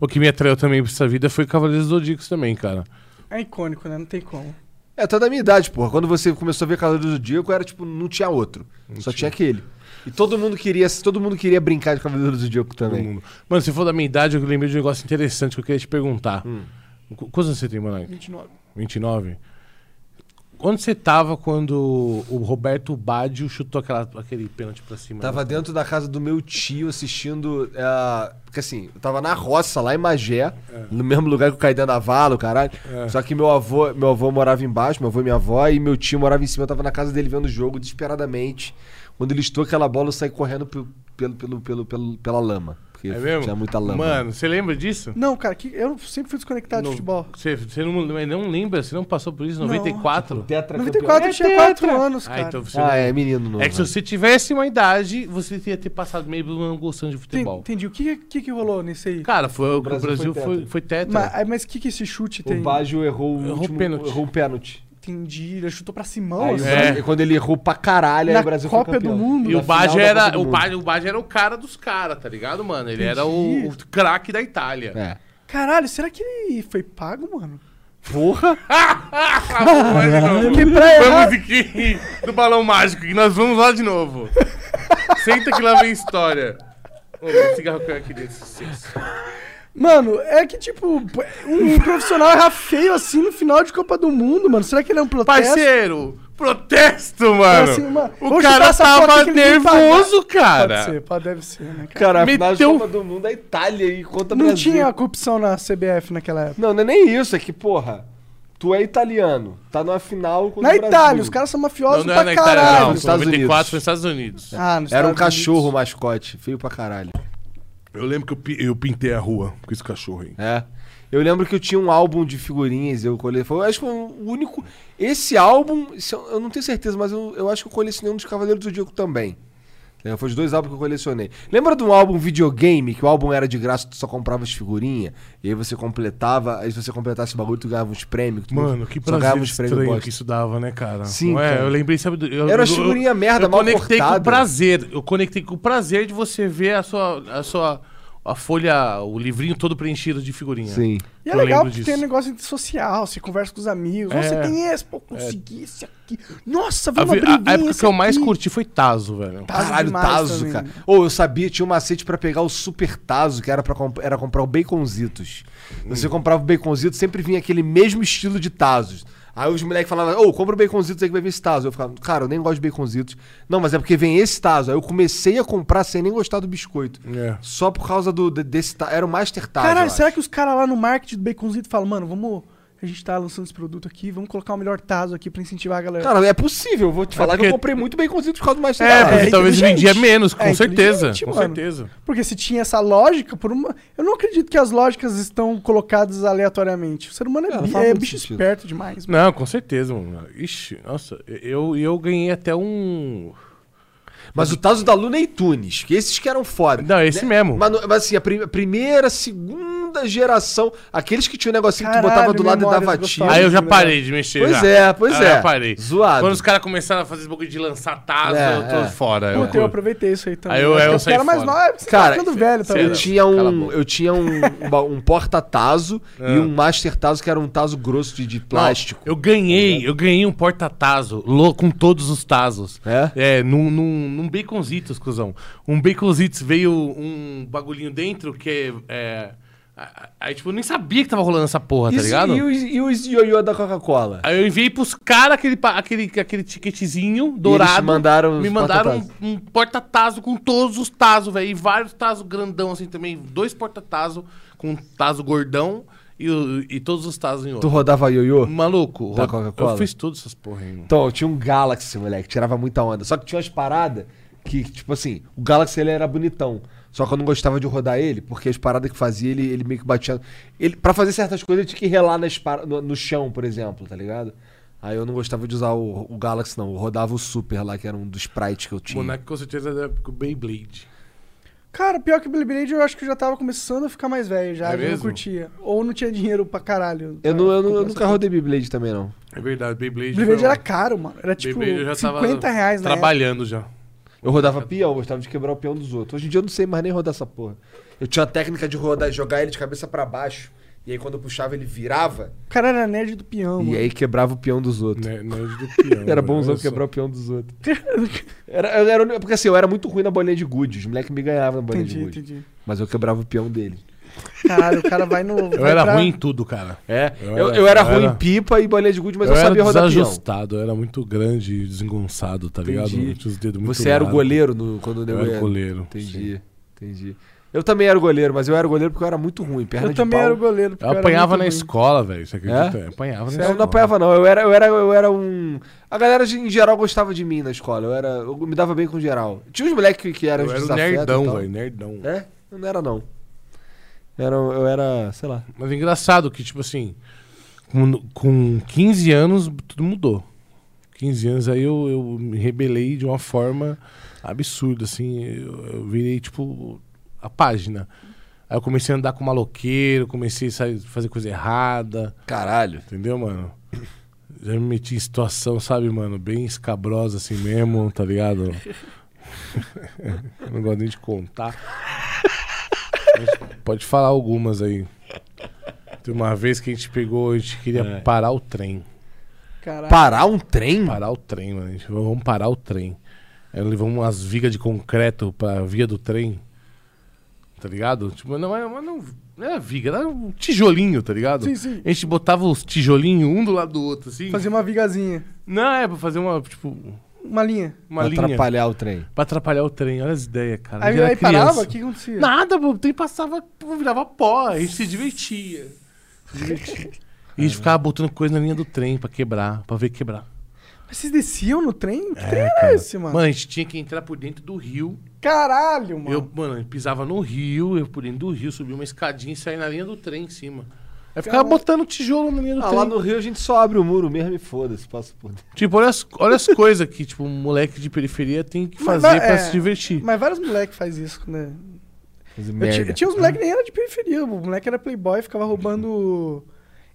O que me atraiu também pra essa vida foi Cavaleiros do Zodíaco também, cara. É icônico, né? Não tem como. É, até da minha idade, porra. Quando você começou a ver Cavaleiro do Zodíaco, era tipo, não tinha outro. só tinha aquele. E todo mundo queria, todo mundo queria brincar de Cavaleiro do Zodíaco Todo também. mundo. Mano, se for da minha idade, eu lembrei de um negócio interessante que eu queria te perguntar. Hum. Qu- Quantos anos você tem, Monark? 29. 29? Onde você tava quando o Roberto Baggio chutou aquela, aquele pênalti pra cima? né? Tava dentro da casa do meu tio assistindo. é, porque assim, eu tava na roça lá em É. Magé, no mesmo lugar que o Caidã Navala, o caralho. Só que meu avô, meu avô morava embaixo, meu avô e minha avó, e meu tio morava em cima. Eu tava na casa dele vendo o jogo desesperadamente. Quando ele estou aquela bola, eu saí correndo pelo, pelo, pelo, pelo, pelo- pela lama. Porque É mesmo? tinha muita lama. Mano, você lembra disso? Não, cara, que eu sempre fui desconectado de No- futebol. Você, você não, não lembra? Você não passou por isso em Não. 94? Tetra 94 eu É tinha 4 anos, Ah, cara. então você Ah, é menino novo. É que se né? você tivesse uma idade, você ia ter passado meio não gostando de Tem- futebol. entendi. O que, que, que rolou nesse aí? Cara, foi, o Brasil Brasil, foi foi, tetra. foi, tetra. Ma- ah, mas o que, que esse chute O tem? Baggio errou o Errou o último pênalti. Errou o pênalti. Entendi. Ele chutou pra Simão. Aí o assim. É. Brasil- Quando ele errou pra caralho, aí Na o Brasil Copa do campeão. Mundo. E Na o Baggio final da Copa era, do o Mundo. Baggio, o Baggio era o cara dos caras, tá ligado, mano? Ele era o, Entendi. o craque da Itália. É. Caralho, será que ele foi pago, mano? Porra! Mas de novo, Que pra foi a errar... musiquinha do Balão Mágico, que nós vamos lá de novo. Senta que lá vem história. Ô, meu cigarro caiu aqui dentro. Mano, é que tipo, um profissional erra feio assim no final de Copa do Mundo, mano. Será que ele é um protesto? Parceiro, protesto, mano. assim, mano, o vamos cara chutar essa porra tava aqui que ele vem nervoso, Pode cara. ser, pode, deve ser, né, cara? Cara, a final de Meteu- Copa do Mundo é Itália e conta Não Brasil. tinha corrupção na CBF naquela época. Não, não é nem isso, é que, porra, tu é italiano, tá numa final contra Na o Brasil. Itália, os caras são mafiosos Não, não pra é na caralho. Itália, não. Nos Estados 94 Unidos. foi nos Estados Unidos. Ah, nos Era Estados um Unidos. cachorro o mascote, feio pra caralho. Eu lembro que eu, pi- eu pintei a rua com esse cachorro aí. É. Eu lembro que eu tinha um álbum de figurinhas, eu colei. foi- Eu acho que foi o único. Esse álbum, se eu eu não tenho certeza, mas eu, eu acho que eu colecionei um dos Cavaleiros do Zodíaco também. É, Foi os dois álbuns que eu colecionei. Lembra de um álbum videogame, que o álbum era de graça, tu só comprava as figurinhas, e aí você completava, aí se você completasse o bagulho, tu ganhava uns prêmios. tu Mano, que só ganhava prazer uns prêmios estranho bosta. que isso dava, né, cara? Sim, Não é? cara. Eu lembrei, sabe? do- Eu, Era eu- figurinha merda, eu mal conectei cortada. com prazer. Eu conectei com o prazer de você ver a sua, a sua a folha, o livrinho todo preenchido de figurinha. Sim. E é Eu legal lembro que disso. tem um negócio social, você conversa com os amigos. É. Nossa, Você tem esse, pô, consegui esse aqui. Nossa, A, vamos vi- abrir a- a bem época esse que eu mais aqui. curti foi Tazo, velho. Tazo Caralho, demais Tazo, também, cara. né? Ou eu sabia, tinha um macete pra pegar o super Tazo, que era para era comprar o baconzitos. Hum. Você comprava o baconzito, sempre vinha aquele mesmo estilo de Tazos. Aí os moleques falavam, ô, compra o baconzitos aí que vai vir esse Tazo. Eu ficava, cara, eu nem gosto de baconzitos. Não, mas é porque vem esse Tazo. Aí eu comecei a comprar sem nem gostar do biscoito. É. Só por causa do, de- desse Tazo. Era o Master Tazo. Caralho, será que os caras lá no marketing do Baconzito falam, mano, vamos. A gente tá lançando esse produto aqui, vamos colocar o melhor taso aqui pra incentivar a galera. Cara, é possível. Eu vou te falar que porque- eu comprei muito baconzitos por causa do Master É, Tazo. porque é talvez inteligente. vendia menos, com É certeza. inteligente, Com mano. certeza. Porque se tinha essa lógica, por uma. Eu não acredito que as lógicas estão colocadas aleatoriamente. O ser humano é, Cara, bi- faz é muito bicho sentido. esperto demais. mano. Não, com certeza, mano. Ixi, nossa, eu, eu ganhei até um. Mas o Tazo da Luna e Tunes, que esses que eram foda. Não, esse mesmo. Mas, não- mas assim, a prim- primeira, segunda geração, aqueles que tinham um negocinho que tu Caralho, botava do lado e memórias dava tiro. gostosas. Aí eu já né? parei de mexer. Pois já. é, pois Aí é. Eu já parei. Zoado. Quando os caras começaram a fazer esse bagulho de lançar tazo, É, eu tô é. fora. Puta, eu, eu- aproveitei isso aí também. Aí eu- um Acho eu que saí era mais fora. novo, é porque você Cara, tá ficando velho sei também. Eu lá. tinha Cala a um, boca. eu tinha um, ba- *laughs* um porta-tazo É. e um master tazo que era um tazo grosso de, de Não, plástico. Tá eu ganhei, eu ganhei um porta-tazo lo- com todos os tazos. É? É, num, num, num baconzitos, cuzão. Um baconzitos veio um bagulhinho dentro que é. a- a- Aí, tipo, eu nem sabia que tava rolando essa porra, tá Isso- ligado? E os, e os ioiô da Coca-Cola? Aí eu enviei pros caras aquele, pa- aquele, aquele ticketzinho dourado. te mandaram Me os mandaram porta-tazo. um, um porta-tazo com todos os tazos, velho. E vários tazos grandão, assim, também. Dois porta-tazo com um tazo gordão e, o- e todos os tazos em Tu outro. rodava ioiô? Maluco, Da Tá ro- Coca-Cola? eu fiz todas essas porra aí, mano. Então, eu tinha um Galaxy, moleque, tirava muita onda. Só que tinha umas paradas que, tipo assim, o Galaxy ele era bonitão. Só que eu não gostava de rodar ele, porque as paradas que fazia, ele, ele meio que batia. Ele, pra fazer certas coisas, ele tinha que relar nas par- no, no chão, por exemplo, tá ligado? Aí eu não gostava de usar o, o Galaxy, não. Eu rodava o Super lá, que era um dos sprites que eu O tinha. Monark com certeza é da época do Beyblade. Cara, pior que o Blade eu acho que eu já tava começando a ficar mais velho já, É já não mesmo? curtia. Ou não tinha dinheiro pra caralho. Eu, não, eu, não- eu Comprar nunca essa rodei Beyblade também, não. É verdade, Beyblade. coisa. Beyblade foi um- era caro, mano. Era tipo Beyblade eu já 50 tava reais na época. Trabalhando já. Eu rodava peão, eu gostava de quebrar o peão dos outros. Hoje em dia eu não sei mais nem rodar essa porra. Eu tinha a técnica de rodar, jogar ele de cabeça pra baixo. E aí quando eu puxava, ele virava. O cara era nerd do peão, E mano. aí quebrava o peão dos outros. Né, né, do piano, Era bonzão olha só. quebrar o peão dos outros. Era, eu era o único- porque assim, eu era muito ruim na bolinha de gude. Os moleques me ganhavam na bolinha Entendi, de gude. entendi. Mas eu quebrava o peão dele. Caralho, o cara vai no. *laughs* Eu vai era pra- ruim em tudo, cara. É, eu, Eu eu era, era- eu ruim era- em pipa e bolinha de gude, mas eu, eu era sabia rodar peão. desajustado, eu era muito grande e desengonçado, tá ligado? Entendi. Eu tinha os dedos muito Você era o largos. goleiro no, quando Eu eu era o goleiro. Entendi, entendi. Eu também era o goleiro, mas eu era o goleiro porque eu era muito ruim. Perna Eu de também pau. era o goleiro. porque Eu era apanhava muito na ruim. escola, velho. Você acredita? É? Eu apanhava na Eu escola. não apanhava, não. Eu era, eu, era, eu era um. A galera de- em geral gostava de mim na escola. Eu, era, eu me dava bem com geral. Tinha uns moleques que, que eram Eu era um desafetos e nerdão, tal. velho. Nerdão. É? Eu não era, não. Era, eu era, sei lá. Mas é engraçado que, tipo assim, com, com 15 anos, tudo mudou. 15 anos aí eu, eu me rebelei de uma forma absurda, assim. Eu, eu virei, tipo, a página. Aí eu comecei a andar com maloqueiro, comecei a sair- fazer coisa errada, Caralho. entendeu, mano? Já me meti em situação, sabe, mano, bem escabrosa assim mesmo, tá ligado? *laughs* Eu não gosto nem de contar. Mas pode falar algumas aí. Tem uma vez que a gente pegou, a gente queria É. parar o trem. Caralho. Parar um trem? Parar o trem, mano. A gente falou, vamos parar o trem. Aí levamos umas vigas de concreto pra via do trem. Tá ligado? Tipo, não era, mas não, não era viga, era um tijolinho, tá ligado? Sim, sim. A gente botava os tijolinhos um do lado do outro, assim. Fazia uma vigazinha. Não, é pra fazer uma, tipo, Uma linha. uma Pra linha. atrapalhar o trem. Pra atrapalhar o trem. Olha as ideias, cara. A Aí, gente era aí parava, criança. o que acontecia? Nada, pô. O trem passava, pô, virava pó. A gente se divertia. Se *laughs* divertia. E a gente ficava botando coisa na linha do trem pra quebrar, pra ver quebrar. Mas vocês desciam no trem? Que trem É, cara. era esse, mano? Mano, a gente tinha que entrar por dentro do rio. Caralho, mano. Eu, mano, eu pisava no rio, eu por dentro do rio, subia uma escadinha e saía na linha do trem em cima. Aí ficava Caralho. botando tijolo na linha do Ah, trem. lá no Rio a gente só abre o muro mesmo e foda-se, passa por dentro. Tipo, olha as, olha as coisas que, tipo, um moleque de periferia tem que Mas- fazer mas, pra é, se divertir. Mas vários moleques fazem isso, né? Mas Eu ti- merda. tinha, Hum. uns moleques que nem era de periferia. O moleque era playboy, ficava roubando.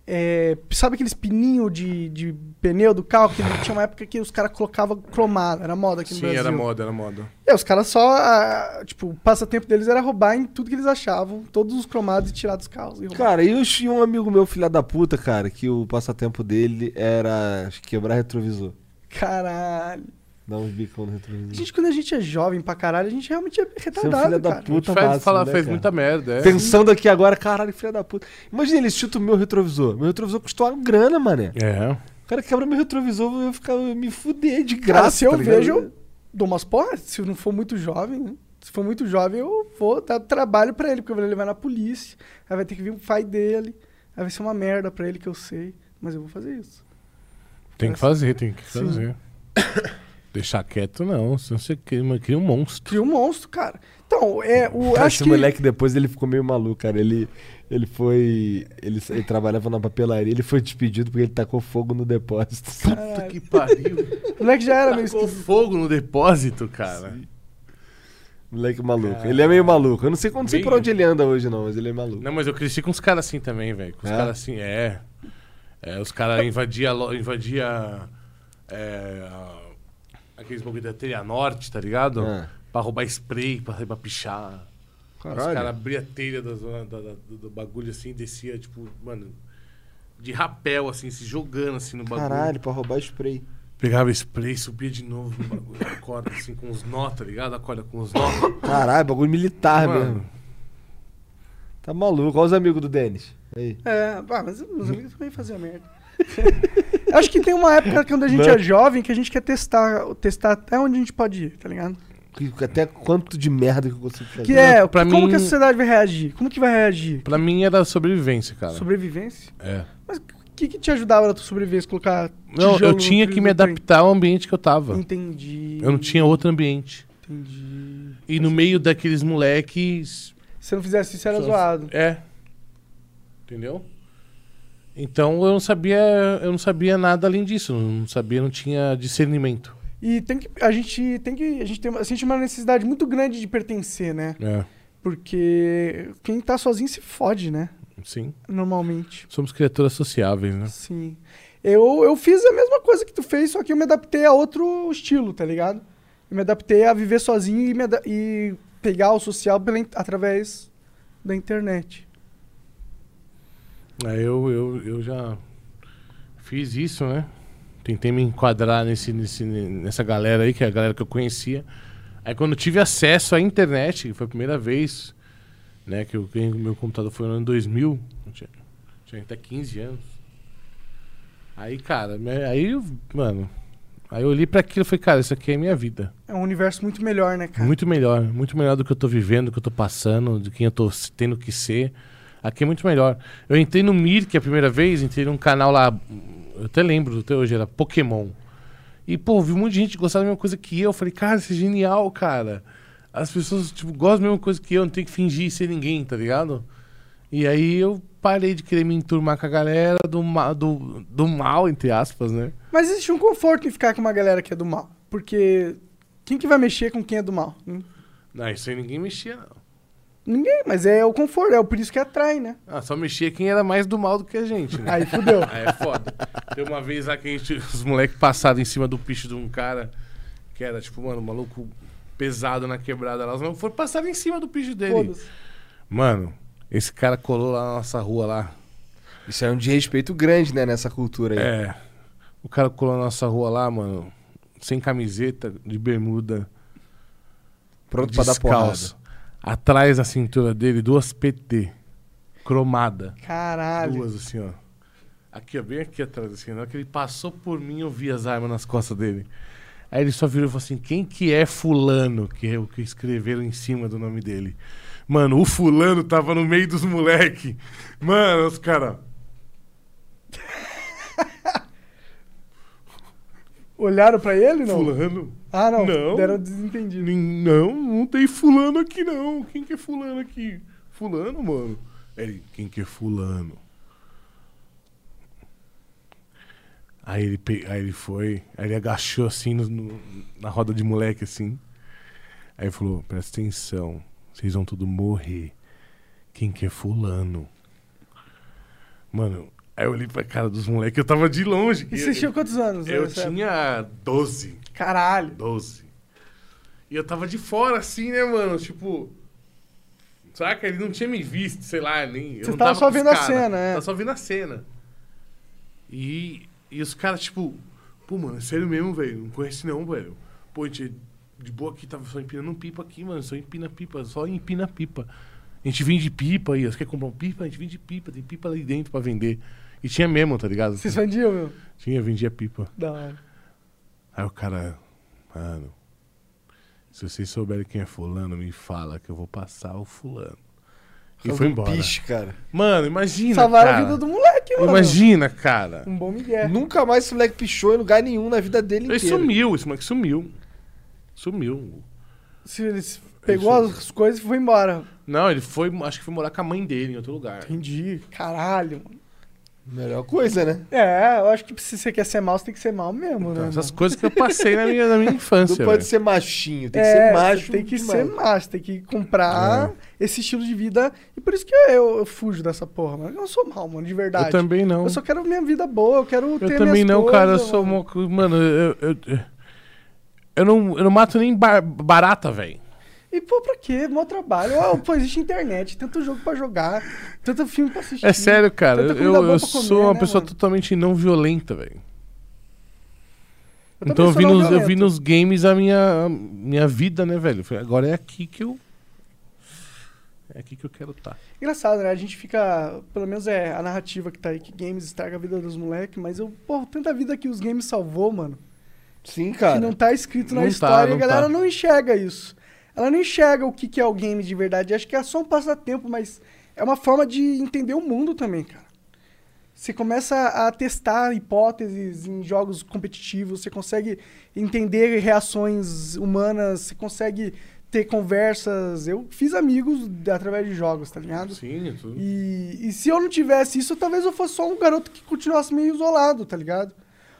é, sabe aqueles pininhos de, de pneu do carro? Que tinha uma época que os caras colocavam cromado. Era moda aqui no Sim, Brasil. era moda, era moda. É, os caras só. ah, tipo, o passatempo deles era roubar em tudo que eles achavam, todos os cromados e tirar dos carros. E roubar. Cara, e eu tinha um amigo meu, filha da puta, cara, que o passatempo dele era quebrar retrovisor. Caralho. Dar uns bicão no retrovisor. Gente, quando a gente é jovem pra caralho, a gente realmente é Você é um retardado, filho da cara. A gente puta faz, máximo, fala- né, fez cara? muita merda, é. Pensando aqui agora, caralho, filha da puta. Imagina, ele chuta o meu retrovisor. Meu retrovisor custou uma grana, mané. É. O cara quebra meu retrovisor, eu vou ficar, eu ia me fuder de Cara, graça. se eu tá ligado? vejo, eu dou umas porras. Se eu não for muito jovem, né? Se for muito jovem, eu vou dar trabalho pra ele, porque eu vou levar na polícia. Aí vai ter que vir um pai dele. Aí vai ser uma merda pra ele que eu sei. Mas eu vou fazer isso. Tem que fazer, tem que Sim. fazer. Deixar quieto não, senão você cria, cria um monstro. Cria um monstro, cara. Então, é, o, Cara, acho esse que... moleque depois ele ficou meio maluco, cara. Ele, ele foi. Ele, ele trabalhava na papelaria, ele foi despedido porque ele tacou fogo no depósito. *laughs* Puta que pariu. O moleque já tá era meio *laughs* Tacou esquisito. fogo no depósito, cara. Moleque maluco. Ele é meio maluco. Eu não sei, não sei por Meio. onde ele anda hoje, não, mas ele é maluco. Não, mas eu cresci com os caras assim também, velho. Com os É? caras assim, é. É, os caras invadiam invadia, é, a- aqueles bagulho da telha norte, tá ligado? É. Pra roubar spray, pra, pra pichar. Os Caralho. caras abriam a telha da zona- da- da- do, do bagulho assim, descia, tipo, mano, de rapel, assim, se jogando assim no bagulho. Caralho, pra roubar spray. Pegava spray, subia de novo no bagulho, a corda, assim, com os nó, tá ligado? A corda com *coughs* os nó. Caralho, bagulho militar Mano. mesmo. Tá maluco. Olha os amigos do Denis. Aí. É, ah, mas os amigos também faziam merda. *laughs* acho que tem uma época quando a gente Né? é jovem que a gente quer testar, testar até onde a gente pode ir, tá ligado? Que- Até quanto de merda que eu consigo fazer. Que é, pra como mim- que a sociedade vai reagir? Como que vai reagir? Pra mim era sobrevivência, cara. Sobrevivência? É. Mas o que, que te ajudava na tua sobrevivência? Colocar Não, tijolo eu no tinha trilho que me do trem? adaptar ao ambiente que eu tava. Entendi. Eu não tinha um- outro ambiente. Entendi. E no meio daqueles moleques. Se não fizesse isso, era só- zoado. É. Entendeu? Então eu não sabia, eu não sabia nada além disso, não sabia, não tinha discernimento. E tem que, a gente tem que. A gente tem, uma- a gente tem uma necessidade muito grande de pertencer, né? É, Porque quem tá sozinho se fode, né? sim. Normalmente. Somos criaturas sociáveis, né? Sim. Eu, eu fiz a mesma coisa que tu fez, só que eu me adaptei a outro estilo, tá ligado? Eu me adaptei a viver sozinho e, me ada- e pegar o social pela in- através da internet. É, eu, eu, eu já fiz isso, né? Tentei me enquadrar nesse, nesse, nessa galera aí, que é a galera que eu conhecia. Aí quando eu tive acesso à internet, que foi a primeira vez, né, que eu ganhei o meu computador foi no ano 2000, eu tinha, tinha até 15 anos. Aí, cara, me- aí, eu- mano, aí eu olhei pra aquilo e falei, cara, isso aqui é minha vida. É um universo muito melhor, né, cara? Muito melhor, muito melhor do que eu tô vivendo, do que eu tô passando, de quem eu tô s- tendo que ser. Aqui é muito melhor. Eu entrei no Mir, que é a primeira vez, entrei num canal lá, eu até lembro até hoje, era Pokémon. E, pô, vi muita gente gostar da mesma coisa que eu. Eu Falei, cara, isso é genial, cara. As pessoas, tipo, gostam da mesma coisa que eu, não tem que fingir ser ninguém, tá ligado? E aí eu parei de querer me enturmar com a galera do, ma do, do mal, entre aspas, né? Mas existe um conforto em ficar com uma galera que é do mal. Porque quem que vai mexer com quem é do mal? Hum? Não, isso aí ninguém mexia, não. Ninguém, mas é o conforto, é o- por isso que atrai, né? Ah, só mexia quem era mais do mal do que a *laughs* gente, né? Aí fudeu. Aí é foda. Tem uma vez lá que a gente, os moleques passaram em cima do picho de um cara que era, tipo, mano, um maluco pesado na quebrada lá. Os malucos foram passar em cima do picho dele. Foda-se. Mano, esse cara colou lá na nossa rua lá. Isso é um desrespeito grande, né, nessa cultura aí. É. O cara colou na nossa rua lá, mano, sem camiseta, de bermuda, Pronto pra dar porrada. descalço. Atrás da cintura dele, duas PT. Cromada. Caralho. Duas assim, ó. Aqui, ó, bem aqui atrás, assim. Na hora que ele passou por mim, eu vi as armas nas costas dele. Aí ele só virou e falou assim: quem que é Fulano? Que é o que escreveram em cima do nome dele. Mano, o Fulano tava no meio dos moleque. Mano, os caras. Olharam pra ele, não? Fulano? Ah, não. Não. Deram desentendido. Nin- Não, não tem Fulano aqui não. Quem que é Fulano aqui? Fulano, mano. Ele, quem que é Fulano? Aí ele, pe- aí ele foi, aí ele agachou assim no- no- na roda de moleque, assim. Aí ele falou: presta atenção, vocês vão tudo morrer. Quem que é Fulano? Mano, aí eu olhei pra cara dos moleques, eu tava de longe. E Eu- você tinha quantos anos? eu nessa época? tinha 12. Caralho. 12. E eu tava de fora, assim, né, mano? Tipo. Saca? Ele não tinha me visto, sei lá, nem. eu Você não tava só com os vendo a cara, cena, é. Tava só vendo a cena. E, e os caras, tipo. Pô, mano, é sério mesmo, velho. Não conhece não, velho. Pô, a gente é de boa aqui, tava só empinando um pipa aqui, mano. Só empina pipa, só empina pipa. A gente vende pipa aí, ó. Você quer comprar um pipa? A gente vende pipa, tem pipa ali dentro pra vender. E tinha mesmo, tá ligado? Vocês vendiam, meu? Tinha, vendia pipa. Da hora. Aí o cara, mano, se vocês souberem quem é fulano, me fala que eu vou passar o fulano. E Causa foi do embora. um Piche, cara. Mano, imagina, Salvaram cara. a vida do moleque, mano. Imagina, cara. Um bom migué. Nunca mais esse moleque pichou em lugar nenhum na vida dele Ele inteira. sumiu, esse moleque sumiu. Sumiu. Se ele se- pegou Isso. as coisas e foi embora. Não, ele foi, acho que foi morar com a mãe dele em outro lugar. Entendi. Caralho, mano. Melhor coisa, né? É, eu acho que se você quer ser mal, você tem que ser mal mesmo, né? Então, essas mano? coisas que eu passei na minha, na *laughs* minha infância. Não pode né? velho. ser machinho, tem que É, ser você macho. Tem que ser demais. macho, tem que comprar É. esse estilo de vida. E por isso que eu, eu fujo dessa porra, mano. Eu não sou mal, mano, de verdade. Eu também não. Eu só quero minha vida boa, eu quero ter Eu também minhas não, cara. Eu coisas, sou mano. uma. co- Mano, eu. eu, eu- eu não, eu não mato nem bar- barata, velho. E pô, pra quê? Mó trabalho. Ó, pô, existe internet, tanto jogo pra jogar, tanto filme pra assistir. É sério, cara. Tanta Eu, comida boa eu pra sou comer, uma né, pessoa mano? totalmente não violenta, velho. Eu também Então eu sou vi, não nos, eu vi violento. nos games a minha, a minha vida, né, velho? Falei, Agora é aqui que eu. É aqui que eu quero estar. Engraçado, né? A gente fica. Pelo menos é a narrativa que tá aí, que games estraga a vida dos moleques, mas eu, pô, tanta vida que os games salvou, mano. Sim, que *laughs* cara. não tá escrito na não tá, história e a não galera tá. não enxerga isso. Ela não enxerga o que, que é o game de verdade. Acho que é só um passatempo, mas é uma forma de entender o mundo também, cara. Você começa a testar hipóteses em jogos competitivos, você consegue entender reações humanas, você consegue ter conversas. Eu fiz amigos através de jogos, tá ligado? Sim, é tudo. E, e se eu não tivesse isso, talvez eu fosse só um garoto que continuasse meio isolado, tá ligado?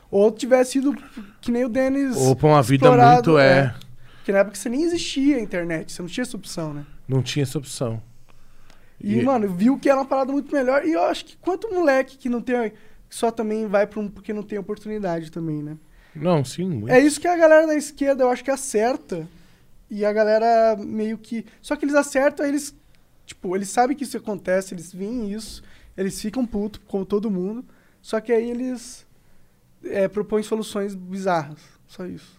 Ou tivesse ido que nem o Denis. Opa, uma vida explorado, muito é. né? Porque na época você nem existia a internet, você não tinha essa opção, né? Não tinha essa opção. E, E- mano, viu que era uma parada muito melhor. E eu acho que quanto moleque que não tem. que só também vai pra um. porque não tem oportunidade também, né? Não, sim, muito. É isso que a galera da esquerda eu acho que acerta. E a galera meio que. Só que eles acertam, aí eles. Tipo, eles sabem que isso acontece, eles veem isso, eles ficam putos, como todo mundo. Só que aí eles é, propõem soluções bizarras. Só isso.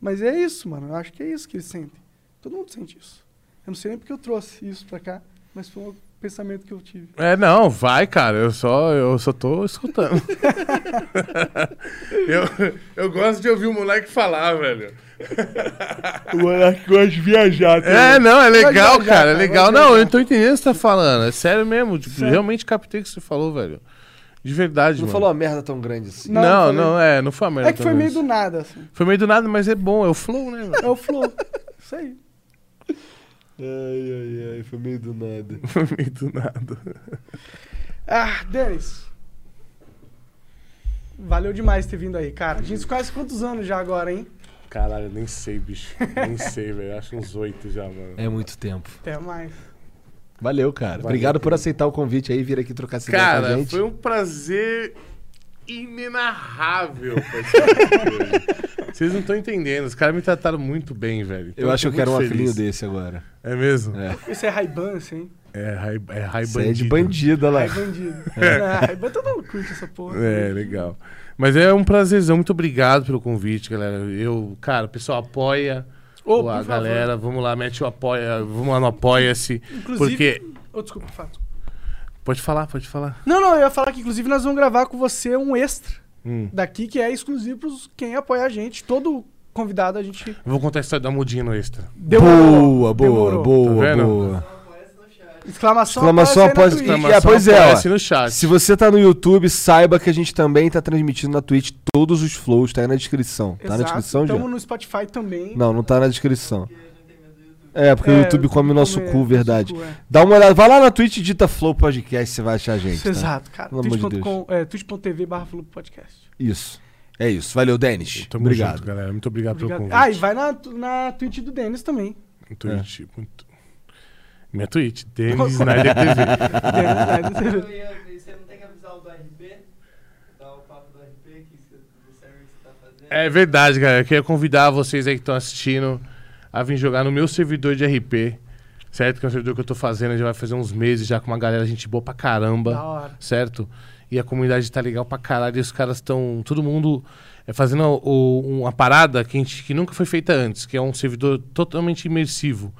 Mas é isso, mano. Eu acho que é isso que eles sentem. Todo mundo sente isso. Eu não sei nem porque eu trouxe isso pra cá, mas foi um pensamento que eu tive. É, não, vai, cara. Eu só, eu só *laughs* tô escutando. *laughs* eu, eu gosto de ouvir o moleque falar, velho. O moleque gosta de viajar. tá É, não, é legal, viajar, cara. É cara, legal. vai Não, viajar. eu não tô entendendo o que você tá falando. É sério mesmo. Tipo, realmente captei o que você falou, velho. De verdade, Não mano. falou uma merda tão grande assim. Não, não Não, não, falei. é, não foi a merda. É que foi meio talvez. do nada, assim. Foi meio do nada, mas é bom, é o flow, né, velho? É o flow. *laughs* Isso aí. Ai, ai, ai, foi meio do nada. *laughs* Foi meio do nada. Ah, Denis. Valeu demais ter vindo aí, cara. A gente quase quantos anos já agora, hein? Caralho, nem sei, bicho. Nem sei, velho. Acho uns oito já, mano. É muito tempo. Até mais. Valeu, cara. Obrigado por aceitar o convite aí, vir aqui trocar essa ideia com a Cara, gente. foi um prazer *laughs* inenarrável. parceiro. Vocês não estão entendendo. Os caras me trataram muito bem, velho. Então Eu acho que eu quero um filhinha afilhinho desse agora. É mesmo? É. Isso é Raiban, assim. É, Ray- é Ray Isso aí é de Bandido. bandida lá. Rai bandido. É. Ah, Raiban todo mundo curte essa porra. É, legal. Mas é um prazerzão. Muito obrigado pelo convite, galera. Eu, cara, o pessoal apoia. Ô, Pô, por a favor. galera, vamos lá, mete o apoia, vamos lá no Apoia-se. Inclusive- Porque. Ô, desculpa, fato. Pode falar, pode falar. Não, não, eu ia falar que inclusive nós vamos gravar com você um extra Hum. daqui que é exclusivo pros quem apoia a gente. Todo convidado a gente Eu vou contar a história da Mudinha no extra. deu Boa, boa, Demorou. boa, Tá vendo? boa. Exclamação, Exclamação aparece Tá, aí na após- Twitch. E, é, pois é, ó. Apoia-se no chat. Se você tá no YouTube, saiba que a gente também tá transmitindo na Twitch todos os flows, tá aí na descrição. Tá na Exato. descrição, Tamo já? no Spotify também. Não, não tá na descrição. É, porque o É, YouTube come o nosso come cu, nosso verdade. cu, é. Dá uma olhada, vai lá na Twitch e digita Flow Podcast, você vai achar a gente. tá? Exato, cara. Pelo amor de Twitch.com, é, twitch.tv barra Flow podcast. Isso. É isso. Valeu, Denis. Tamo Obrigado. junto, galera. Muito obrigado, Obrigado. pelo convite. Ah, e vai na, na Twitch do Denis *laughs* também. Um tweet, muito- Minha tweet, Denis Snyder TV. Denis, Eu ia ver, Você não tem que avisar o do RP? Dar o papo do RP que você, do server que você tá fazendo? É verdade, galera. Eu queria convidar vocês aí que estão assistindo a vir jogar no meu servidor de RP. Certo? Que é um servidor que eu tô fazendo, já vai fazer uns meses já com uma galera, gente boa pra caramba. Da hora. Certo? E a comunidade tá legal pra caralho. E os caras estão. Todo mundo é, fazendo o- uma parada que, a gente, que nunca foi feita antes, que é um servidor totalmente imersivo.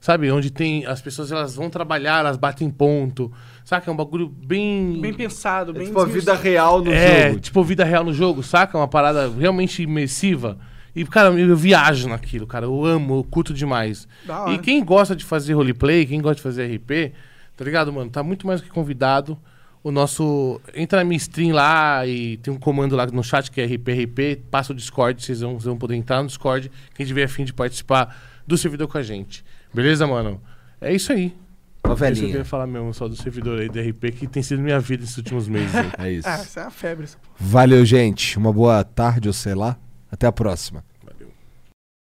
Sabe? Onde tem. As pessoas elas vão trabalhar, elas batem ponto. Saca? É um bagulho bem. bem É pensado, bem Tipo, a vida real no é, jogo. tipo vida real no jogo, saca? Uma parada realmente imersiva. E, cara, eu, eu viajo naquilo, cara. Eu amo, eu curto demais. Da hora. E quem gosta de fazer roleplay, quem gosta de fazer RP, tá ligado, mano? Tá muito mais do que convidado. O nosso. Entra na minha stream lá e tem um comando lá no chat que é RPRP. Passa o Discord, vocês vão, vocês vão poder entrar no Discord. Quem tiver afim de participar do servidor com a gente. Beleza, mano? É isso aí. É isso que eu Novelinha. queria falar mesmo, só do servidor aí do RP, que tem sido minha vida nesses últimos meses. aí. É isso. Ah, isso é uma febre. Essa porra. Valeu, gente. Uma boa tarde, ou sei lá. Até a próxima.